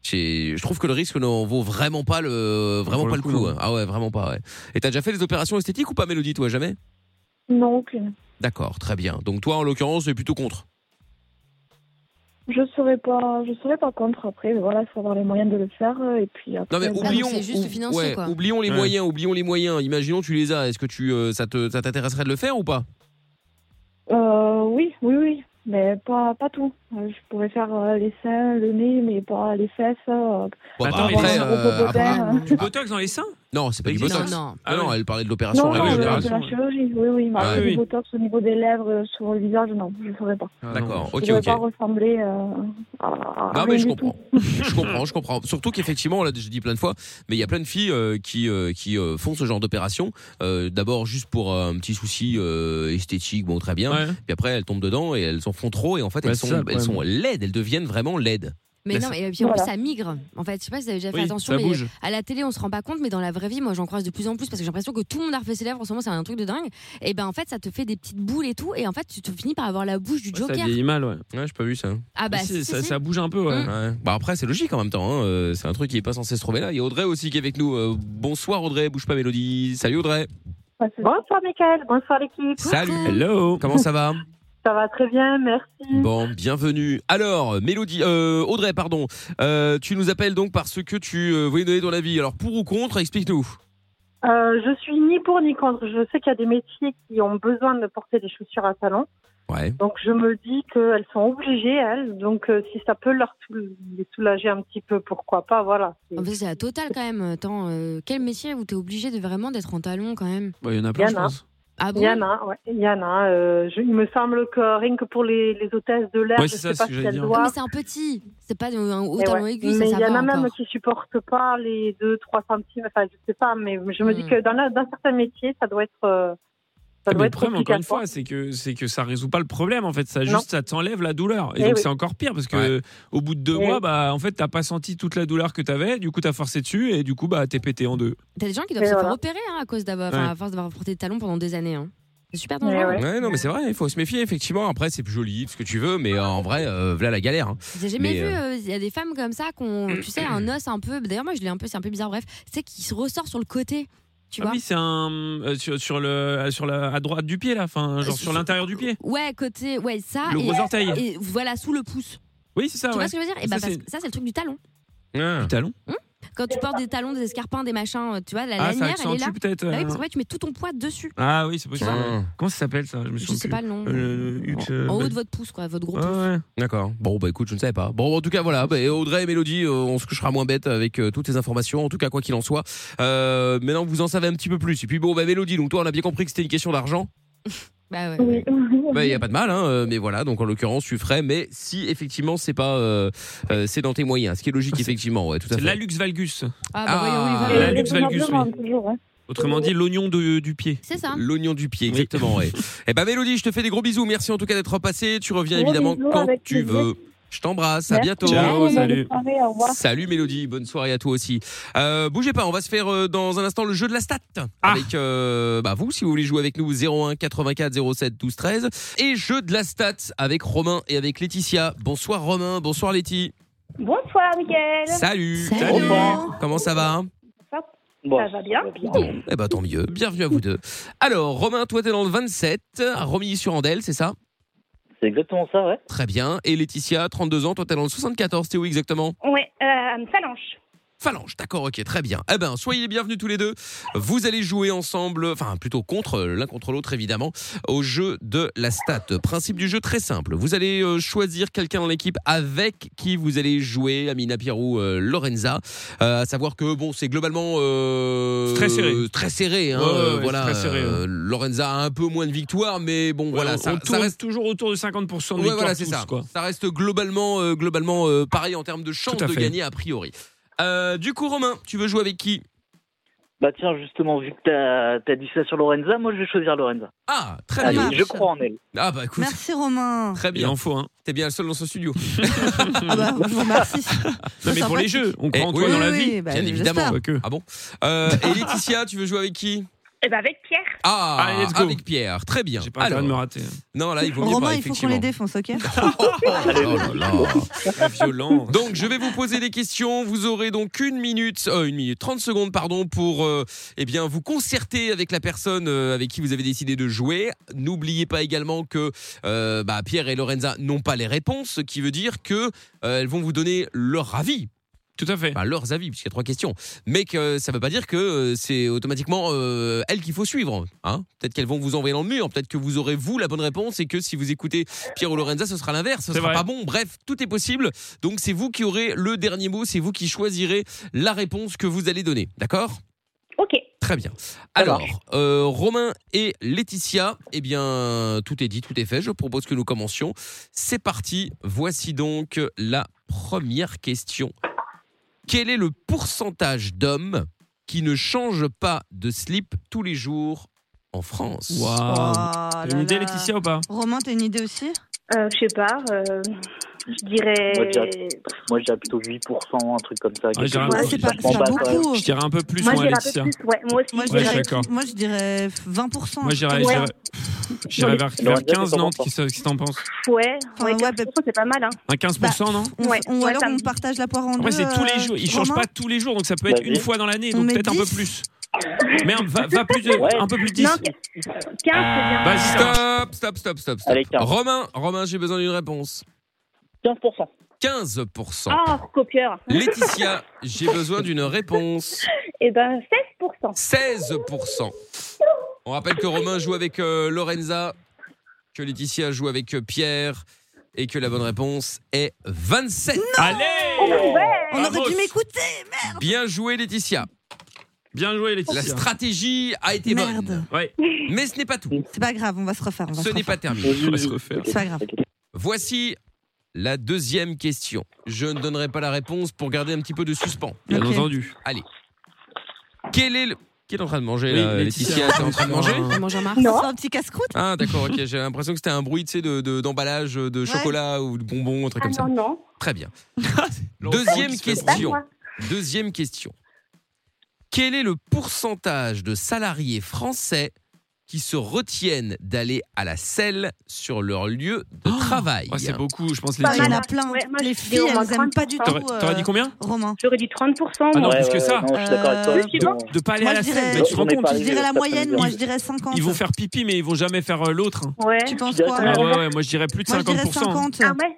S3: c'est- Je trouve que le risque n'en vaut vraiment pas le, vraiment
S5: Pour
S3: pas
S5: le
S3: le
S5: coup,
S3: coup.
S5: non.
S3: hein. Ah ouais, vraiment pas. Ouais. Et t'as déjà fait des opérations esthétiques ou pas, Mélodie, toi, jamais
S10: Non, aucune.
S3: D'accord, très bien. Donc toi, en l'occurrence, es plutôt contre.
S10: Je serais pas, je serais pas contre. Après, voilà, il faut avoir les moyens de le faire. euh, Et puis après,
S3: Non mais
S10: voilà.
S3: oublions,
S2: c'est juste
S3: ou-
S2: financier,
S3: ouais,
S2: quoi.
S3: oublions les
S5: Ouais.
S3: moyens, oublions les moyens. Imaginons tu les as. Est-ce que tu, euh, ça te, ça t'intéresserait de le faire ou pas
S10: Euh, oui, oui, oui, mais pas, pas tout. Euh, Je pourrais faire euh, les seins, le nez, mais pas les fesses. euh,
S3: Bon, bah,
S5: Attends, mais
S3: après,
S10: les-
S3: euh, après-
S10: Ah.
S5: Du botox dans les seins Bah,
S3: non, c'est pas du
S5: Non,
S3: botox.
S2: Non, non.
S3: Ah non,
S5: ouais.
S3: elle parlait de l'opération.
S10: Non,
S3: en
S10: non,
S3: règle
S10: je-
S3: générale.
S10: de la chirurgie, oui, oui. Mais
S3: Ah,
S10: après,
S5: oui, oui.
S10: le botox au niveau des lèvres, euh, sur le visage, non. Je ferais pas.
S3: Ah, D'accord,
S10: Je
S3: ok,
S10: ne
S3: ok.
S10: pas ressembler euh, à. à
S3: Non mais
S10: rien
S3: je
S10: du
S3: comprends, je comprends, je comprends. Surtout qu'effectivement, on l'a déjà dit plein de fois, mais il y a plein de filles euh, qui euh, qui euh, font ce genre d'opération. euh, D'abord juste pour euh, un petit souci euh, esthétique, bon très bien.
S5: Ouais.
S3: Puis après, elles tombent dedans et elles en font trop et en fait
S5: Ouais,
S3: elles
S5: c'est
S3: sont
S5: ça, le
S3: elles
S5: problème.
S3: sont laides, elles deviennent vraiment laides.
S2: Mais
S5: Bah,
S2: non,
S5: ça-
S2: et puis en
S10: Voilà.
S2: plus ça migre. En fait, je sais pas si vous avez déjà fait
S5: Oui,
S2: attention,
S5: ça
S2: mais euh,
S5: bouge.
S2: à la télé on se rend pas compte, mais dans la vraie vie, moi j'en croise de plus en plus parce que j'ai l'impression que tout le monde a refait ses lèvres en ce moment, c'est un truc de dingue. Et ben en fait, ça te fait des petites boules et tout, et en fait tu te finis par avoir la bouche du
S5: Bah, Ça
S2: Joker.
S5: vieillit mal, ouais.
S3: Ouais, j'ai pas vu ça.
S2: ah bah
S5: Si,
S2: si, si,
S5: ça,
S2: si. Mm.
S5: ça bouge un peu, ouais.
S3: Ouais. Bah après, c'est logique en même temps. hein. Euh, C'est un truc qui est pas censé se trouver là. Il y a Audrey aussi qui est avec nous. Euh, bonsoir Audrey, bouge pas Mélodie. Salut Audrey.
S10: tout. Ouais,
S11: Bonsoir Mickaël, bonsoir l'équipe.
S3: Salut.
S5: Hello.
S3: Comment ça va
S11: Ça va très bien, merci.
S3: Bon, bienvenue. Alors, Mélodie, euh, Audrey, pardon. Euh, tu nous appelles donc parce que tu euh, voulais donner ton avis. Alors pour ou contre, explique-nous.
S11: Euh, je suis ni pour ni contre. Je sais qu'il y a des métiers qui ont besoin de porter des chaussures à talons.
S3: Ouais.
S11: Donc je me dis qu'elles sont obligées, elles. Donc euh, si ça peut leur sou- les soulager un petit peu, pourquoi pas, voilà. C'est-
S2: En fait, c'est la totale quand même. Attends, euh, quel métier où t'es obligé de vraiment d'être en talon quand même
S5: Bah, Il y en a plein,
S11: Il y
S5: je
S11: en a.
S5: pense.
S2: Ah bon
S11: Il y en a, ouais, il y en a. euh, je- il me semble que rien que pour les, les hôtesses de l'air,
S5: Ouais,
S11: je
S5: c'est
S11: sais pas
S5: ça ce que
S11: si
S5: j'allais
S11: elles
S5: dire.
S2: Ah, mais
S11: doivent.
S2: c'est un petit, c'est pas un, au
S11: Mais
S2: talon
S11: ouais.
S2: aigu,
S11: Mais
S2: ça,
S11: il
S2: ça
S11: y
S2: va
S11: en a même
S2: encore.
S11: qui supportent pas les 2 300 petits. Enfin, je sais pas, mais je me dis
S2: Hmm.
S11: que dans, la- dans certains métiers, ça doit être. euh, ça
S5: Ah,
S11: doit
S5: mais le
S11: être
S5: problème, encore une
S11: obligatoire.
S5: fois, c'est que, c'est que ça résout pas le problème, en fait. Ça,
S11: Non.
S5: juste, ça t'enlève la douleur. Et,
S11: Eh
S5: donc,
S11: oui.
S5: c'est encore pire parce que, au bout de deux
S11: Eh
S5: mois,
S11: oui.
S5: bah, en fait, t'as pas senti toute la douleur que t'avais. Du coup, t'as forcé dessus et du coup, bah, t'es pété en deux.
S2: T'as des gens qui doivent
S11: Mais
S2: se faire
S11: voilà.
S2: opérer hein, à cause d'avoir, enfin,
S5: Ouais.
S2: à force d'avoir porté des talons pendant des années. hein. C'est super
S11: Mais
S2: dangereux.
S11: ouais.
S3: Ouais, non, mais c'est vrai. Il faut se méfier effectivement. Après, c'est plus joli, ce que tu veux, mais euh, en vrai, euh, voilà la galère. hein.
S2: J'ai jamais
S3: Mais,
S2: vu. euh, Il y a des femmes comme ça qu'on, tu sais, un os un peu. D'ailleurs, moi, je l'ai un peu. C'est un peu bizarre. Bref, c'est qui se ressort sur le côté. Tu
S5: Ah
S2: vois.
S5: oui, c'est un, euh, sur, sur le, euh, sur la, à droite du pied, là. Enfin, genre,
S2: Euh,
S5: sur l'intérieur du pied.
S2: Ouais, côté. Ouais, ça.
S5: Le
S2: et,
S5: gros orteil.
S2: et voilà, sous le pouce.
S5: Oui, c'est ça,
S2: tu
S5: ouais.
S2: vois ce que je veux dire Et
S5: Ça,
S2: bah, parce
S5: c'est-
S2: que ça, c'est le truc du talon.
S3: Ah.
S5: Du talon.
S2: Quand tu portes des talons, des escarpins, des machins, euh, tu vois, la
S5: Ah,
S2: lanière,
S5: ça
S2: elle est là.
S5: accentue peut-être.
S2: Bah oui,
S5: euh,
S2: parce que ouais, tu mets tout ton poids dessus.
S5: Ah oui, c'est possible.
S3: Ah.
S5: Comment ça s'appelle ça Je me
S2: Je
S5: souviens
S2: sais
S5: plus.
S2: pas le nom.
S5: Euh, le- Hux, euh,
S2: en haut
S5: bah-
S2: de votre pouce, quoi, votre gros pouce.
S5: Ouais, ouais.
S3: D'accord. Bon, bah écoute, je ne savais pas. Bon, en tout cas, voilà. Bah, Audrey et Mélodie, euh, on se couchera moins bête avec euh, toutes ces informations. En tout cas, quoi qu'il en soit. Euh, maintenant, vous en savez un petit peu plus. Et puis, bon, bah, Mélodie, donc toi, on a bien compris que c'était une question d'argent.
S2: Bah ouais.
S10: Oui.
S3: Bah, il n'y a pas de mal, hein, euh, mais voilà. Donc, en l'occurrence, tu ferais. Mais si, effectivement, c'est pas. euh, euh, c'est dans tes moyens. Ce qui est logique,
S5: Ah, C'est-
S3: effectivement. Ouais, tout à
S5: C'est
S3: fait.
S5: l'Alux valgus.
S2: Ah
S3: Ah.
S2: bah voyons, oui,
S5: La
S2: voilà.
S5: Lux Valgus, oui.
S10: toujours, hein.
S5: Autrement dit, l'oignon de- du pied.
S2: C'est ça.
S3: L'oignon du pied, exactement. ouais. Eh ben, Mélodie, je te fais des gros bisous. Merci en tout cas d'être passé. Tu reviens
S10: Gros
S3: évidemment
S10: bisous,
S3: quand
S10: avec
S3: tu
S10: plaisir.
S3: veux. Je t'embrasse. À
S10: Merci.
S3: bientôt.
S5: Ciao,
S10: Bonne
S5: salut.
S10: soirée, au revoir.
S3: Salut Mélodie, bonne soirée à toi aussi. Euh, bougez pas, on va se faire euh, dans un instant le jeu de la stat
S5: Ah.
S3: avec euh, bah, vous si vous voulez jouer avec nous 01 84 07 12 13 et jeu de la stat avec Romain et avec Laetitia. Bonsoir Romain, bonsoir Laetitia.
S11: Bonsoir, Mickaël.
S3: Salut.
S2: Salut. Salut.
S3: Comment ça va
S11: Ça va bien
S3: Bon, eh ben tant mieux. Bienvenue à vous deux. Alors Romain, toi t'es dans le 27, à Romilly-sur-Andelle, c'est ça
S4: C'est exactement ça, ouais.
S3: Très bien. Et Laetitia, 32 ans, toi t'es dans le 74, t'es où exactement
S11: Ouais, euh, phalange.
S3: Phalange, d'accord, ok, très bien. Eh ben, soyez les bienvenus tous les deux. Vous allez jouer ensemble, enfin plutôt contre euh, l'un contre l'autre évidemment, au jeu de la stat. Principe du jeu très simple. Vous allez euh, choisir quelqu'un dans l'équipe avec qui vous allez jouer, Amina Pierrou, euh, Lorenza. Euh, à savoir que bon, c'est globalement euh,
S5: Très serré.
S3: euh, très serré. hein,
S5: Ouais, ouais, ouais,
S3: euh,
S5: c'est
S3: voilà,
S5: très serré, hein.
S3: euh, Lorenza a un peu moins de victoires, mais bon, voilà,
S5: on,
S3: ça,
S5: on
S3: ça
S5: tourne
S3: reste.
S5: toujours autour de 50% de
S3: Ouais,
S5: victoire
S3: voilà, c'est
S5: tous,
S3: ça.
S5: quoi.
S3: Ça reste globalement, euh, globalement euh, pareil en termes de chance
S5: à
S3: de
S5: fait.
S3: gagner a priori. Euh, du coup, Romain, tu veux jouer avec qui
S4: Bah tiens, justement, vu que t'as as dit ça sur Lorenza, moi je vais choisir Lorenza.
S3: Ah, très
S4: Allez,
S3: bien.
S8: marche.
S4: je crois en elle.
S3: Ah bah écoute,
S8: Merci Romain.
S3: très
S5: Il
S3: bien.
S5: en faut un.
S3: T'es bien le seul dans ce studio.
S8: Ah bah, je vous remercie.
S5: Non, mais pour les jeux, on
S3: Eh,
S5: croit en
S3: oui,
S5: toi dans la
S8: oui,
S5: vie.
S8: oui, bah,
S3: Bien évidemment.
S8: j'espère.
S5: Pas que.
S3: Ah bon Euh, Et Laetitia, tu veux jouer avec qui
S12: Eh ben avec Pierre.
S3: Ah,
S5: Allez, let's go.
S3: avec Pierre, très bien. J'ai
S5: pas intérêt de me rater. hein.
S3: Non, là, il vaut mieux
S8: Romain,
S3: pas,
S8: il faut qu'on
S3: effectivement.
S8: les défonce, ok
S5: violent.
S3: Donc je vais vous poser des questions. Vous aurez donc une minute, euh, une minute, 30 secondes, pardon, pour euh, eh bien vous concerter avec la personne euh, avec qui vous avez décidé de jouer. N'oubliez pas également que euh, bah, Pierre et Lorenza n'ont pas les réponses, ce qui veut dire que euh, elles vont vous donner leur avis.
S5: Tout à fait.
S3: leurs avis, puisqu'il y a trois questions. Mais que ça ne veut pas dire que euh, c'est automatiquement euh, elles qu'il faut suivre. hein. peut-être qu'elles vont vous envoyer dans le mur. Peut-être que vous aurez vous la bonne réponse et que si vous écoutez Pierre ou Lorenza, ce sera l'inverse. Ce
S5: C'est
S3: sera
S5: vrai.
S3: pas bon. Bref, tout est possible. Donc c'est vous qui aurez le dernier mot. C'est vous qui choisirez la réponse que vous allez donner. D'accord
S12: Ok.
S3: Très bien. Alors, euh, Romain et Laetitia, eh bien, tout est dit, tout est fait. Je propose que nous commencions. C'est parti. Voici donc la première question. Quel est le pourcentage d'hommes qui ne changent pas de slip tous les jours en France
S8: T'as une Ah là idée, là. Laetitia,
S5: ou pas
S8: Romain, t'as une idée aussi
S12: Euh, je sais pas. euh, je dirais.
S4: Moi, je dirais- Moi, j'ai plutôt 8%, un truc comme ça.
S5: Ouais, je dirais un-
S4: Quelque
S5: Ouais, c'est
S4: chose.
S5: pas-
S4: Je prends
S5: c'est
S4: pas
S5: pas
S4: ça.
S5: beaucoup. Je dirais un peu plus,
S12: moi,
S5: moi,
S12: je dirais
S5: Laetitia.
S12: un peu plus. Ouais, moi aussi.
S8: Moi, je
S5: Ouais, je
S8: dirais,
S5: suis d'accord.
S8: moi, je dirais 20%.
S5: Moi, j'irais
S8: Ouais.
S5: vers, j'irais vers,
S4: Lorenza,
S5: vers 15
S4: qu'est-ce
S5: Nantes.
S4: qu'on pense
S5: Qu'est-ce que t'en penses
S12: Ouais, ouais, c'est pas mal. Hein.
S5: Un 15%, non
S8: On-
S12: Ouais,
S8: on- ou
S12: ouais,
S8: alors
S12: ça me-
S8: on partage la poire en deux.
S5: Ouais, c'est tous les
S8: euh,
S5: jours. Ils changent
S8: Romain
S5: pas tous les jours, donc ça peut être
S4: Vas-y.
S5: une fois dans l'année,
S8: On
S5: donc
S8: met
S5: peut-être un peu
S8: 10.
S5: plus. Merde, va, va plus de,
S4: Ouais.
S5: un peu plus de 10.
S12: Non, 15, c'est bien.
S5: Vas-y, ça marche.
S3: Stop, stop, stop, stop. stop.
S4: Allez, 15.
S3: Romain, Romain, j'ai besoin d'une réponse.
S4: 15%.
S3: 15%.
S12: Oh, copieur.
S3: Laetitia, j'ai besoin d'une réponse.
S12: Eh ben, 16%.
S3: 16%. On rappelle que Romain joue avec euh, Lorenza, que Laetitia joue avec euh, Pierre et que la bonne réponse est 27. Oh,
S5: Allez
S8: On aurait dû
S5: Vamos.
S8: m'écouter
S3: Bien joué Laetitia.
S5: Bien joué,
S3: La
S5: Laetitia.
S3: stratégie a été bonne.
S8: Merde.
S5: Ouais,
S3: Mais ce n'est pas tout.
S8: C'est pas grave, on va se refaire. on va
S3: Ce
S8: se
S3: n'est pas
S8: refaire.
S3: terminé.
S5: on va se refaire.
S8: C'est pas grave.
S3: Voici la deuxième question. Je ne donnerai pas la réponse pour garder un petit peu de suspens.
S5: Bien
S8: Ok.
S5: entendu.
S3: Quel est le... Qui est en train de manger
S5: Oui,
S3: là,
S5: Laetitia.
S3: Laetitia, t'es en train de manger
S2: On mange un marc.
S8: Non.
S12: Non.
S8: un petit casse-croûte
S3: Ah d'accord, ok. J'ai l'impression que c'était un bruit, tu sais, de- de- d'emballage euh, de,
S8: Ouais.
S3: chocolat ou de bonbons, un truc
S12: Ah
S3: comme ça.
S12: non, non.
S3: Très bien.
S5: L'enfant
S3: Deuxième
S5: qui se fait
S12: Bah,
S3: question.
S12: moi.
S3: Deuxième question. Quel est le pourcentage de salariés français qui se retiennent d'aller à la selle sur leur lieu de
S5: Oh,
S3: travail
S5: Ouais, c'est beaucoup, je pense,
S8: Il
S12: Pas
S8: y en
S5: Laetitia.
S8: a
S12: mal. hein.
S8: plein.
S12: Ouais, moi,
S8: les
S12: je
S8: filles,
S12: dirais au moins
S8: elles aiment pas du tout.
S12: 30%.
S5: T'aurais t'aurais dit
S8: euh,
S5: combien
S8: Romain.
S12: J'aurais dit 30%.
S5: Ah non,
S12: moi.
S5: plus que ça.
S4: Non, je suis d'accord avec toi.
S8: Euh,
S4: parce que-
S12: bon.
S5: De pas aller
S8: Moi,
S5: à la
S8: je
S5: scène,
S8: dirais-
S5: mais tu te rends
S4: On est
S5: compte
S4: pas
S8: Je dirais la
S4: Ils-
S8: moyenne, moi
S5: ils-
S8: je dirais 50.
S5: Ils vont faire pipi, mais ils vont jamais faire euh, l'autre. hein.
S12: Ouais.
S8: Tu penses
S4: Je dirais
S8: quoi
S4: quand
S5: Ah
S4: même-
S5: ouais,
S4: Ouais.
S5: ouais, moi je dirais plus de
S8: Moi je dirais
S5: 50%.
S8: 50.
S12: Ah ouais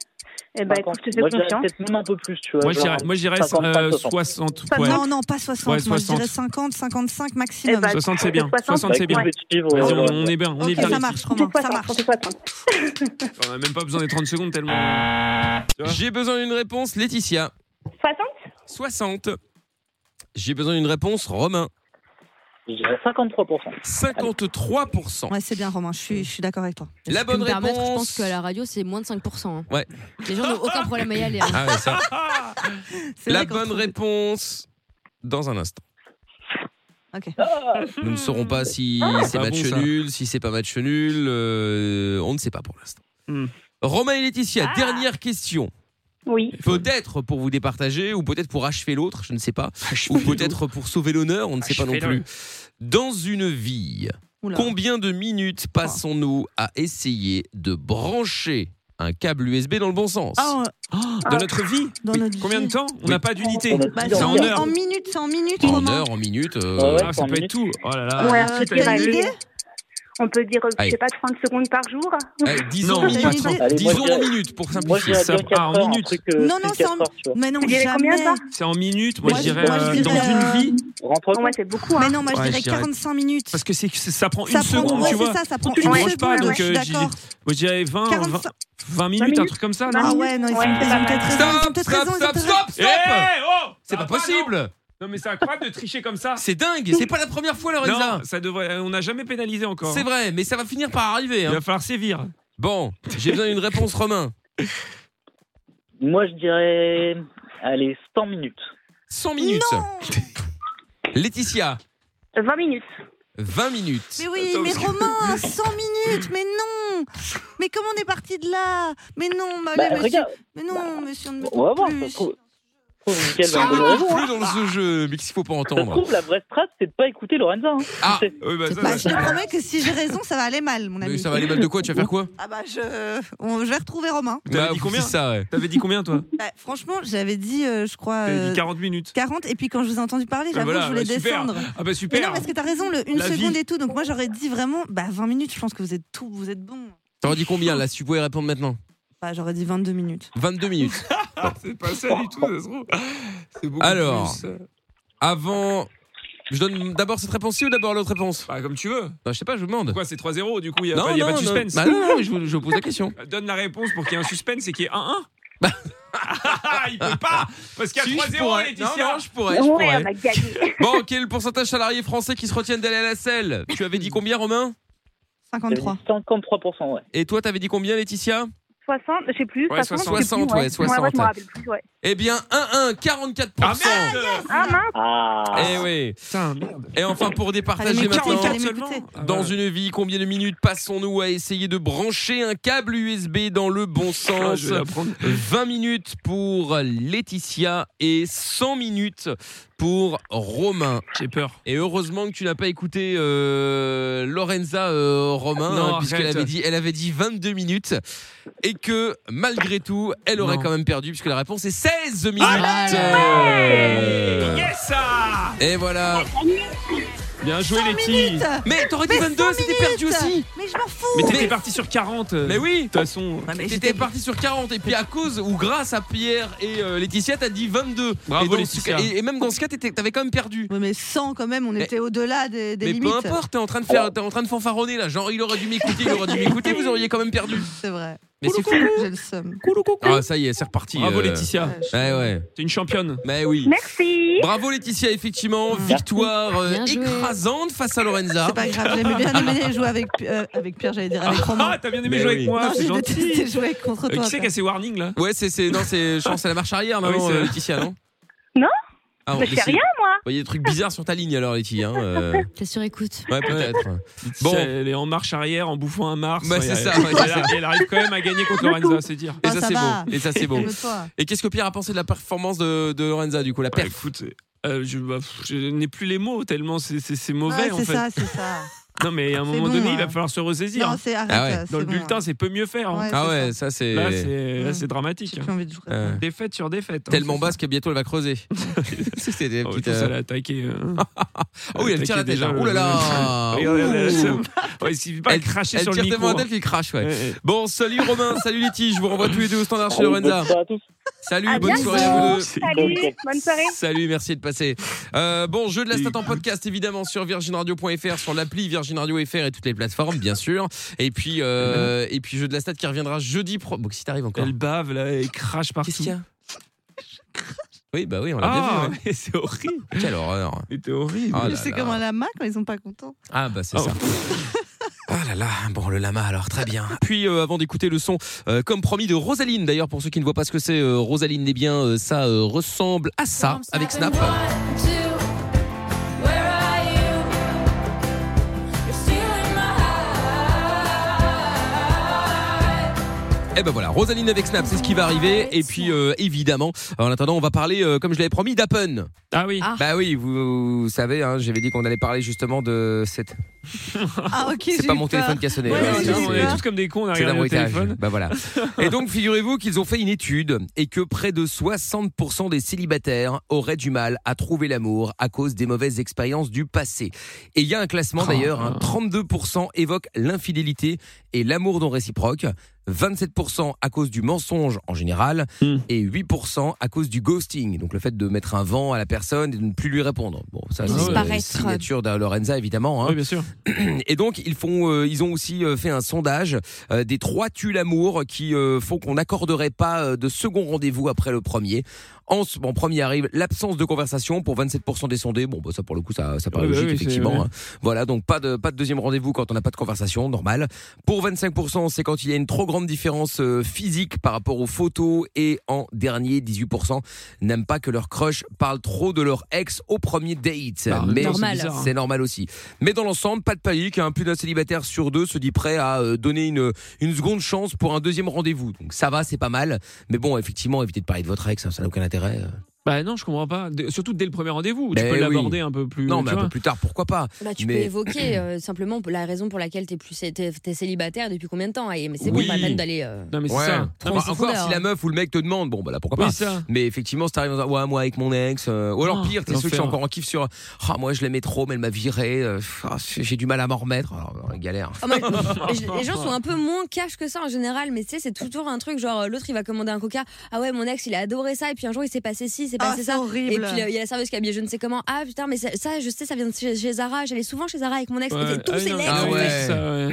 S12: Eh ben, écoute, je te
S4: Moi,
S12: fais
S4: je dirais
S12: confiance.
S4: peut-être même un peu plus, tu vois.
S5: Moi je
S4: genre
S5: dirais, moi, je dirais
S4: 55,
S5: euh,
S4: 60.
S5: 60. ouais.
S8: Non, non, pas 60.
S5: Ouais,
S8: Moi je
S5: 60.
S8: dirais 50, 55
S12: Eh
S8: maximum.
S12: ben,
S5: 60 c'est bien.
S12: 60,
S5: 60 c'est bien.
S4: Bah, écoute, je vais te suivre,
S5: Vas-y,
S4: ouais, ouais.
S5: on, on est bien, on est
S8: Ok,
S5: bien.
S8: ça
S5: ici.
S8: marche, Romain.
S12: on
S8: Ça marche.
S5: On a même pas besoin des 30 secondes tellement.
S3: J'ai besoin d'une réponse, Laetitia.
S12: 60
S3: 60. J'ai besoin d'une réponse, Romain.
S4: Je dirais 53%.
S3: 53%.
S8: Ouais, c'est bien, Romain. Je suis, je suis d'accord avec toi.
S3: La
S2: Je peux
S3: bonne
S2: me permettre, Je pense
S3: réponse.
S2: que la radio, c'est moins de 5%. hein.
S3: Ouais.
S2: Les gens n'ont aucun problème à y aller. hein.
S3: Ah ouais, ça.
S8: C'est
S3: La
S8: vrai qu'on
S3: bonne
S8: trouve-
S3: réponse dans un instant.
S8: Ok.
S3: Nous ne saurons pas si c'est
S5: pas
S3: match
S5: bon, ça.
S3: nul, si c'est pas match nul. euh, on ne sait pas pour l'instant.
S5: Hmm.
S3: Romain et Laetitia, dernière question.
S12: Oui.
S3: Peut-être pour vous départager, ou peut-être pour achever l'autre, je ne sais pas. Ou peut-être pour sauver l'honneur, on ne sait pas non plus. Dans une vie,
S8: Oula.
S3: combien de minutes passons-nous à essayer de brancher un câble USB dans le bon sens
S5: Oh.
S8: Ah,
S5: Dans notre vie
S8: dans
S3: Oui.
S8: notre
S5: Combien de
S8: vie.
S5: temps On
S3: Oui.
S5: n'a pas d'unité.
S4: Bah,
S8: Bah,
S5: C'est
S8: c'est
S5: en
S8: en,
S5: heure.
S8: en minutes, c'est en minutes,
S3: En
S8: Romain.
S3: heures, en minutes euh,
S4: Ouais, ouais.
S5: Ah, ça peut être tout. Oh là là.
S12: Ouais,
S5: Laetitia,
S12: on
S5: t'as
S12: peut dire,
S8: euh, T'as
S5: une
S8: une
S5: idée
S8: idée
S12: On peut dire, je
S3: Allez.
S12: sais pas, 30 secondes par jour.
S3: eh,
S5: Non,
S3: disons en
S5: t'as
S3: minutes.
S8: une idée
S4: Allez, moi,
S3: Disons
S4: je dirais-
S3: en minutes pour
S4: Moi, je
S3: simplifier.
S4: dirais
S5: ça.
S4: bien 4
S5: Ah, en
S4: heures, un
S5: minutes.
S4: truc, euh,
S8: Non, non,
S4: plus
S8: c'est
S4: 4
S8: en-
S4: heures, tu vois.
S8: Mais non,
S12: Tu dirais
S8: jamais.
S12: combien, ça
S5: C'est en minutes, moi,
S8: Moi,
S5: je
S8: je-
S5: dirais
S8: moi, je
S5: euh,
S8: dirais,
S5: dans une
S8: euh,
S5: vie.
S4: Rentre
S12: Ouais, c'est beaucoup.
S8: Mais
S12: Hein.
S8: non, moi je
S5: Ouais, je
S8: dirais
S5: dirais-
S8: 45 minutes.
S5: Parce que c'est que c'est- ça prend une
S8: ça
S5: seconde,
S8: prend, ouais,
S5: tu vois.
S8: c'est ça, ça prend
S5: Tu
S8: une
S5: manges
S8: seconde.
S5: pas, donc,
S8: ouais, je suis
S5: euh, j'y-
S8: d'accord.
S5: Moi, je dirais 20, 20,
S8: 45.
S5: 20 minutes, un truc comme ça. non
S8: Ah ouais, non, ils sont-
S12: Ouais,
S8: ils
S12: c'est
S8: ont
S12: pas
S8: peut-être
S12: mal.
S8: raison, ils ont
S3: Stop,
S8: peut-être
S3: stop,
S8: raison, ils ont
S3: stop,
S8: peut-être raison.
S3: stop,
S5: Eh,
S3: stop
S5: oh
S3: C'est
S5: Ça
S3: pas
S5: va non
S3: possible
S5: Non, mais ça accroît de tricher comme ça.
S3: C'est dingue, c'est pas la première fois Lorenza
S5: Non, ça devrait. euh, On n'a jamais pénalisé encore.
S3: C'est vrai, mais ça va finir par arriver.
S5: Il
S3: hein.
S5: va falloir sévir.
S3: Bon, j'ai besoin d'une réponse Romain.
S4: Moi, je dirais. Allez, 100 minutes.
S3: 100 minutes. Laetitia,
S12: 20 minutes.
S3: 20 minutes.
S8: Mais oui, mais Romain, 100 minutes, mais non Mais comment on est parti de là Mais non, mais,
S4: Bah,
S8: allez, monsieur,
S4: regarde,
S8: mais
S4: Bah,
S8: non, monsieur, on ne me
S4: on va voir.
S8: plus.
S4: ça se trouve-
S3: Ça
S13: Mickaël va me donner
S3: ne
S13: raison,
S3: plus
S13: hein.
S3: dans ce jeu, mais qu'il faut pas
S13: Ça se
S3: entendre.
S13: trouve, la vraie strat, c'est de
S4: Bah,
S13: pas écouter Lorenza. hein.
S3: Ah,
S13: Tu sais.
S3: oui, bah, ça,
S8: Bah,
S3: ça-
S8: je te promets que si j'ai raison, ça va aller mal, mon ami.
S3: Mais ça va aller mal de quoi Tu vas faire quoi
S8: Ah bah je, on- je vais retrouver Romain.
S3: Bah,
S5: dit combien
S3: c'est ça, ouais.
S5: T'avais dit combien, toi
S8: Bah, franchement, j'avais dit, euh, je crois.
S5: T'avais dit
S8: euh,
S5: 40 minutes.
S8: 40, et puis quand je vous ai entendu parler,
S5: Ah,
S8: j'avoue,
S5: voilà,
S8: je voulais
S5: bah, super.
S8: descendre.
S5: Ah, bah, super.
S8: Mais non, parce que t'as raison, le, une
S3: La
S8: seconde
S3: vie.
S8: et tout. Donc moi, j'aurais dit vraiment, bah 20 minutes, je pense que vous êtes tout, vous êtes bon.
S3: T'aurais dit combien là si tu pouvais répondre maintenant
S8: Bah, j'aurais dit 22 minutes.
S3: 22 minutes.
S5: C'est pas ça du tout, ça se trouve. C'est beaucoup
S3: Alors,
S5: plus, euh,
S3: avant. Je donne d'abord cette réponse-ci ou d'abord l'autre réponse
S5: Bah, Comme tu veux.
S3: Je sais pas, je vous demande.
S5: Quoi, c'est 3-0, du coup, il n'y a,
S3: Non,
S5: pas, y a
S3: non,
S5: pas de
S3: non.
S5: suspense. Euh,
S3: Bah non, non, mais je vous- je vous pose la question. Bah.
S5: Donne la réponse pour qu'il y ait un suspense et qu'il y ait 1-1. il peut pas Parce qu'il
S3: Si,
S5: y
S3: je
S5: a 3-0,
S3: pourrais.
S5: Laetitia
S3: Non, non, je pourrais, je Ouais, pourrais. on a Bon, quel est le pourcentage salarié français qui se retiennent d'aller à la selle Tu avais dit combien, Romain
S13: 53. 53%, ouais.
S3: Et toi, t'avais dit combien, Laetitia
S12: 60, je sais plus.
S3: Ouais,
S12: 60,
S3: 60, ouais,
S12: je sais plus, Ouais, ouais,
S3: 60.
S12: je me rappelle plus, ouais.
S3: Eh bien, 1-1, 44%.
S12: Ah mince
S3: Eh oui. Et enfin, pour départager
S5: Fallait
S3: maintenant,
S5: m'écouter, fallait m'écouter.
S3: dans une vie, combien de minutes passons-nous à essayer de brancher un câble USB dans le bon sens
S5: Ah, je vais la prendre.
S3: 20 minutes pour Laetitia et 100 minutes pour Romain.
S5: J'ai peur.
S3: Et heureusement que tu n'as pas écouté euh, Lorenza euh, Romain,
S5: Non,
S3: hein, puisqu'elle
S5: arrête.
S3: avait dit, elle avait dit 22 minutes et que malgré tout, elle aurait quand même perdu puisque la réponse est 16 minutes.
S5: Ah,
S3: Euh,
S5: Yes
S3: Et voilà.
S5: Bien joué, Letty
S3: Mais t'aurais dit 22, c'était perdu aussi.
S8: Mais je m'en fous.
S5: Mais t'étais parti sur 40 euh,
S3: Mais oui.
S5: De toute façon.
S3: T'étais parti sur 40 et puis à cause ou grâce à Pierre et euh, Laetitia t'as dit 22
S5: Bravo,
S3: et, dans ce
S5: Laetitia.
S3: cas- et, et même dans ce cas t'étais- t'avais quand même perdu
S8: Ouais, mais 100 quand même, on était au-delà des, des
S3: mais
S8: limites.
S3: peu importe t'es en train de faire t'es en train de fanfaronner là genre il aurait dû m'écouter il aurait dû m'écouter vous auriez quand même perdu
S8: C'est vrai.
S3: Mais c'est fou.
S8: J'ai le seum.
S3: Ah ça y est, c'est reparti.
S5: Bravo,
S3: euh.
S5: Laetitia.
S3: Ouais ouais.
S5: T'es une championne.
S3: Mais oui.
S12: Merci.
S3: Bravo Laetitia effectivement, victoire euh,
S8: Bien joué.
S3: écrasante face à Lorenza.
S8: C'est pas grave, j'aimais bien aimé jouer avec, euh, avec Pierre, j'allais dire avec Romain.
S5: Ah, t'as bien aimé
S3: Mais
S5: jouer
S3: oui.
S5: avec moi,
S3: Non,
S5: c'est
S3: j'ai
S5: gentil.
S8: détesté jouer contre
S5: Euh,
S8: toi,
S5: Qui c'est
S8: quoi.
S5: qui a ces warnings là
S3: Ouais, c'est c'est non, c'est je pense que c'est la marche arrière
S5: Ah oui,
S3: maintenant
S5: c'est-
S3: euh, Laetitia, non
S12: Non
S3: Ah, on
S12: Mais je fais
S3: décide.
S12: rien, moi.
S3: Ouais, Il y a des trucs bizarres sur ta ligne alors Laetitia hein, euh.
S2: T'es sur écoute.
S3: Ouais, peut-être.
S5: Bon.
S3: Bon.
S5: Elle est en marche arrière, en bouffant un Mars.
S3: Bah,
S5: Ouais,
S3: c'est
S5: elle-
S3: ça, ouais, c'est
S5: elle,
S3: ça.
S5: elle arrive quand même à gagner contre Lorenza, c'est dire.
S3: Et ça,
S8: Ah, ça
S3: c'est
S8: va.
S3: beau. Et ça c'est beau.
S8: Calme-toi.
S3: Et qu'est-ce que Pierre a pensé de la performance de, de Lorenza du coup la
S5: Bah,
S3: perf
S5: écoute, euh, je, bah, pff, je n'ai plus les mots tellement c'est- c'est c'est mauvais
S8: Ouais,
S5: en
S8: Ah, c'est
S5: fait.
S8: ça, c'est ça.
S5: Non mais à un
S8: C'est
S5: moment
S8: bon,
S5: donné,
S8: ouais.
S5: il va falloir se ressaisir.
S8: Non, c'est arrête.
S3: Ah ouais.
S8: euh, c'est
S5: Dans le
S8: bon,
S5: bulletin, c'est peut mieux faire. hein.
S8: Ouais,
S3: Ah ouais, ça c'est
S5: Là, c'est là,
S8: Mm.
S5: c'est dramatique.
S8: J'ai envie de jouer.
S3: euh,
S5: Défaite sur défaite. hein.
S3: tellement basse que bientôt elle va creuser. C'était des
S5: Oh,
S3: petites,
S5: putain, ça
S3: euh,
S5: l'a attaqué. euh.
S3: Ah oui, elle tire la
S5: attaqué déjà,
S3: tête. hein.
S5: euh,
S3: Ouh là là
S5: Regarde, elle a la
S3: Ouh.
S5: seum. Ouais, Il suffit pas
S3: Elle-
S5: de cracher
S3: elle
S5: sur le
S3: tire tellement
S5: micro. hein.
S3: à tête qu'il crache, ouais.
S5: Ouais, ouais.
S3: Bon, salut Romain, salut Letty, je vous renvoie tous les deux au standard chez
S13: Allez, bonne
S3: Lorenza.
S13: soirée à tous.
S3: Salut,
S12: À
S3: bonne
S12: bientôt.
S3: soirée à vous deux.
S12: Salut, bonne soirée.
S3: Salut, merci de passer. Euh, bon, jeu de la stat en podcast évidemment sur virginradio.fr, sur l'appli Virgin Radio FR et toutes les plateformes, bien sûr. Et puis, euh, et puis jeu de la stat qui reviendra jeudi pro. Bon, si t'arrives encore.
S5: ben. Elle bave là, elle Euh, crache partout.
S3: Qu'est-ce qu'il y a Oui, bah oui, on l'a
S5: Ah,
S3: bien vu.
S5: mais c'est horrible.
S3: ouais. Ah, Quelle horreur.
S5: C'était horrible.
S3: Ah là
S8: C'est
S3: là.
S8: comme un lama quand ils sont pas contents.
S3: Ah bah c'est
S5: Ah
S3: ça. Ah là là, bon le lama alors, très bien. Puis euh, avant d'écouter le son, euh, comme promis de Rosaline d'ailleurs, pour ceux qui ne voient pas ce que c'est, euh, Rosaline, eh bien euh, ça euh, ressemble à ça avec Snap. Et ben voilà, Rosaline avec Snap, c'est ce qui va arriver. Et puis euh, évidemment, en attendant, on va parler, euh, comme je l'avais promis, d'Appen.
S5: Ah oui.
S2: Ah.
S3: Bah oui, vous, vous savez, hein, j'avais dit qu'on allait parler justement de cette.
S8: Ah ok,
S3: C'est
S8: j'ai
S3: pas
S8: eu
S3: mon
S8: peur.
S3: téléphone qui a sonné.
S8: Ouais,
S3: Ouais,
S8: ouais,
S3: c'est-
S8: j'ai eu
S5: on est
S8: peur.
S5: tous comme des cons, on a regardé
S3: C'est
S5: le
S3: l'abruitage.
S5: téléphone.
S3: Bah voilà. Et donc, figurez-vous qu'ils ont fait une étude et que près de 60% des célibataires auraient du mal à trouver l'amour à cause des mauvaises expériences du passé. Et il y a un classement d'ailleurs, hein, 32% évoquent l'infidélité et l'amour non réciproque. 27% à cause du mensonge en général
S5: Hmm.
S3: et 8% à cause du ghosting, donc le fait de mettre un vent à la personne et de ne plus lui répondre. Bon, ça
S2: De
S3: c'est la
S2: disparaître.
S3: signature de Lorenza évidemment. hein.
S5: Oui, bien sûr.
S3: Et donc ils font, euh, ils ont aussi euh, fait un sondage euh, des trois tues l'amour qui euh, font qu'on n'accorderait pas euh, de second rendez-vous après le premier. En, ce- en premier arrive l'absence de conversation pour 27% des sondés. Bon, bah, ça pour le coup, ça, ça paraît
S5: Ouais, bah
S3: logique
S5: oui, c'est-
S3: effectivement.
S5: ouais.
S3: hein. Voilà, donc pas de pas de deuxième rendez-vous quand on n'a pas de conversation, normal. Pour 25%, c'est quand il y a une trop grande différence euh, physique par rapport aux photos. Et en dernier, 18% n'aiment pas que leur crush parle trop de leur ex au premier date.
S5: Bah, en même
S3: Mais
S5: temps,
S2: normal.
S5: c'est bizarre, hein.
S3: c'est normal aussi. Mais dans l'ensemble, pas de panique. hein. Plus d'un célibataire sur deux se dit prêt à euh, donner une, une seconde chance pour un deuxième rendez-vous. Donc ça va, c'est pas mal. Mais bon, effectivement, évitez de parler de votre ex, hein, ça n'a aucun intérêt. euh.
S5: Bah non, je comprends pas. De- Surtout dès le premier rendez-vous, tu
S3: Ben
S5: peux
S3: oui.
S5: l'aborder un peu plus.
S3: Non,
S5: tu
S3: mais un
S5: vois.
S3: peu plus tard, pourquoi pas
S2: Bah, tu peux
S3: Mais-
S2: évoquer euh, simplement la raison pour laquelle t'es plus t'es- t'es célibataire depuis combien de temps et mais c'est
S3: Oui.
S2: bon, pas la peine d'aller. euh,
S5: Non, mais
S3: Ouais.
S5: c'est ça.
S3: Bah, encore si la meuf ou le mec te demande, bon bah là pourquoi pas.
S5: Oui, ça.
S3: Mais effectivement, si t'arrives dans un ouais moi avec mon ex, euh, ou alors
S5: Ah,
S3: pire, t'es ceux qui sont
S5: l'enfer.
S3: encore en kiff sur ah moi je l'aimais trop mais elle m'a viré, euh, pff, ah, j'ai du mal à m'en remettre, alors euh, galère.
S2: Oh, mais- les gens sont un peu moins cash que ça en général, mais tu sais, c'est toujours un truc genre euh, l'autre il va commander un coca. Ah ouais, mon ex il a adoré ça, et puis un jour il s'est passé ci, il s'est
S8: Ah,
S2: passé
S8: c'est
S2: ça.
S8: horrible.
S2: Et puis euh, il y a la serveuse qui a habillé je ne sais comment. Ah putain, mais ça, ça, je sais, ça vient de chez, chez Zara. J'allais souvent chez Zara avec mon ex,
S3: Ouais.
S2: c'était tous
S3: Ah,
S2: ses
S3: non,
S2: legs.
S3: ah
S2: en fait.
S3: ouais.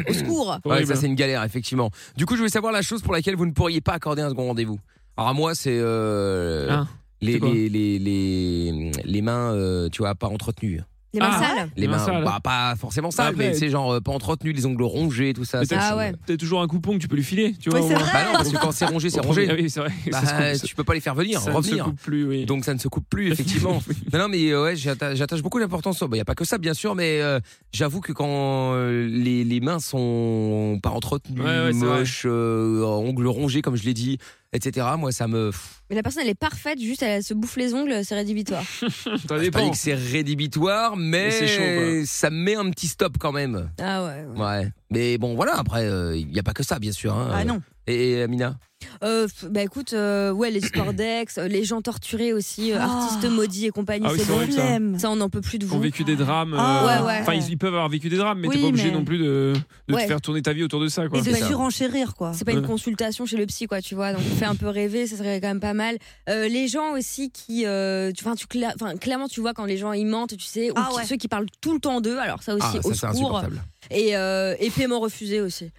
S3: Ça,
S2: Au secours.
S3: Ouais, bah, ça c'est une galère effectivement. Du coup, je voulais savoir la chose pour laquelle vous ne pourriez pas accorder un second rendez-vous. Alors à moi c'est euh, les,
S5: c'est quoi
S3: les les les les mains euh, tu vois pas entretenues. Ah.
S2: Les mains sales
S3: Les mains, bah, pas forcément sales,
S5: Bah, après-
S3: mais c'est genre euh, pas entretenues, les ongles rongés, tout ça.
S5: Mais
S3: ça,
S8: Ah
S5: t'as-
S2: Ah
S3: c'est-
S5: T'as toujours un coupon que tu peux lui filer, tu vois.
S3: Ouais,
S5: au
S3: c'est
S5: moins.
S3: vrai. Bah non, parce que quand c'est rongé, c'est
S5: Au premier-
S3: rongé.
S5: Ah oui, c'est vrai.
S3: Bah,
S5: Ça se coupe, ça-
S3: tu peux pas les faire venir,
S5: ça ne se
S3: revenir.
S5: coupe plus, oui.
S3: Donc ça ne se coupe plus, effectivement. non, non, mais euh, ouais, j'atta- j'attache beaucoup d'importance. Il n'y a pas que ça, bien sûr, mais euh, j'avoue que quand euh, les, les mains sont pas entretenues,
S5: Ouais, ouais, c'est vrai.
S3: moches, euh, ongles rongés, comme je l'ai dit, etc., moi, ça me. pff,
S2: Mais la personne elle est parfaite, juste elle se bouffe les ongles, c'est rédhibitoire.
S3: Je pas dit que c'est rédhibitoire, mais,
S5: Mais c'est chaud,
S3: ça me met un petit stop quand même.
S2: ah ouais.
S3: Ouais. Mais bon, voilà, après, il n'y a pas que ça, bien sûr. hein.
S2: Ah non.
S3: Et, et Amina
S2: Euh, f- bah écoute, euh, ouais, les histoires d'ex, euh, les gens torturés aussi, euh,
S8: Ah.
S2: artistes maudits et compagnie,
S5: Ah oui,
S2: c'est
S5: c'est
S2: bon.
S5: horrible, ça.
S2: on n'en peut plus de
S5: Ils ont
S2: vous.
S5: vécu des drames.
S2: Ah,
S5: euh,
S2: ouais, ouais.
S5: Enfin, ils, ils peuvent avoir vécu des drames, mais
S2: Oui,
S5: t'es pas obligé
S2: mais-
S5: non plus de, de
S2: Ouais.
S5: te faire tourner ta vie autour de ça. Quoi.
S2: Et de
S8: surenchérir, quoi.
S2: C'est pas une
S5: Ouais.
S2: consultation chez le psy, quoi, tu vois. Donc, on fait un peu rêver, ça serait quand même pas mal. Euh, les gens aussi qui. euh, tu, enfin, tu cla- enfin, clairement, tu vois quand les gens ils mentent, tu sais, ou
S8: Ah
S2: qui-
S8: ouais.
S2: ceux qui parlent tout le temps d'eux, alors ça aussi,
S8: Ah, ça,
S2: au
S8: c'est
S2: secours.
S8: insupportable.
S2: Et, euh, et paiement refusé aussi.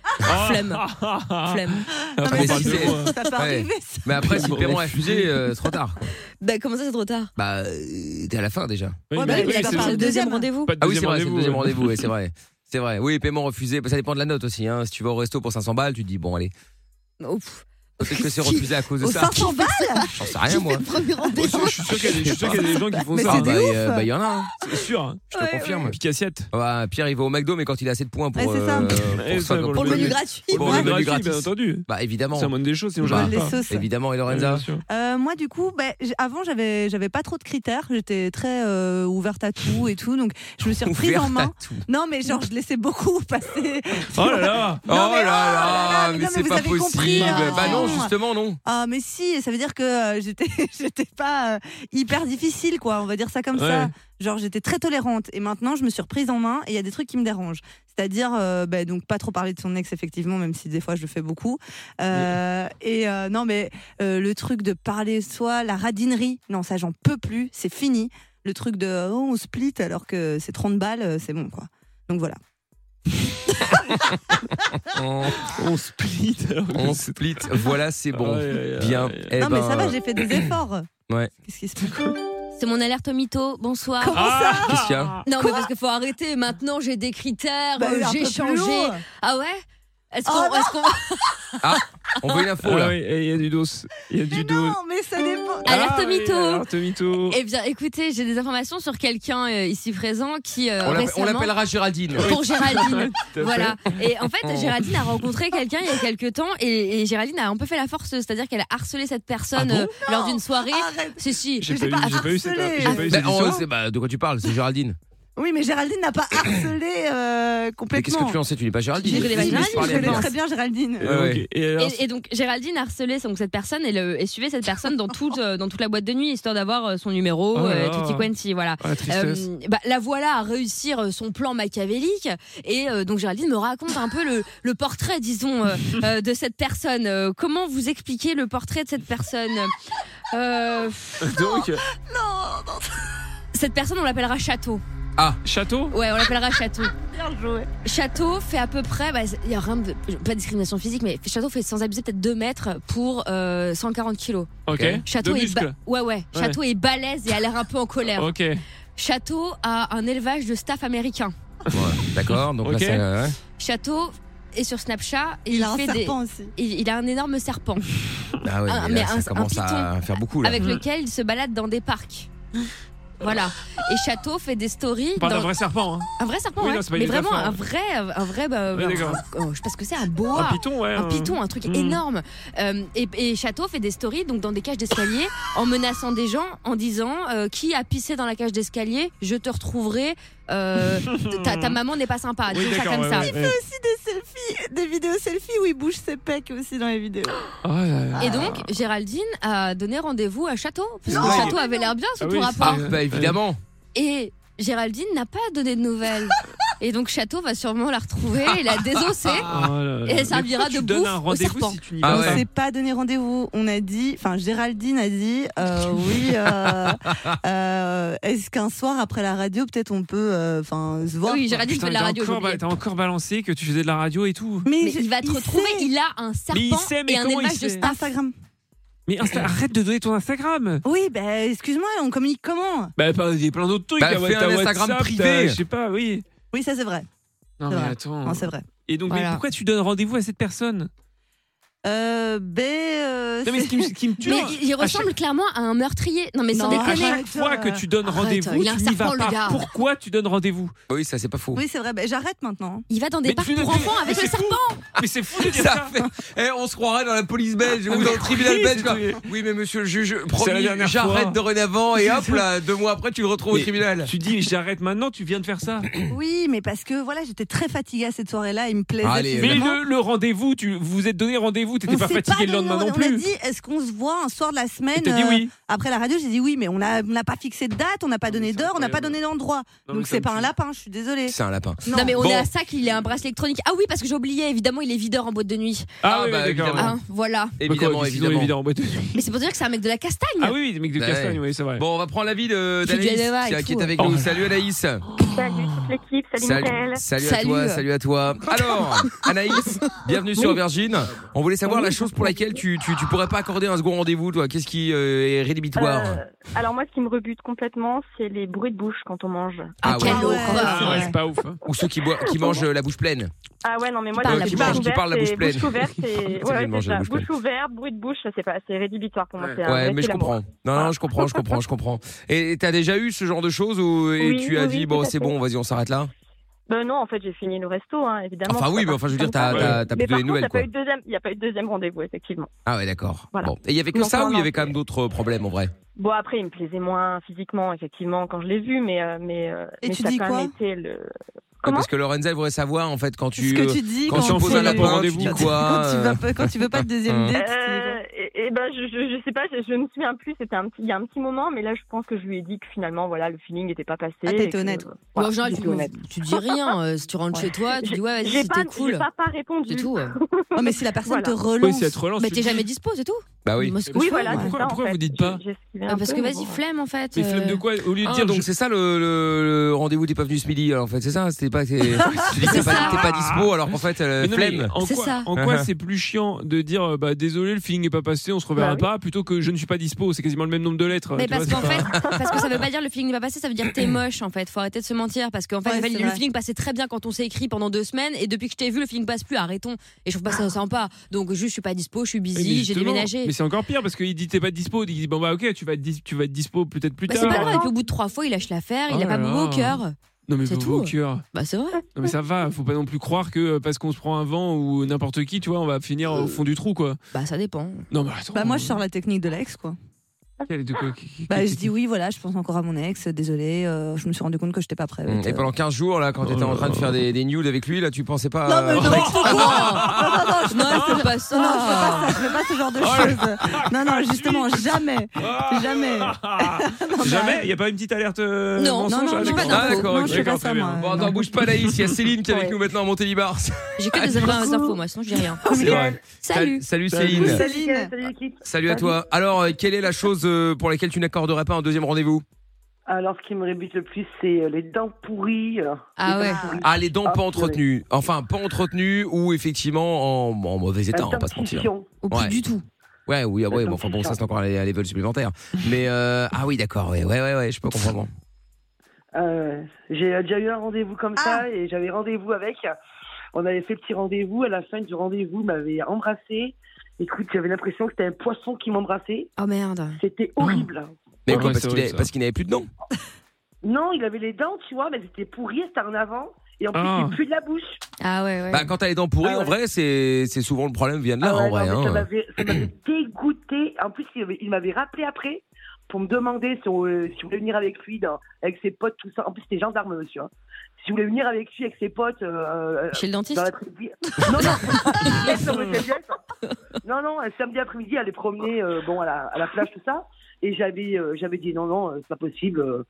S5: Ah.
S2: Flemme. Flemme.
S3: Non,
S8: mais ça,
S3: si
S8: c'est-
S3: c'est-
S8: ça peut arriver, ça.
S3: Mais après, si le
S5: Bon,
S3: paiement est
S5: refusé.
S3: refusé, euh, c'est trop tard. quoi.
S2: Bah, comment ça, c'est trop tard
S3: Bah, euh, t'es à la fin déjà.
S5: Oui, Ouais, mais bah oui, oui, mais
S2: c'est pas le deuxième rendez-vous.
S3: Ah oui, c'est vrai, c'est le
S5: rendez-vous,
S3: deuxième
S5: ouais.
S3: rendez-vous, ouais, c'est vrai. C'est vrai. Oui, paiement refusé. bah, Ça dépend de la note aussi. Hein. Si tu vas au resto pour 500 balles, tu te dis, bon, allez.
S2: Ouf.
S3: Peut-être que c'est refusé à cause de
S5: Aux
S3: ça.
S5: 500
S3: balles J'en sais rien, moi.
S5: Je suis sûr qu'il y a des- je suis sûr qu'il y a des gens qui font
S3: Mais
S5: ça.
S3: c'est des Ah, bah, ouf. euh, bah, il y en a, hein.
S5: C'est sûr. hein.
S3: Je te confirme.
S5: Picassiette.
S3: Bah, Pierre, il va au McDo, mais quand il a assez de points pour.
S5: Ouais, c'est ça.
S3: euh,
S5: Ouais,
S3: pour,
S5: ça, pour le
S3: pour
S5: menu gratuit.
S3: Pour
S5: Ouais.
S3: le menu
S5: Gratuit,
S3: gratuit,
S5: bien entendu.
S3: Bah, évidemment.
S5: C'est un monde des choses, sinon
S3: Bah,
S5: j'arrive pas.
S8: Les sauces.
S3: Évidemment, et Lorenza
S8: Euh, moi, du coup, bah, j- avant, j'avais, j'avais pas trop de critères. J'étais très euh, ouverte à tout et tout. Donc, je me suis reprise en
S3: Ouverte
S8: main.
S3: à tout.
S8: Non, mais genre, je laissais beaucoup passer.
S3: Oh là là Oh
S8: Non, mais-
S3: là là
S8: mais
S3: Mais
S8: non, mais
S3: c'est
S8: vous
S3: pas
S8: avez compris, hein.
S3: possible
S8: là.
S3: Bah non, justement, non
S8: Ah, mais si, et ça veut dire que euh, j'étais, j'étais pas euh, hyper difficile, quoi. On va dire ça comme
S3: Ouais.
S8: ça. Genre, j'étais très tolérante. Et maintenant, je me suis reprise en main et il y a des trucs qui me dérangent. C'est-à-dire, euh, bah, donc, pas trop parler de son ex, effectivement, même si des fois je le fais beaucoup. Euh, Et euh, non, mais euh, le truc de parler soi, la radinerie, non, ça, j'en peux plus, c'est fini. Le truc de oh, on split alors que c'est 30 balles, euh, c'est bon, quoi. Donc voilà.
S5: On split.
S3: On split, voilà, c'est bon.
S5: Aïe, aïe, aïe.
S3: Bien. Eh
S8: non, mais ça
S3: ben,
S8: va, j'ai fait des efforts.
S3: Ouais.
S8: Qu'est-ce qui se passe
S2: C'est mon alerte au mytho. Bonsoir.
S8: Comment ça Ah
S3: Qu'est-ce qu'il y a
S2: Non, mais parce qu'il faut arrêter. Maintenant, j'ai des critères,
S8: Bah,
S2: euh,
S8: un peu
S2: j'ai
S8: plus
S2: changé.
S8: haut.
S2: Ah ouais Est-ce
S8: Oh
S2: qu'on
S8: non
S2: est-ce qu'on va.
S3: Ah, on veut une info
S5: Ah
S3: là.
S5: oui, et il y a du dos. Il y a du dos.
S8: Non, mais ça dépend.
S2: Alerte
S5: Ah oui,
S2: mytho.
S5: Alerte mytho.
S2: Eh bien, écoutez, j'ai des informations sur quelqu'un euh, ici présent qui. euh,
S3: On l'appelle- on
S2: récemment-
S3: l'appellera Géraldine.
S2: Pour Géraldine.
S3: Tout à fait. Oh.
S2: voilà. Et en fait, Géraldine a rencontré quelqu'un il y a quelques temps et, et Géraldine a un peu fait la force, c'est-à-dire qu'elle a harcelé cette personne
S3: Ah bon
S2: euh, lors d'une soirée. Si, si.
S3: J'ai pas eu- j'ai pas eu cette-
S8: harcelé.
S3: j'ai pas eu
S8: Bah,
S3: cette
S8: on-
S3: histoire. c'est- bah, De quoi tu parles C'est Géraldine.
S8: ah, Oui, mais Géraldine n'a pas harcelé euh,
S3: Mais
S8: complètement.
S3: qu'est-ce que tu en sais Tu n'es pas Géraldine.
S2: Je connais pas
S3: Laisse
S2: Géraldine,
S3: parler,
S8: Je connais
S3: Amina.
S8: très bien Géraldine.
S3: Euh, ouais.
S2: Et, et donc Géraldine harcelait donc cette personne et, le- et suivait cette personne dans toute euh, dans toute la boîte de nuit histoire d'avoir euh, son numéro
S3: Oh là
S2: euh,
S3: là.
S2: tutti quanti voilà.
S3: Ah, la tristesse.
S12: Euh,
S2: bah, la voilà à réussir euh, son plan machiavélique et euh, donc Géraldine me raconte un peu le, le portrait disons euh, euh, de cette personne. Euh, comment vous expliquez le portrait de cette personne Euh,
S5: Donc,
S2: Cette personne on l'appellera Château.
S3: ah,
S5: château
S2: Ouais on l'appellera Château.
S8: Bien joué.
S2: Château fait à peu près, bah, il y a rien de, pas de discrimination physique, mais Château fait sans abuser peut-être 2 mètres pour euh, 140 kilos.
S5: Ok.
S2: Château
S5: De
S2: est ba-
S5: muscles.
S2: ouais, ouais. Château est balèze et a l'air un peu en colère.
S5: Ok.
S2: Château a un élevage de staff américain.
S3: D'accord, donc
S5: Ok.
S3: là, hein. c'est. ouais.
S2: Château est sur Snapchat. et
S8: Il a un
S2: fait
S8: serpent
S2: des...
S8: aussi.
S2: Il, il a un énorme serpent
S3: Ah ouais,
S2: Ah,
S3: mais
S2: mais
S3: là,
S2: un-
S3: ça
S2: un
S3: commence à
S2: python.
S3: Hmm. faire beaucoup là.
S2: avec lequel il se balade dans des parcs. Voilà. Et Château fait des stories.
S5: On parle
S2: dans-
S5: d'un vrai serpent. hein.
S2: Un vrai serpent,
S5: Oui,
S2: ouais.
S5: non, c'est pas une
S2: mais vraiment
S5: métaphore.
S2: un vrai, un vrai, bah,
S5: Oui,
S2: un-
S5: d'accord.
S2: oh, je sais pas ce que c'est, un boa,
S5: Un python, ouais,
S2: un
S5: un-
S2: python, un truc
S5: Mm.
S2: énorme. Euh, et, et Château fait des stories donc dans des cages d'escalier en menaçant des gens, en disant euh, qui a pissé dans la cage d'escalier, je te retrouverai. euh, ta, ta maman n'est pas sympa,
S8: Oui,
S2: disons ça
S8: d'accord,
S2: comme
S8: ouais,
S2: ça.
S8: ouais, Il fait ouais. aussi des selfies, des vidéos selfies où il bouge ses pecs aussi dans les vidéos.
S5: Oh
S2: Et donc, Géraldine a donné rendez-vous à Château, parce
S3: Non.
S2: que Château avait l'air bien sous
S3: Ah
S2: tout
S3: oui,
S2: rapport.
S3: c'est- Ah, bah, évidemment.
S2: Et Géraldine n'a pas donné de nouvelles. Et donc Château va sûrement la retrouver et la désosser.
S5: Ah, oh là là.
S2: et elle servira
S5: Mais pourquoi
S2: de
S5: tu donnes un
S2: bouffe au
S5: rendez-vous
S2: serpent. Ah
S5: si tu n'y
S8: Ah. On
S5: vas pas
S8: s'est pas donné rendez-vous. On a dit, enfin Géraldine a dit, euh, oui. euh, euh, Est-ce qu'un soir après la radio, peut-être on peut, euh, enfin, se voir.
S2: Oui, Géraldine
S8: Putain,
S2: fait de
S8: il
S2: la
S8: a
S2: radio.
S8: encore-
S5: Encore, bah, T'as encore balancé que tu faisais de la radio et tout.
S2: Mais, il va te retrouver. Il a un serpent
S5: il sait, mais
S2: et un
S5: comment il
S2: élevage de
S5: sait
S2: staff.
S8: Instagram.
S5: Mais Insta- arrête de donner ton Instagram.
S8: Oui, bah, excuse-moi, on communique comment
S5: Bah, par- il y a plein d'autres trucs.
S3: Bah,
S5: t'as-
S3: fais un
S5: t'as
S3: Instagram
S5: WhatsApp,
S3: privé.
S5: t'as- Je sais pas, Ah oui.
S8: Oui, ça c'est vrai.
S5: Non,
S8: C'est
S5: mais
S8: vrai.
S5: attends.
S8: Non, c'est vrai.
S5: Et donc, mais
S8: Voilà.
S5: pourquoi tu donnes rendez-vous à cette personne
S8: Euh, ben. euh,
S5: Non, mais ce qui me- ce qui me tue,
S2: Mais
S5: hein,
S2: il, il
S5: à
S2: ressemble clairement à un meurtrier. Non mais sans
S5: Non,
S2: déconner.
S5: À chaque fois que tu donnes
S2: Arrête,
S5: rendez-vous, tu
S2: il a un
S5: n'y vas
S2: serpent, le
S5: pas.
S2: gars.
S5: Pourquoi tu donnes rendez-vous
S3: Oui, ça, c'est pas
S5: Oh.
S3: faux.
S8: Oui, c'est vrai. Ben, j'arrête maintenant.
S2: Il va dans des
S3: Mais
S2: parcs
S3: tu ne
S2: pour
S3: fais-
S2: enfants avec
S3: mais
S2: le
S3: c'est fou.
S2: serpent.
S5: Mais c'est fou de dire
S3: ça fait... Eh, on se croirait dans la police belge ou dans le tribunal belge. quoi. Oui, mais monsieur le juge, promis,
S5: dernière fois.
S3: j'arrête dorénavant et hop là, deux mois après, tu le retrouves au
S5: Mais
S3: tribunal.
S5: Tu dis, j'arrête maintenant, tu viens de faire ça.
S8: Oui, mais parce que voilà, j'étais très fatiguée à cette soirée-là. Il me plaisait.
S5: Ah, Allez, mais
S8: physiquement.
S5: le, le rendez-vous, tu vous vous êtes donné rendez-vous, t'étais
S8: On
S5: pas
S8: s'est
S5: fatigué le
S8: donné
S5: lendemain non
S8: rendez- On a
S5: plus.
S8: dit, est-ce qu'on se voit un soir de la semaine euh,
S5: t'as dit oui.
S8: Après la radio, j'ai dit oui, mais on n'a on a pas fixé de date, on n'a pas donné d'heure, on n'a pas donné d'endroit.
S3: Non, mais
S8: Donc
S3: ça
S8: c'est
S3: me
S8: pas un
S3: tue.
S8: lapin, je suis désolée.
S3: C'est un lapin.
S2: Non, mais on
S3: Bon.
S2: est à ça qu'il a un bracelet électronique. Ah oui parce que j'oubliais évidemment il est videur en boîte de nuit.
S5: Ah, oui,
S3: bah,
S5: d'accord.
S2: Hein, voilà.
S3: Évidemment,
S5: Bah quoi, sinon, évidemment,
S3: évidemment.
S5: bah, tu-
S2: Mais c'est pour dire que c'est un mec de la castagne.
S5: Ah oui, oui, mec de
S3: Bah
S5: castagne,
S3: ouais.
S5: oui, c'est vrai.
S3: Bon, on va prendre l'avis de-
S2: Je suis
S3: d'Anaïs
S2: Diana,
S3: tiens,
S2: il
S3: qui
S2: faut.
S3: est avec
S5: Oh
S3: nous.
S5: là là.
S3: Salut Anaïs.
S12: Salut
S8: Oh.
S12: toute l'équipe, salut, Michael.
S3: Salut à toi, salut à toi. Alors, Anaïs, bienvenue sur Virgin. On voulait savoir la chose pour laquelle tu, tu, tu pourrais pas accorder un second rendez-vous, toi. Qu'est-ce qui euh, est rédhibitoire
S12: Euh, alors moi, ce qui me rebute complètement, c'est les bruits de bouche quand on mange.
S3: Ah ouais.
S2: Quelle horreur.
S5: Ah ouais, c'est pas ouf. hein.
S3: Ou ceux qui, boivent- qui mangent euh, la bouche pleine.
S12: Ah ouais, non mais moi,
S2: Qui parle,
S12: c'est
S2: qui
S12: bouche
S3: mange, qui
S12: ouverte,
S3: parle, la bouche
S12: c'est
S3: pleine.
S12: ouverte, c'est
S3: Ça vient de
S12: ouais,
S3: manger
S12: c'est
S3: la
S12: ça.
S3: bouche
S12: Bouche ouverte, bruit de bouche, ça, c'est pas, c'est rédhibitoire pour moi. c'est un
S3: Ouais,
S12: vrai
S3: mais je
S12: calabre.
S3: comprends. Non, non, je comprends, je comprends, je comprends. Et t'as déjà eu ce genre de choses où et
S12: Oui,
S3: tu as
S12: oui,
S3: dit
S12: oui,
S3: bon,
S12: tout à
S3: c'est
S12: fait.
S3: bon, vas-y, on s'arrête là.
S12: Ben non, en fait, j'ai fini le resto, hein, évidemment.
S3: Enfin oui, mais enfin, je veux dire, t'as- t'as- t'as
S12: Mais
S3: plutôt
S12: par
S3: des nouvelles,
S12: contre,
S3: quoi.
S12: Il n'y a pas eu de deuxième rendez-vous, effectivement.
S3: Ah ouais, d'accord.
S12: Voilà.
S3: Bon, et il y avait que
S12: Non,
S3: ça
S12: non,
S3: ou il y
S12: non,
S3: avait quand même d'autres problèmes en vrai
S12: Bon, après, il me plaisait moins physiquement, effectivement, quand je l'ai vu, mais, euh, mais, euh,
S8: Et
S12: mais
S8: tu
S12: ça
S8: dis
S12: a quand même
S8: quoi
S12: été le.
S3: Ouais,
S12: Comment
S3: Parce que Lorenza elle voudrait savoir en fait quand tu,
S8: Ce que
S3: euh,
S8: tu dis
S3: quand, tu
S8: quand
S3: poses un
S8: c'est-
S3: lapin, tu
S5: rendez-vous.
S3: dis
S8: Quand tu-
S3: quoi
S8: quand tu
S3: euh,
S8: vas pas- Quand tu veux pas de deuxième
S3: Hein.
S8: date,
S12: Euh, et, et ben, je, je, je sais pas, je, je ne me souviens plus, c'était un petit, il y a un petit moment, mais là, je pense que je lui ai dit que finalement, voilà, le feeling n'était pas passé.
S8: Ah, t'as
S12: et
S8: été
S12: que,
S8: honnête.
S12: euh,
S2: Ou
S12: voilà,
S2: en général,
S12: j'étais
S2: tu,
S12: honnête.
S2: tu dis rien. euh, si tu rentres
S8: Ouais.
S2: chez toi, tu dis ouais, vas-y,
S12: J'ai pas,
S2: c'était
S12: j'ai
S2: cool.
S12: pas, pas répondu.
S2: C'est tout. ouais.
S8: Ouais, mais si la personne
S12: Voilà.
S8: te
S5: Oui,
S8: relance.
S5: c'est être relance.
S2: Mais
S5: tu
S2: t'es
S5: dis-
S2: jamais dispo, c'est tout.
S3: Bah oui.
S2: Moi, ce que
S12: Oui,
S2: je fais,
S12: voilà,
S2: ouais.
S12: c'est
S5: Pourquoi-
S12: ça. en
S5: pourquoi
S12: fait.
S5: vous dites pas
S12: J'ai- j'ai esquivé un
S2: Ah, Parce
S12: peu,
S2: que
S12: mais
S2: vas-y,
S12: bon.
S2: flemme en fait.
S5: Mais flemme de
S2: euh.
S5: quoi Au lieu de
S3: Ah,
S5: dire
S3: donc c'est ça le, le- le rendez-vous t'es pas venu ce midi alors en fait c'est ça c'était pas t'es- tu dis que t'es
S2: C'est
S3: pas,
S2: ça.
S3: t'es pas dispo alors qu'en fait euh,
S5: Mais non, mais
S3: flemme
S5: en
S2: C'est
S5: quoi,
S2: ça.
S5: En quoi c'est plus chiant de dire euh, bah désolé le feeling n'est pas passé, on se reverra
S12: Bah oui.
S5: pas plutôt que je ne suis pas dispo, c'est quasiment le même nombre de lettres.
S2: Mais
S5: tu vois,
S2: parce
S5: c'est
S2: qu'en
S5: pas-
S2: fait, parce que ça veut pas dire le feeling n'est pas passé, ça veut dire t'es moche en fait. Faut arrêter de se mentir parce qu'en fait,
S8: Ouais,
S2: le-
S8: c'est
S2: le
S8: vrai.
S2: feeling passait très bien quand on s'est écrit pendant deux semaines et depuis que je t'ai vu, le feeling passe plus. Arrêtons. Et je trouve pas ça sympa. Donc juste, je suis pas dispo, je suis
S5: Ah. Mais
S2: busy, j'ai
S5: justement,
S2: déménagé.
S5: Mais c'est encore pire parce qu'il dit t'es pas dispo, il dit bon bah ok tu vas être, dis- tu vas être dispo peut-être plus
S2: Bah, c'est
S5: tard. hein.
S2: pas grave. Et puis au bout de trois fois, il lâche l'affaire, il
S5: Oh
S2: a pas
S5: là
S2: beau au
S5: là.
S2: cœur.
S5: Non mais
S2: C'est
S5: vos- vos
S2: tout.
S5: cœurs.
S2: Bah c'est vrai.
S5: Non mais ça va, faut pas non plus croire que euh, parce qu'on se prend un vent ou n'importe qui, tu vois, on va finir au fond du trou quoi.
S2: Bah ça dépend.
S5: Non mais attends.
S8: Bah, moi, je sors la technique de l'ex, quoi.
S5: Quel- de quoi- qui- qui-
S8: Bah,
S5: qui-
S8: je dis oui, voilà, je pense encore à mon ex, désolé, euh, je me suis rendu compte que j'étais pas prête.
S3: et
S8: euh.
S3: pendant 15 jours Oh là quand t'étais en train de faire des, des nudes avec lui là tu pensais pas
S8: Non, mais
S3: euh,
S8: non, je te jure. Oh, non, non, non, je
S2: Non, c'est pas
S8: Non, je fais
S2: ça.
S8: pas ça, je fais pas ce genre de choses. Non, non, justement, jamais.
S5: Ah
S8: Jamais.
S5: Jamais Il n'y a pas une petite alerte euh,
S2: Non,
S5: mensonge,
S8: non, non,
S5: ah,
S8: j'ai
S5: d'accord.
S8: pas
S3: d'infos.
S5: Ah, d'accord,
S3: Non,
S5: ok,
S3: je fais
S5: d'accord,
S8: pas ça,
S5: très bien.
S8: moi.
S3: bon
S8: non.
S3: attends bouge pas Naïs il y a Céline qui est avec
S12: Ouais.
S3: nous maintenant à Montélimar c'est
S2: J'ai que des infos moi, sinon je dis rien.
S3: vrai
S2: Salut.
S3: salut
S5: Salut.
S3: Céline
S8: Salut.
S12: Salut, Mickaël, salut l'équipe.
S3: Salut à
S12: Salut.
S3: toi. Alors, euh, quelle est la chose euh, pour laquelle tu n'accorderais pas un deuxième rendez-vous
S14: Alors, ce qui me rébute le plus, c'est euh, les dents pourries. euh,
S2: Ah
S14: les
S2: ouais.
S14: dents pourries.
S3: Ah, les dents
S14: Ah,
S3: pas
S14: purée.
S3: entretenues. Enfin, pas entretenues ou effectivement en, en mauvais
S14: La
S3: état, on va pas se mentir.
S14: dentition.
S2: Ou Oh, plus
S3: Ouais.
S2: du tout.
S3: Ouais, oui, ah ouais,
S14: La
S3: bon, enfin bon, ça c'est encore à l'é- à level supplémentaire. Mais euh, ah oui, d'accord, ouais, ouais, ouais, ouais, je peux comprendre.
S14: Euh, J'ai euh, déjà eu un rendez-vous
S2: Ah.
S14: comme ça et j'avais rendez-vous avec. On avait fait petit rendez-vous. À la fin du rendez-vous, il m'avait embrassé. Écoute, j'avais l'impression que c'était un poisson qui m'embrassait.
S2: Oh merde.
S14: C'était horrible.
S3: Mais
S5: Ouais,
S3: quoi,
S5: ouais,
S3: parce
S5: c'est
S3: qu'il
S5: horrible,
S3: avait-
S5: ça.
S3: parce qu'il n'avait plus de dents.
S14: Non, il avait les dents, tu vois, mais elles étaient pourries, c'était en avant. Et en plus,
S3: Ah.
S14: il pue de la bouche.
S2: Ah ouais, ouais.
S3: Bah, quand t'as les dents pourries, en vrai, c'est c'est souvent le problème vient de là,
S14: Ah ouais,
S3: en vrai.
S14: non, mais ça
S3: hein.
S14: m'avait- ça m'avait dégoûté. En plus, il avait- il m'avait rappelé après pour me demander si on, euh, si on voulait venir avec lui, dans- avec ses potes, tout ça. En plus, c'était gendarme, monsieur. hein. Si vous voulez venir avec lui, avec ses potes. euh,
S2: Chez le dentiste
S14: dans l'après-midi- Non, non. Ouais, sur le TGS. non, non, un samedi après-midi, aller promener euh, bon, à, la, à la plage, tout ça. Et j'avais euh, j'avais dit non, non, euh, c'est pas possible. euh.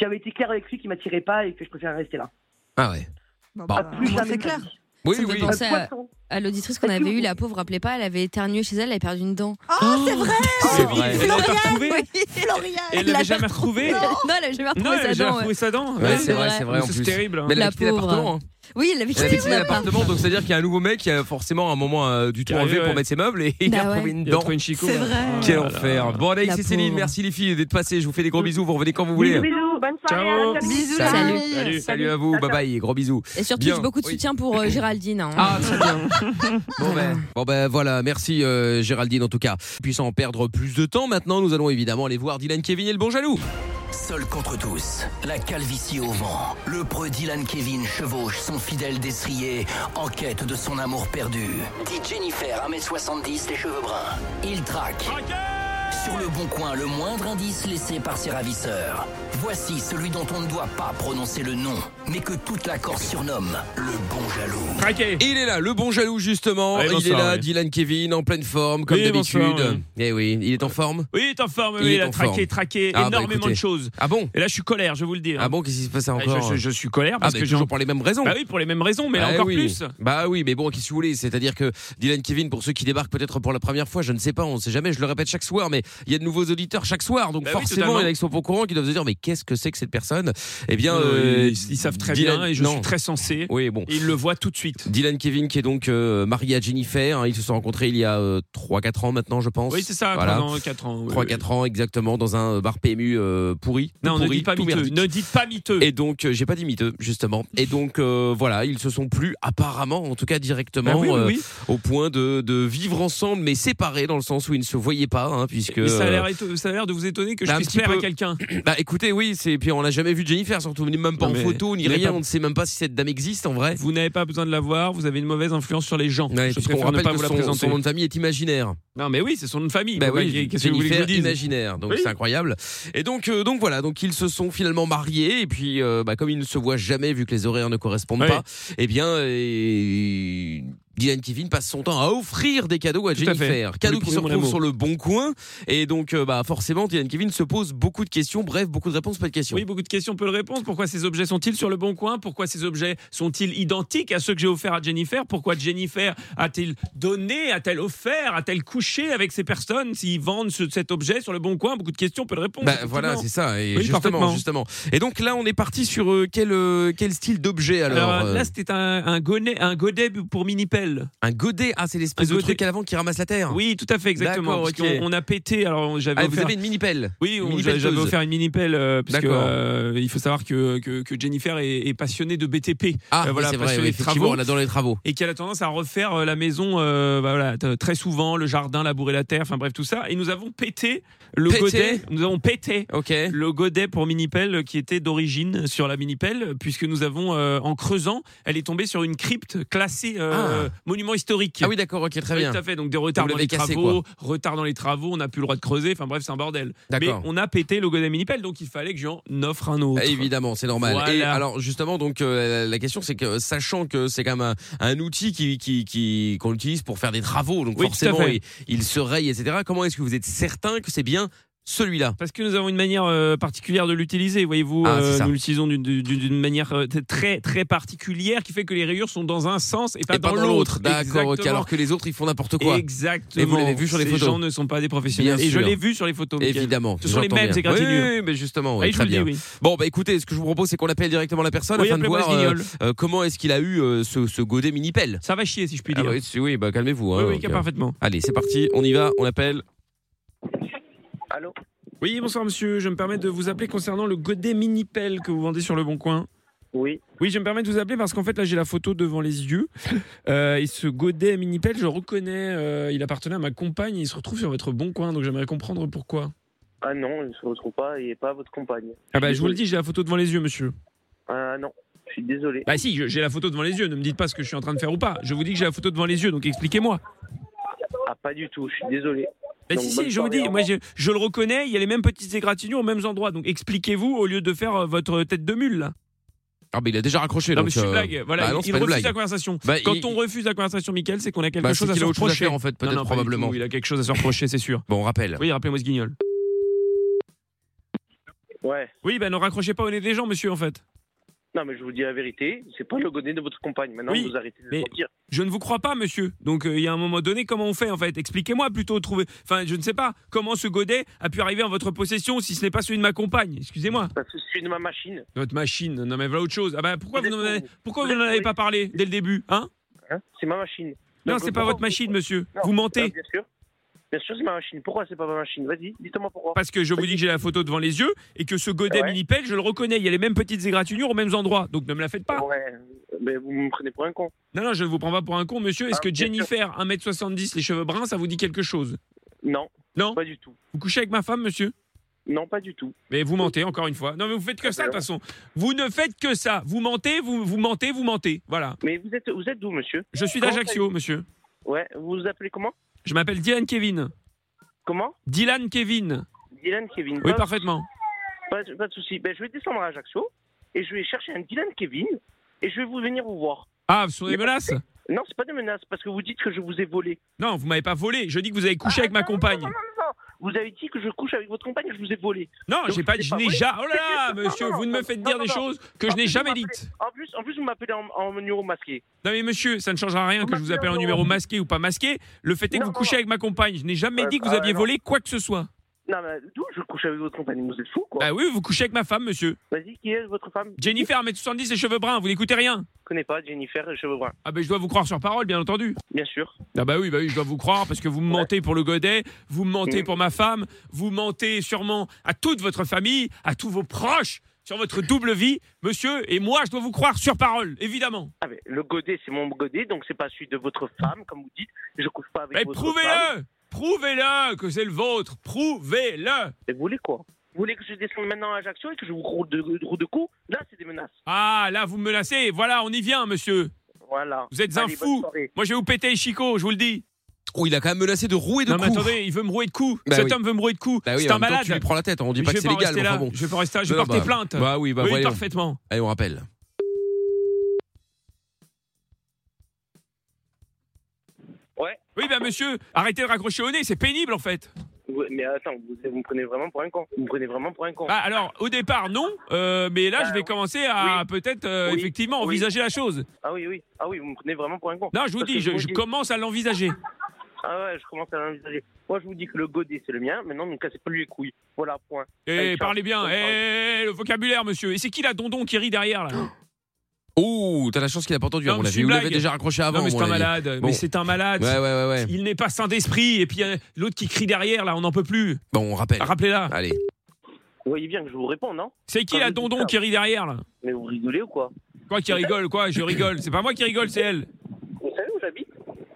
S14: J'avais été clair avec lui qu'il m'attirait pas et que je préférais rester là.
S3: Ah ouais. Bon.
S15: bah,
S14: Plus jamais de ma vie.
S3: Oui,
S2: ça me fait
S3: oui.
S2: penser
S14: Un
S2: à,
S14: poisson.
S2: à l'auditrice qu'on avait eue, la pauvre, rappelez pas, elle avait éternué chez elle, elle avait perdu une dent. Oh, c'est vrai
S3: C'est vrai.
S5: Elle l'avait pas retrouvée.
S2: Florian
S5: Et elle l'avait jamais retrouvée.
S2: Non, elle avait jamais
S5: Non,
S2: retrouvé
S5: elle
S2: sa
S5: a jamais
S2: dent. euh,
S5: retrouvé sa dent.
S3: Ouais, c'est vrai, c'est vrai. en
S5: C'est
S3: plus.
S5: terrible. hein.
S3: Mais elle a quitté l'appartement. hein.
S2: Oui, elle avait
S3: Elle a
S2: quitté
S3: quitté
S2: son
S3: l'appartement, donc c'est-à-dire qu'il y a un nouveau mec qui a forcément à un moment euh, du tout
S5: Qui arrive,
S3: enlevé pour
S5: ouais.
S3: mettre ses meubles et il a
S2: Bah ouais.
S3: trouvé une
S5: Il a
S3: dent.
S5: trouvé une chico.
S2: C'est vrai.
S3: Quel
S5: Ah là
S3: enfer. Bon,
S2: La
S3: Alex et Céline,
S2: pauvre. Mm.
S3: merci les filles d'être passées. Je vous fais des gros bisous. Vous revenez quand vous voulez.
S12: Bisous, bonne soirée. à la famille.
S2: Bisous,
S3: Salut.
S2: la famille.
S3: Salut. Salut à vous. Bye bye. Gros bisous.
S2: Et surtout,
S3: Bien.
S2: j'ai beaucoup de
S3: Oui.
S2: soutien pour euh, Géraldine. hein.
S3: Ah, très bien. Bon
S15: bah,
S3: ben, bon ben voilà, merci euh, Géraldine en tout cas. Puissant en perdre plus de temps, maintenant nous allons évidemment aller voir Dylan Kevin et le bon jaloux.
S1: Seul contre tous, la calvitie au vent, le preux Dylan Kevin chevauche son fidèle destrier en quête de son amour perdu. Dit Jennifer, 1m70, les cheveux bruns. Il traque. Sur le bon coin, le moindre indice laissé par ses ravisseurs. Voici celui dont on ne doit pas prononcer le nom, mais que toute la Corse surnomme le bon jaloux.
S3: Il est là, le bon jaloux justement.
S5: Oui,
S3: il est
S5: bonsoir,
S3: là,
S5: oui.
S3: Dylan Kevin en pleine forme comme
S5: Oui,
S3: d'habitude.
S5: bonsoir, oui.
S3: Eh oui, il est en forme.
S5: Oui, il est en forme,
S3: Il
S5: oui,
S3: est
S5: il a
S3: en
S5: traqué,
S3: forme.
S5: traqué
S3: Ah, bah,
S5: énormément
S3: écoutez.
S5: de choses.
S3: Ah bon
S5: Et là, je suis colère, je vous le dis. hein.
S3: Ah bon, qu'est-ce qui se passe
S5: Ah, je-
S3: encore
S5: je, je suis colère parce
S3: Ah, mais
S5: que j'ai
S3: toujours pour les mêmes raisons.
S5: Bah oui, pour les mêmes raisons, mais là
S3: Bah
S5: encore
S3: oui.
S5: plus.
S3: Bah oui, mais bon, qu'est-ce que vous voulez C'est-à-dire que Dylan Kevin, pour ceux qui débarquent peut-être pour la première fois, je ne sais pas, on ne sait jamais, je le répète chaque soir, mais il y a de nouveaux auditeurs chaque soir, donc
S5: Bah oui,
S3: forcément,
S5: totalement.
S3: il y en a qui sont pas au courant, qui doivent se dire, mais qu'est-ce que c'est que cette personne Eh bien,
S5: Euh,
S3: euh,
S5: ils, ils savent très
S3: Dylan-
S5: bien et je
S3: non.
S5: suis très sensé.
S3: Oui, bon.
S5: Et ils le voient tout de suite.
S3: Dylan Kevin, qui est donc euh, marié à Jennifer, hein, ils se sont rencontrés il y a 3-4 ans maintenant, je pense.
S5: Oui, c'est ça,
S3: Voilà.
S5: pendant 4 ans. oui,
S3: 3-4 ans exactement dans un bar PMU euh, pourri.
S5: oui. Non,
S3: tout
S5: ne
S3: pourri,
S5: dites pas
S3: tout
S5: miteux.
S3: merdique.
S5: Ne dites pas miteux.
S3: Et donc, euh, j'ai pas dit miteux, justement. Et donc, euh, voilà, ils se sont plus apparemment, en tout cas directement, euh,
S5: Bah oui, oui, oui.
S3: au point de, de vivre ensemble, mais séparés, dans le sens où ils ne se voyaient pas, hein, puisque.
S5: Mais ça a l'air éto- ça a l'air de vous étonner que je
S3: Bah, un
S5: puisse
S3: petit
S5: plaire
S3: peu.
S5: à quelqu'un.
S3: Bah écoutez, oui, c'est. Puis on n'a jamais vu Jennifer, surtout même pas
S5: Non,
S3: en
S5: mais
S3: photo, ni
S5: il est
S3: rien,
S5: pas-
S3: on ne sait même pas si cette dame existe en vrai.
S5: Vous n'avez pas besoin de la voir, vous avez une mauvaise influence sur les gens.
S3: Ouais,
S5: je
S3: puisqu'on
S5: préfère ne
S3: rappelle
S5: pas
S3: que
S5: vous la
S3: son,
S5: présenter.
S3: son nom de famille est imaginaire.
S5: Non, mais oui, c'est son nom de famille.
S3: Bah
S5: Bah
S3: oui,
S5: Qu'est-ce que vous voulez que je vous
S3: Jennifer
S5: dise
S3: imaginaire, donc
S5: Oui.
S3: c'est incroyable. Et donc, euh, donc voilà, donc ils se sont finalement mariés et puis euh, bah, comme ils ne se voient jamais vu que les horaires ne correspondent
S5: Oui.
S3: pas, eh bien euh, Dylan Kevin passe son temps à offrir des cadeaux à
S5: Tout à fait.
S3: Jennifer,
S5: Pour
S3: cadeaux
S5: lui
S3: qui se
S5: prouver mon
S3: retrouvent
S5: amour.
S3: sur le bon coin et donc euh, bah forcément Dylan Kevin se pose beaucoup de questions, bref beaucoup de réponses, pas de questions.
S5: Oui, beaucoup de questions, peu de réponses. Pourquoi ces objets sont-ils sur le bon coin Pourquoi ces objets sont-ils identiques à ceux que j'ai offerts à Jennifer Pourquoi Jennifer a-t-il donné, a-t-elle offert, a-t-elle couché avec ces personnes s'ils vendent ce- cet objet sur le bon coin Beaucoup de questions, peu de réponses.
S3: Bah, voilà, c'est
S5: effectivement.
S3: ça. Et
S5: Oui,
S3: justement,
S5: parfaitement.
S3: justement. Et donc là, on est parti sur euh, quel euh, quel style d'objet alors,
S5: Alors,
S3: euh,
S5: là, c'était un, un godet, un godet pour mini-pelle.
S3: Un godet. Ah, c'est l'espèce
S5: un
S3: de
S5: godet.
S3: truc à l'avant qui ramasse la terre.
S5: Oui, tout à fait, exactement.
S3: D'accord,
S5: Parce
S3: ok.
S5: qu'on on a pété. Alors, j'avais
S3: Ah, vous
S5: offert-
S3: avez une mini pelle.
S5: Oui,
S3: Une
S5: on-
S3: mini
S5: j'avais j'avais
S3: pelleteuse.
S5: offert une mini pelle euh, parce que,
S3: D'accord.
S5: euh, il faut savoir que, que, que Jennifer est, est passionnée de BTP.
S3: Ah,
S5: Euh,
S3: oui, c'est vrai,
S5: passionnée
S3: oui,
S5: de
S3: effectivement,
S5: travaux.
S3: on adore les travaux.
S5: et qu'elle a tendance à refaire euh, la maison euh, bah voilà, t- très souvent, le jardin, labourer la terre, enfin bref, tout ça. Et nous avons pété le
S3: Pété
S5: godet. Nous avons pété
S3: Ok.
S5: le godet pour Minipel euh, qui était d'origine sur la Minipel, puisque nous avons, euh, en creusant, elle est tombée sur une crypte classée euh, monument historique.
S3: Ah oui, d'accord, ok, très
S5: Oui,
S3: bien.
S5: Tout à fait. Donc des retards
S3: Vous
S5: dans
S3: l'avez
S5: les
S3: cassé,
S5: travaux, retard dans les travaux, on n'a plus le droit de creuser. Enfin bref, c'est un bordel. Mais
S3: D'accord.
S5: on a pété le godet Minipel, donc il fallait que j'en offre un autre.
S3: Évidemment, c'est normal.
S5: Voilà.
S3: Et alors justement, donc euh, la question, c'est que sachant que c'est quand même un, un outil qui qui qui- qu'on utilise pour faire des travaux, donc
S5: Oui, tout à
S3: forcément,
S5: fait.
S3: il, il se raye, etc. Comment est-ce que vous êtes certain que c'est bien celui-là
S5: Parce que nous avons une manière euh, particulière de l'utiliser, voyez-vous.
S3: Ah, c'est
S5: euh,
S3: ça.
S5: nous l'utilisons d'une- d'une d'une manière euh, t- très très particulière qui fait que les rayures sont dans un sens et pas
S3: Et pas
S5: dans l'autre.
S3: d'accord. ok,
S5: Exactement.
S3: alors que les autres, ils font n'importe quoi.
S5: Exactement.
S3: Et vous l'avez vu sur les
S5: Ces
S3: photos.
S5: gens ne sont pas des professionnels.
S3: Bien
S5: et je
S3: sûr.
S5: l'ai vu sur les photos. Mickaël.
S3: Évidemment.
S5: Ce sont les
S3: j'entends
S5: mêmes
S3: bien.
S5: égratignures.
S3: Oui, oui, mais justement, oui,
S5: Ah, je
S3: très
S5: vous le dis,
S3: bien.
S5: oui.
S3: Bon, bah écoutez, ce que je vous propose, c'est qu'on appelle directement la personne
S5: Oui,
S3: afin de
S5: appelez-moi
S3: voir
S5: ce
S3: euh,
S5: guignol.
S3: euh, comment est-ce qu'il a eu euh, ce, ce godet mini-pelle.
S5: Ça va chier si je puis
S3: Ah,
S5: dire.
S3: oui, c'est- oui, bah calmez-vous. hein,
S5: oui, oui,
S3: donc,
S5: cas
S3: euh,
S5: parfaitement.
S3: Allez, c'est parti, on y va, on appelle.
S5: Oui, bonsoir monsieur. Je me permets de vous appeler concernant le godet mini pelle que vous vendez sur le Bon Coin.
S9: Oui.
S5: Oui, je me permets de vous appeler parce qu'en fait là j'ai la photo devant les yeux Euh, et ce godet mini pelle, je reconnais, euh, il appartenait à ma compagne. et il se retrouve sur votre Bon Coin, donc j'aimerais comprendre pourquoi.
S9: Ah non, il ne se retrouve pas et pas votre compagne.
S5: Ah bah je vous le dis, j'ai la photo devant les yeux, monsieur.
S9: Ah non, je suis désolé.
S5: Bah si, je- j'ai la photo devant les yeux. Ne me dites pas ce que je suis en train de faire ou pas. Je vous dis que j'ai la photo devant les yeux, donc expliquez-moi.
S9: Ah pas du tout, je suis désolé.
S5: Bah
S9: Donc,
S5: si,
S9: bonne
S5: si, je vous
S9: soirée,
S5: dis,
S9: au
S5: moi
S9: revoir.
S5: je, je le reconnais, il y a les mêmes petites égratignures aux mêmes endroits. Donc expliquez-vous au lieu de faire euh, votre tête de mule là.
S3: Ah, mais il a déjà raccroché.
S5: Non,
S3: donc,
S5: mais c'est une
S3: euh,
S5: blague. Voilà,
S3: bah non, c'est
S5: il
S3: pas une
S5: refuse
S3: blague.
S5: la conversation.
S3: Bah,
S5: Quand
S3: il-
S5: on refuse la conversation, Michael, c'est qu'on a quelque
S3: Bah, c'est
S5: chose à
S3: qu'il
S5: se
S3: a autre chose
S5: reprocher.
S3: à faire, en fait, peut-être,
S5: Non, non, pas du
S3: probablement.
S5: tout, Il a quelque chose à se reprocher, c'est sûr.
S3: Bon, on rappelle.
S5: Oui, rappelez-moi ce guignol.
S9: Ouais.
S5: Oui, bah ne raccrochez pas au nez des gens, monsieur, en fait.
S9: Non mais je vous dis la vérité, c'est pas le godet de votre compagne. Maintenant
S5: Oui,
S9: vous arrêtez de
S5: mais-
S9: mentir.
S5: Je ne vous crois pas, monsieur. Donc, euh, il y a un moment donné, comment on fait, en fait Expliquez-moi plutôt, trouver. Enfin, je ne sais pas, comment ce godet a pu arriver en votre possession si ce n'est pas celui de ma compagne Excusez-moi.
S9: Parce que je suis de ma machine.
S5: Notre machine, non mais voilà autre chose. Ah bah, pourquoi
S9: Vous
S5: vous
S9: êtes
S5: n'en avez,
S9: con, vous.
S5: pourquoi
S9: Vous
S5: vous
S9: êtes
S5: n'en avez
S9: con,
S5: pas parlé dès le début Hein
S9: Hein c'est ma machine.
S5: Non,
S9: Donc,
S5: c'est pas
S9: pourquoi-
S5: votre machine, monsieur.
S9: Non,
S5: Vous mentez.
S9: non, Bien sûr. Bien sûr, c'est ma machine. Pourquoi c'est pas ma machine Vas-y, dites-moi pourquoi.
S5: Parce que je vous dis que j'ai la photo devant les yeux et que ce godet
S9: Ouais.
S5: Minipel, je le reconnais. Il y a les mêmes petites égratignures aux mêmes endroits. Donc ne me la faites pas.
S9: Ouais, mais vous me prenez pour un con.
S5: Non, non, je ne vous prends pas pour un con, monsieur. Est-ce
S9: Ah,
S5: que
S9: bien sûr.
S5: Jennifer, 1m70, les cheveux bruns, ça vous dit quelque chose
S9: Non.
S5: Non
S9: Pas du tout.
S5: Vous couchez avec ma femme, monsieur
S9: Non, pas du tout.
S5: Mais vous mentez, encore une fois. Non, mais vous faites que ça, de toute façon. Vous ne faites que ça. Vous mentez, vous, vous mentez, vous mentez. Voilà.
S9: Mais vous êtes, vous êtes d'où, monsieur
S5: Je suis
S9: Comment
S5: d'Ajaccio, monsieur.
S9: ça- Ouais, vous vous appelez comment
S5: Je m'appelle Dylan Kevin.
S9: Comment Hein
S5: Dylan Kevin.
S9: Dylan Kevin.
S5: Oui,
S9: Pas-
S5: parfaitement.
S9: Pas, pas de souci. Ben, je vais descendre à Ajaccio et je vais chercher un Dylan Kevin et je vais vous venir vous voir.
S5: Ah, ce sont des menaces
S9: Non, c'est pas des menaces parce que vous dites que je vous ai volé. Ah,
S5: Non, vous m'avez pas volé. Je dis que vous avez couché avec ma compagne.
S9: Non, vous avez dit que je couche avec votre compagne, je vous ai volé.
S5: Non,
S9: Donc,
S5: j'ai pas,
S9: c'est
S5: je
S9: pas
S5: n'ai
S9: vrai.
S5: ja- Oh là là,
S9: Non,
S5: monsieur,
S9: non,
S5: vous ne me
S9: non,
S5: faites
S9: non,
S5: dire
S9: non,
S5: des
S9: non.
S5: choses que je
S9: En
S5: n'ai
S9: plus,
S5: jamais
S9: vous m'appelez-
S5: dites.
S9: En plus, en plus, vous m'appelez en, en numéro masqué.
S5: Non mais monsieur, ça ne changera rien que je vous appelle en numéro masqué ou pas masqué. Le fait est que
S9: Non,
S5: vous
S9: non,
S5: couchez
S9: non.
S5: avec ma compagne. Je n'ai jamais
S9: Ouais,
S5: dit que vous
S9: bah,
S5: aviez
S9: non.
S5: volé quoi que ce soit.
S9: Non, mais d'où je couche avec votre compagne Vous êtes fou, quoi.
S5: Bah oui, vous couchez avec ma femme, monsieur.
S9: Vas-y, qui est votre femme
S5: Jennifer, 1m70 et cheveux bruns, vous n'écoutez rien
S9: Je connais pas Jennifer et cheveux bruns.
S5: Ah bah je dois vous croire sur parole, bien entendu.
S9: Bien sûr.
S5: Ah bah oui, bah oui, je dois vous croire parce que vous me mentez pour le godet, vous me mentez
S9: Mm.
S5: pour ma femme, vous mentez sûrement à toute votre famille, à tous vos proches, sur votre double vie, monsieur, et moi je dois vous croire sur parole, évidemment.
S9: Ah, mais le godet, c'est mon godet, donc c'est pas celui de votre femme, comme vous dites. Je couche pas avec
S5: Mais
S9: votre femme.
S5: prouvez-le Prouvez-le que c'est le vôtre Prouvez-le
S9: Et vous voulez quoi Vous voulez que je descende maintenant à Ajaccio et que je vous roule de, de, roue de coups Là, c'est des menaces.
S5: Ah, là, vous me menacez. Voilà, on y vient, monsieur.
S9: Voilà.
S5: Vous êtes
S9: Allez,
S5: un
S9: bonne
S5: fou.
S9: soirée.
S5: Moi, je vais vous péter les chicots, je vous le dis.
S3: Oh, il a quand même menacé de rouer de
S5: non,
S3: coups.
S5: mais attendez, il veut me rouer de coups.
S3: Bah
S5: Cet
S3: oui.
S5: homme veut me rouer de coups.
S3: Bah oui,
S5: c'est
S3: en
S5: un
S3: même temps,
S5: malade.
S3: tu lui prends la tête, on dit
S5: Mais
S3: pas
S5: je
S3: que
S5: vais
S3: c'est légal,
S5: rester
S3: mais enfin
S5: là.
S3: bon.
S5: Je vais pas rester là, je
S3: Non, non,
S5: porte
S3: bah,
S5: plainte.
S3: bah oui, bah
S5: oui,
S3: voyons.
S5: parfaitement.
S3: Allez, on rappelle.
S9: Ouais.
S5: Oui, bah monsieur, arrêtez de raccrocher au nez, c'est pénible en fait.
S9: Ouais, Mais attends, vous, vous me prenez vraiment pour un con. Vous me prenez vraiment pour un con.
S5: Bah alors, au départ, non, euh, mais là,
S9: Bah,
S5: je vais commencer à peut-être euh,
S9: Oui.
S5: effectivement
S9: Oui.
S5: envisager la chose.
S9: Ah oui, oui. Ah oui, vous me prenez vraiment pour un con.
S5: Non, je vous
S9: Parce
S5: dis, je,
S9: que
S5: je commence à l'envisager.
S9: Ah ouais, je commence à l'envisager. Moi, je vous dis que le godet, c'est le mien. Maintenant, ne me cassez plus les couilles. Voilà, point. Allez,
S5: Eh,
S9: ciao.
S5: parlez bien.
S9: Bonne soirée.
S5: Eh, le vocabulaire, monsieur. Et c'est qui la dondon qui rit derrière là
S3: Oh, t'as la chance qu'il a pas entendu, à
S5: Non,
S3: mon
S5: mais c'est
S3: avis.
S5: une
S3: Vous l'avez
S5: blague.
S3: déjà raccroché avant.
S5: Non, mais
S3: à
S5: c'est
S3: mon
S5: un
S3: avis.
S5: malade.
S3: Bon.
S5: Mais c'est un malade.
S3: Ouais, ouais, ouais, ouais.
S5: Il n'est pas sain d'esprit. Et puis euh, l'autre qui crie derrière, là, on n'en peut plus.
S3: Bon, on rappelle.
S5: Rappelez-la.
S3: Allez.
S9: Vous voyez bien que je vous réponds, non
S5: C'est qui
S9: Quand
S5: la
S9: vous dites
S5: dondon
S9: ça,
S5: qui rit derrière, là
S9: Mais vous rigolez ou quoi
S5: Quoi qui rigole, quoi Je rigole. C'est pas moi qui rigole, c'est elle.
S9: Vous savez où j'habite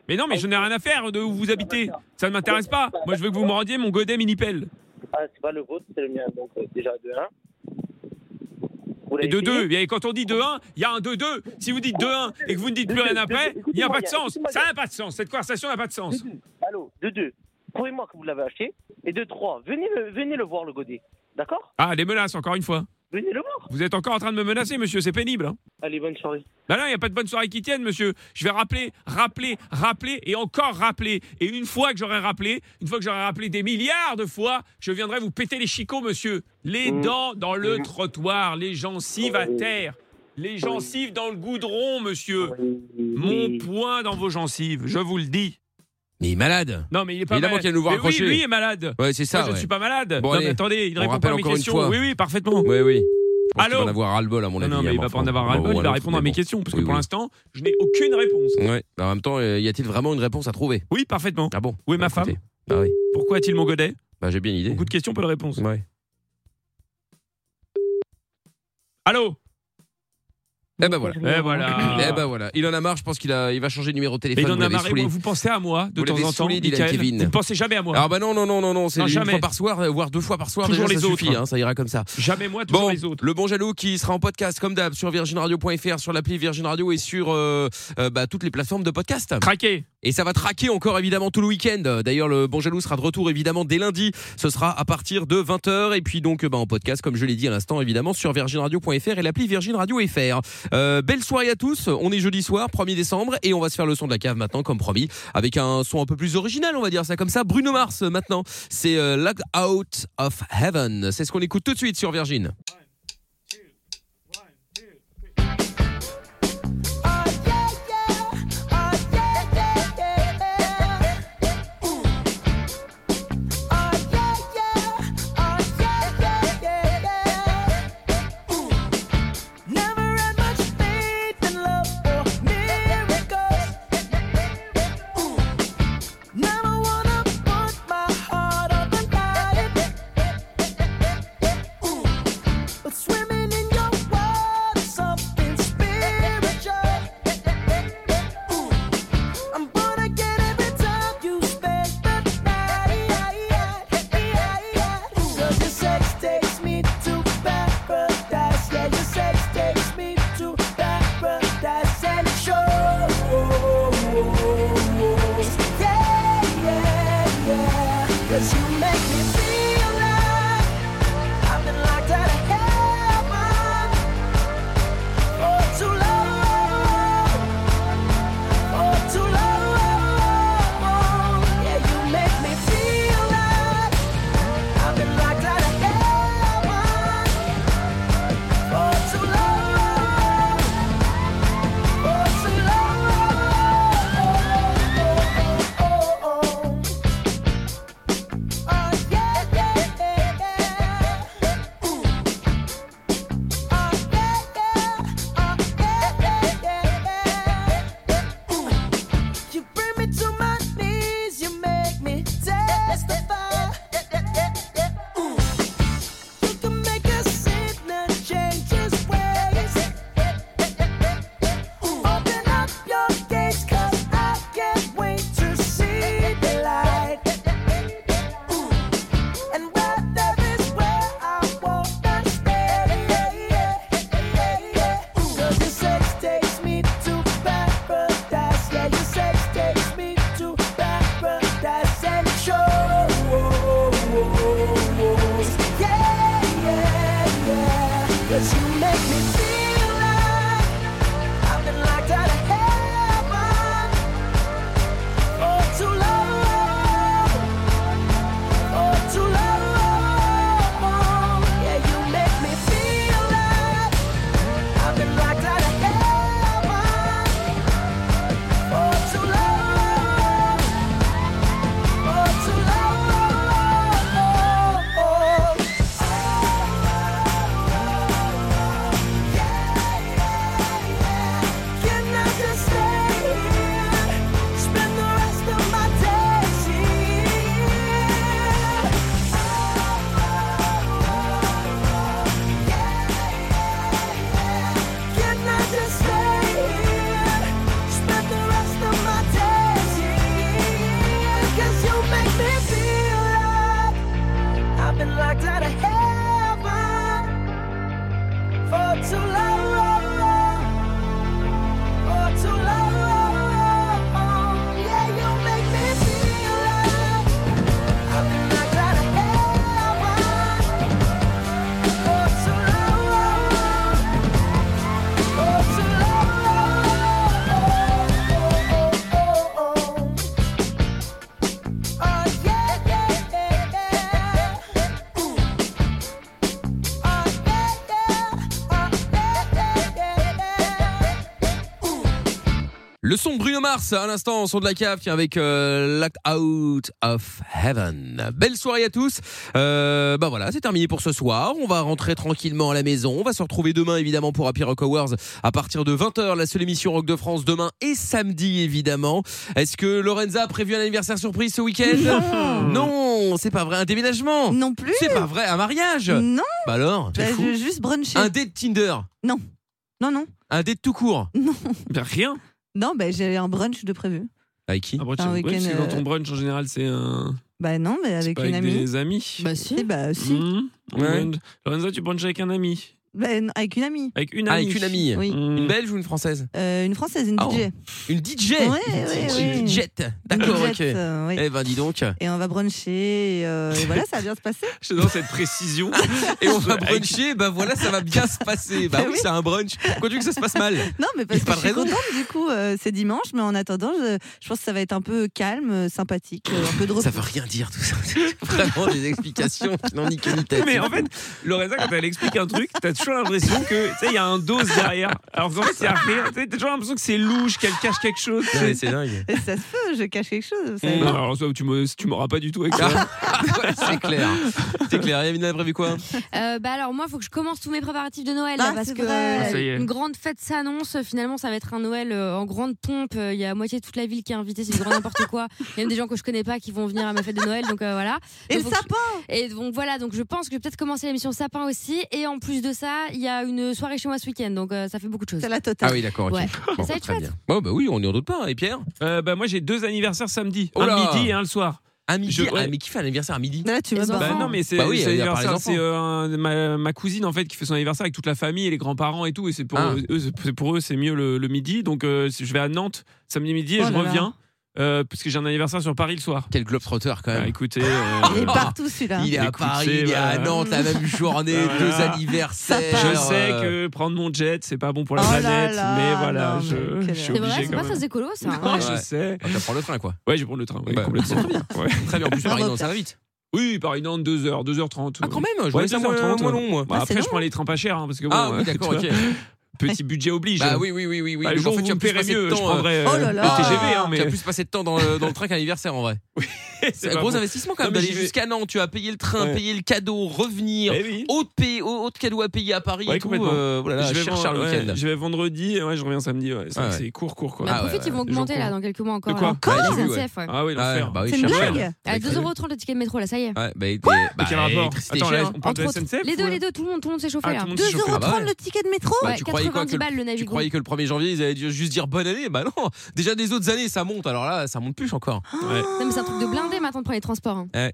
S5: Mais non, mais je n'ai rien à faire de où vous habitez. Ça ne m'intéresse pas. Moi, je veux que vous me rendiez mon godet mini-pelle.
S9: Ah, c'est pas le vôtre, c'est le mien. Donc, euh, déjà, de 1.
S5: Et de 2. Et quand on dit de 1, il y a un 2-2. Si vous dites de 1 et que vous ne dites plus rien après, il n'y a pas de sens. Ça n'a pas de sens. Cette conversation n'a pas de sens.
S9: Allô, de 2. Prouvez-moi que vous l'avez acheté. Et de 3. Venez le, venez le voir, le godet. D'accord
S5: Ah, les menaces, encore une fois.
S9: Venez le voir.
S5: Vous êtes encore en train de me menacer, monsieur. C'est pénible. hein. Bah
S9: Allez, bonne soirée.
S5: Non, non, il n'y a pas de bonne soirée qui tienne, monsieur. Je vais rappeler, rappeler, rappeler et encore rappeler. Et une fois que j'aurai rappelé, une fois que j'aurai rappelé des milliards de fois, je viendrai vous péter les chicots, monsieur. Les
S9: Mmh.
S5: dents dans le trottoir, les gencives à terre, les gencives dans le goudron, monsieur. Mon poing dans vos gencives, je vous le dis.
S3: Mais il est malade.
S5: Non, mais il est pas
S3: Évidemment
S5: malade.
S3: qu'il va nous voir
S5: Mais oui,
S3: raccrocher.
S5: lui est malade.
S3: Ouais, c'est ça,
S5: Moi, je
S3: ouais.
S5: ne suis pas malade.
S3: Bon,
S5: non,
S3: allez,
S5: mais attendez, il ne
S3: on
S5: répond pas
S3: rappelle
S5: à mes
S3: encore une
S5: questions.
S3: fois.
S5: Oui, oui, parfaitement.
S3: Oui, oui. Je pense qu'il
S5: Allô
S3: va en avoir ras-le-bol, à mon
S5: Non,
S3: avis.
S5: non, mais
S3: hein,
S5: il va pas
S3: enfin,
S5: en avoir
S3: bon,
S5: ras-le-bol, il
S3: voilà,
S5: va répondre à
S3: mais
S5: mes
S3: bon.
S5: questions, parce que
S3: Oui,
S5: pour
S3: oui.
S5: l'instant, je n'ai aucune réponse.
S3: Ouais. En même temps, euh, y a-t-il vraiment une réponse à trouver
S5: Oui, parfaitement.
S3: Ah bon
S5: Où est ma femme
S3: écoutez. Bah oui.
S5: Pourquoi a-t-il mon godet
S3: Bah j'ai bien une idée.
S5: Beaucoup de questions, pas de réponse.
S3: Ouais.
S5: Allô
S3: Eh ben voilà.
S5: Eh voilà.
S3: Eh ben voilà. Il en a marre, je pense qu'il a, il va changer de numéro de téléphone.
S5: il en
S3: vous
S5: a
S3: l'avez
S5: marre.
S3: saoulé.
S5: Vous, vous pensez à moi de
S3: Vous l'avez
S5: temps en temps,
S3: saoulé, Dylan
S5: Michael.
S3: Kevin.
S5: Vous ne pensez jamais à moi.
S3: Ah bah non, non, non, non, non, c'est
S5: Non,
S3: une
S5: jamais.
S3: fois par soir, euh, voire deux fois par soir.
S5: Toujours
S3: déjà,
S5: les
S3: ça
S5: autres.
S3: suffit, hein, ça ira comme ça.
S5: Jamais moi,
S3: bon, Le bon jaloux qui sera en podcast comme d'hab sur virginradio.fr, sur l'appli Virgin Radio et sur euh, euh, bah, toutes les plateformes de podcast.
S5: Traqué.
S3: Et ça va traquer encore évidemment tout le week-end. D'ailleurs, le bon jaloux sera de retour évidemment dès lundi. Ce sera à partir de 20h et puis donc euh, bah, en podcast, comme je l'ai dit à l'instant, évidemment sur virginradio.fr et l'appli Virgin Radio FR. Euh, belle soirée à tous. On est jeudi soir, 1er décembre, et on va se faire le son de la cave maintenant, comme promis, avec un son un peu plus original, on va dire ça comme ça. Bruno Mars euh, maintenant, c'est euh, Locked Out of Heaven. C'est ce qu'on écoute tout de suite sur Virgin.
S15: Never had much faith in love or miracles. Never wanna put my heart on the line. But swimming in your water, something spiritual. I'm gonna get every time you spend the night. 'Cause your sex takes me to paradise. Yeah, your sex takes me to paradise and it shows. Yeah, yeah, yeah. 'Cause you make me feel like I've been locked out of heaven for too oh, long. Oh, too long. Yeah, you make me feel like I've been locked out of heaven for too long. For too long. Oh, yeah, yeah, yeah. Ooh. Oh, yeah, yeah. Oh, yeah, yeah, yeah, yeah. Ooh. You bring me to my knees, you make me testify. Ooh. You can make a sinner change his ways. Open up your gates, 'cause I can't wait to see the light. Ooh. And where there is where I wanna stay. Yeah, yeah, yeah. Ooh. 'Cause your sex takes me to paradise. Yeah, your sex takes me to paradise and it shows. Yeah, yeah, yeah. 'Cause you make me feel like I've been locked out of heaven for too long. For oh, too long. Yeah, you make me feel like I've been locked out of heaven for too long. For too long. Can I just stay here? Spend the rest of my days here. Can I just stay here? Spend the rest of my days here. 'Cause you make me feel like I've been locked out of heaven for too long. For too long. Yeah, you make me feel like I've been locked out of heaven for too long. For too long. Oh, yeah, yeah, yeah, yeah. Ooh. Oh, yeah, yeah. Oh, yeah, yeah, yeah, yeah.
S3: Le son de Bruno Mars, à l'instant, son de la cave, tiens, avec euh, Locked Out of Heaven. Belle soirée à tous. Euh, bah voilà, c'est terminé pour ce soir. On va rentrer tranquillement à la maison. On va se retrouver demain, évidemment, pour Happy Rock Awards à partir de 20h, la seule émission Rock de France demain et samedi, évidemment. Est-ce que Lorenza a prévu un anniversaire surprise ce week-end Non, c'est pas vrai. Un déménagement
S8: Non plus.
S3: C'est pas vrai. Un mariage
S8: Non.
S3: Bah alors
S8: Bah, je vais juste bruncher.
S3: Un date Tinder
S8: Non. Non, non.
S3: Un date tout court
S8: Non.
S5: rien
S8: Non, bah, j'ai un brunch de prévu.
S3: Avec qui
S5: Un brunch,
S8: Un
S5: ouais,
S8: week-end,
S5: parce que dans
S8: euh,
S5: ton brunch, en général, c'est un.
S8: Bah non, mais avec
S5: pas
S8: une
S5: avec
S8: amie.
S5: des amis.
S8: Bah si. Bah si.
S5: Mhm. On brunch. Lorenza, tu brunches avec un ami.
S8: Bah, non, avec une amie.
S5: Avec une
S3: Ah,
S5: amie. Hmm.
S3: avec une amie.
S8: Oui.
S3: Une belge ou une française
S8: Euh, une française, une
S3: Ah,
S8: DJ.
S3: Une DJ
S8: Ouais, ouais, ouais.
S3: Une jet D'accord,
S8: Une
S3: ok.
S8: jet, euh, oui.
S3: Eh ben, dis donc.
S8: Et on va bruncher. Et, euh, et voilà, ça va bien se passer.
S5: Je te donne cette précision.
S3: Et on va bruncher, ben voilà, ça va bien se passer. Bah
S8: Bah
S3: oui,
S8: oui.
S3: c'est un brunch. Pourquoi tu veux que ça se passe mal
S8: Non, mais parce
S3: Y a
S8: que
S3: pas
S8: je
S3: de
S8: suis
S3: raison.
S8: contente, du coup, euh, c'est dimanche, mais en attendant, je, je pense que ça va être un peu calme, euh, sympathique, euh, un peu drôle.
S3: Ça veut rien dire tout ça. Vraiment des explications qui n'ont ni queue ni tête.
S5: Mais en fait, Lorenza, quand elle explique un truc, t'as toujours l'impression que, tu sais, il y a un dose derrière. Alors, en fait, il y a rien. Tu sais, T'as toujours l'impression que c'est louche, qu'elle cache quelque chose.
S3: Non, mais c'est dingue.
S8: Ça se peut, je cache quelque chose. ça-
S5: Non, alors, ça, tu me- tu m'auras pas du tout avec ça.
S3: Ouais, c'est clair. C'est clair. Yamina a prévu quoi
S2: Euh, bah alors moi, il faut que je commence tous mes préparatifs de Noël là,
S8: Ah,
S2: parce
S8: c'est
S2: que
S8: vrai.
S2: euh,
S3: Ah, ça y est.
S2: une grande fête s'annonce. Finalement, ça va être un Noël euh, en grande pompe. Euh, Il y a la moitié de toute la ville qui est invitée, c'est du grand n'importe quoi. Il y a même des gens que je connais pas qui vont venir à ma fête de Noël, donc euh, voilà.
S8: Et
S2: Donc,
S8: le
S2: faut que je-
S8: sapin
S2: Et donc voilà, donc je pense que je vais peut-être commencer l'émission sapin aussi. Et en plus de ça, il y a une soirée chez moi ce week-end, donc euh, ça fait beaucoup de choses. C'est
S8: la
S3: Ah oui, d'accord. ok. Bon,
S2: ça va être
S3: très
S2: chouette.
S3: bien. Bon, bah oui, on est en doute pas. Et Pierre
S5: Euh, bah, moi, j'ai deux anniversaires samedi.
S3: Oh là
S5: un midi et un le soir.
S3: À midi.
S5: Je- ouais.
S3: Ah, mais qui fait un anniversaire à midi
S8: Là, tu
S5: Bah non, mais c'est
S3: Bah oui,
S5: c'est
S3: à part les
S5: l'anniversaire,
S3: enfants.
S5: c'est, euh, un- ma, ma cousine en fait qui fait son anniversaire avec toute la famille et les grands-parents et tout. Et c'est pour,
S3: Ah.
S5: eux, eux, c'est- c'est pour eux, c'est mieux le, le midi. Donc euh, je vais à Nantes samedi midi et
S8: Oh
S5: je
S8: là là.
S5: reviens euh, parce que j'ai un anniversaire sur Paris le soir.
S3: Quel globe trotteur quand même.
S5: écoutez,
S8: Ah, Il est
S5: euh,
S8: partout celui-là.
S3: Ah. Il est à
S5: Écoutez,
S3: Paris, il est à
S5: voilà.
S3: Nantes la même journée,
S5: Bah voilà.
S3: deux anniversaires.
S5: je sais que
S3: euh,
S5: prendre mon jet c'est pas bon pour la
S3: Oh là
S5: planète,
S3: là,
S5: mais voilà,
S3: non,
S5: je, je suis
S2: C'est vrai,
S5: obligé
S2: c'est
S5: quand
S2: pas
S5: même.
S2: très écolo ça. hein.
S5: Ouais, je sais.
S3: Ah, tu vas prendre le train quoi.
S5: Ouais, je vais prendre le train. ouais, complètement. Ouais.
S3: Très bien, en plus Paris Nantes, ça va vite.
S5: Oui, Paris-Nantes, 2h, 2h30.
S3: Ah, quand même, je
S5: ouais,
S3: voyais ça
S5: 2h30,
S3: moins- moins long, moi.
S5: Bah,
S3: Ah,
S5: après,
S3: c'est long.
S5: je prends les trains pas chers, hein, parce que bon,
S3: Ah oui,
S5: euh,
S3: d'accord,
S5: tu
S3: ok.
S5: vois, Petit budget oblige.
S3: Bah oui, oui, oui, oui. oui.
S5: Bah, le
S3: Donc,
S5: jour
S3: en
S5: où
S3: fait, tu
S5: vous
S3: as
S5: me
S3: plus
S5: paierez
S3: passé
S5: mieux,
S3: de temps,
S5: je prendrais
S3: euh,
S5: euh,
S2: Oh
S5: le TGV. hein,
S3: Tu as
S5: mais-
S3: plus passé de temps dans le, dans le train qu'un anniversaire en vrai. C'est un
S5: pas
S3: gros
S5: bon.
S3: investissement quand
S5: Non,
S3: même
S5: mais
S3: d'aller
S5: j'y vais.
S3: jusqu'à Nantes. Tu as payé le train,
S5: Ouais.
S3: payé le cadeau, revenir,
S5: Eh oui.
S3: autre, paye- autre cadeau à payer à Paris
S5: Ouais,
S3: et tout.
S5: complètement.
S3: euh, voilà,
S5: je, vais
S3: cher,
S5: vendre-
S3: cher le
S5: ouais,
S3: week-end.
S5: je vais vendredi et ouais, je reviens samedi. ouais. C'est
S3: Ah ouais.
S5: c'est court, court quoi.
S2: Bah, profite, ils vont augmenter là dans quelques mois encore.
S5: De quoi
S2: là.
S5: Ouais,
S2: Ah,
S5: j'ai vu,
S2: SNCF, ouais.
S5: Ah oui, l'enfer.
S3: bah oui,
S2: C'est une
S3: cher, cher.
S2: blague À
S3: Avec
S2: 2,30€ le ticket de métro là, ça y est.
S3: Ouais, bah, et- bah,
S5: Mais quel rapport
S3: électricité
S5: Attends, là,
S3: chère.
S5: on parle de
S2: Entre autres,
S5: SNCF
S2: Les
S5: ou- euh
S2: deux, les deux, tout le monde, tout le monde s'est chauffé
S5: Ah,
S2: là.
S5: tout le monde s'est
S8: 2,30€
S5: chauffé. Ah bah ouais.
S8: le ticket de métro
S3: Bah,
S2: Ouais,
S3: tu, croyais quoi
S2: 90
S3: que le-
S2: balles, le Navigo.
S3: tu croyais que le 1er janvier ils allaient ju- juste dire bonne année Bah non, déjà des autres années ça monte, alors là ça monte plus encore.
S5: Ouais.
S2: Oh. Non, mais c'est un truc de blindé maintenant de prendre les transports. hein.
S3: Ouais.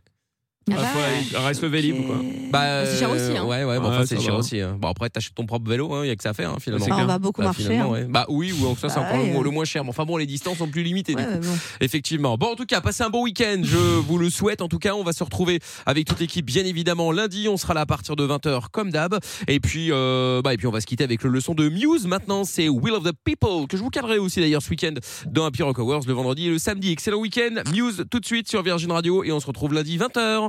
S2: Ah bah,
S5: Ah, faut aller- reste le Vélib ou quoi
S3: Bah,
S2: C'est cher aussi, hein.
S3: Ouais, ouais, bon,
S5: Ouais,
S3: enfin, c'est
S5: ça
S3: cher
S5: va.
S3: aussi. hein. Bon, après, t'achètes ton propre vélo, il n'y a que ça à faire, hein, finalement.
S5: C'est Bah, on clair.
S8: va beaucoup marcher,
S3: finalement,
S8: hein.
S3: ouais. Bah oui, ou donc ça, c'est
S8: Bah,
S3: encore le
S8: ouais.
S3: moins- le moins cher. Mais enfin, bon, les distances sont plus limitées, du
S8: Ouais,
S3: coup.
S8: bah bon.
S3: Effectivement. Bon, en tout cas, passez un bon week-end. Je vous le souhaite. En tout cas, on va se retrouver avec toute l'équipe, bien évidemment. Lundi, on sera là à partir de 20h, comme d'hab. Et puis, euh, bah, et puis, on va se quitter avec le leçon de Muse. Maintenant, c'est Will of the People, que je vous calerai aussi d'ailleurs ce week-end dans Happy Rock Awards le vendredi et le samedi. Excellent week-end. Muse tout de suite sur Virgin Radio et on se retrouve lundi 20h.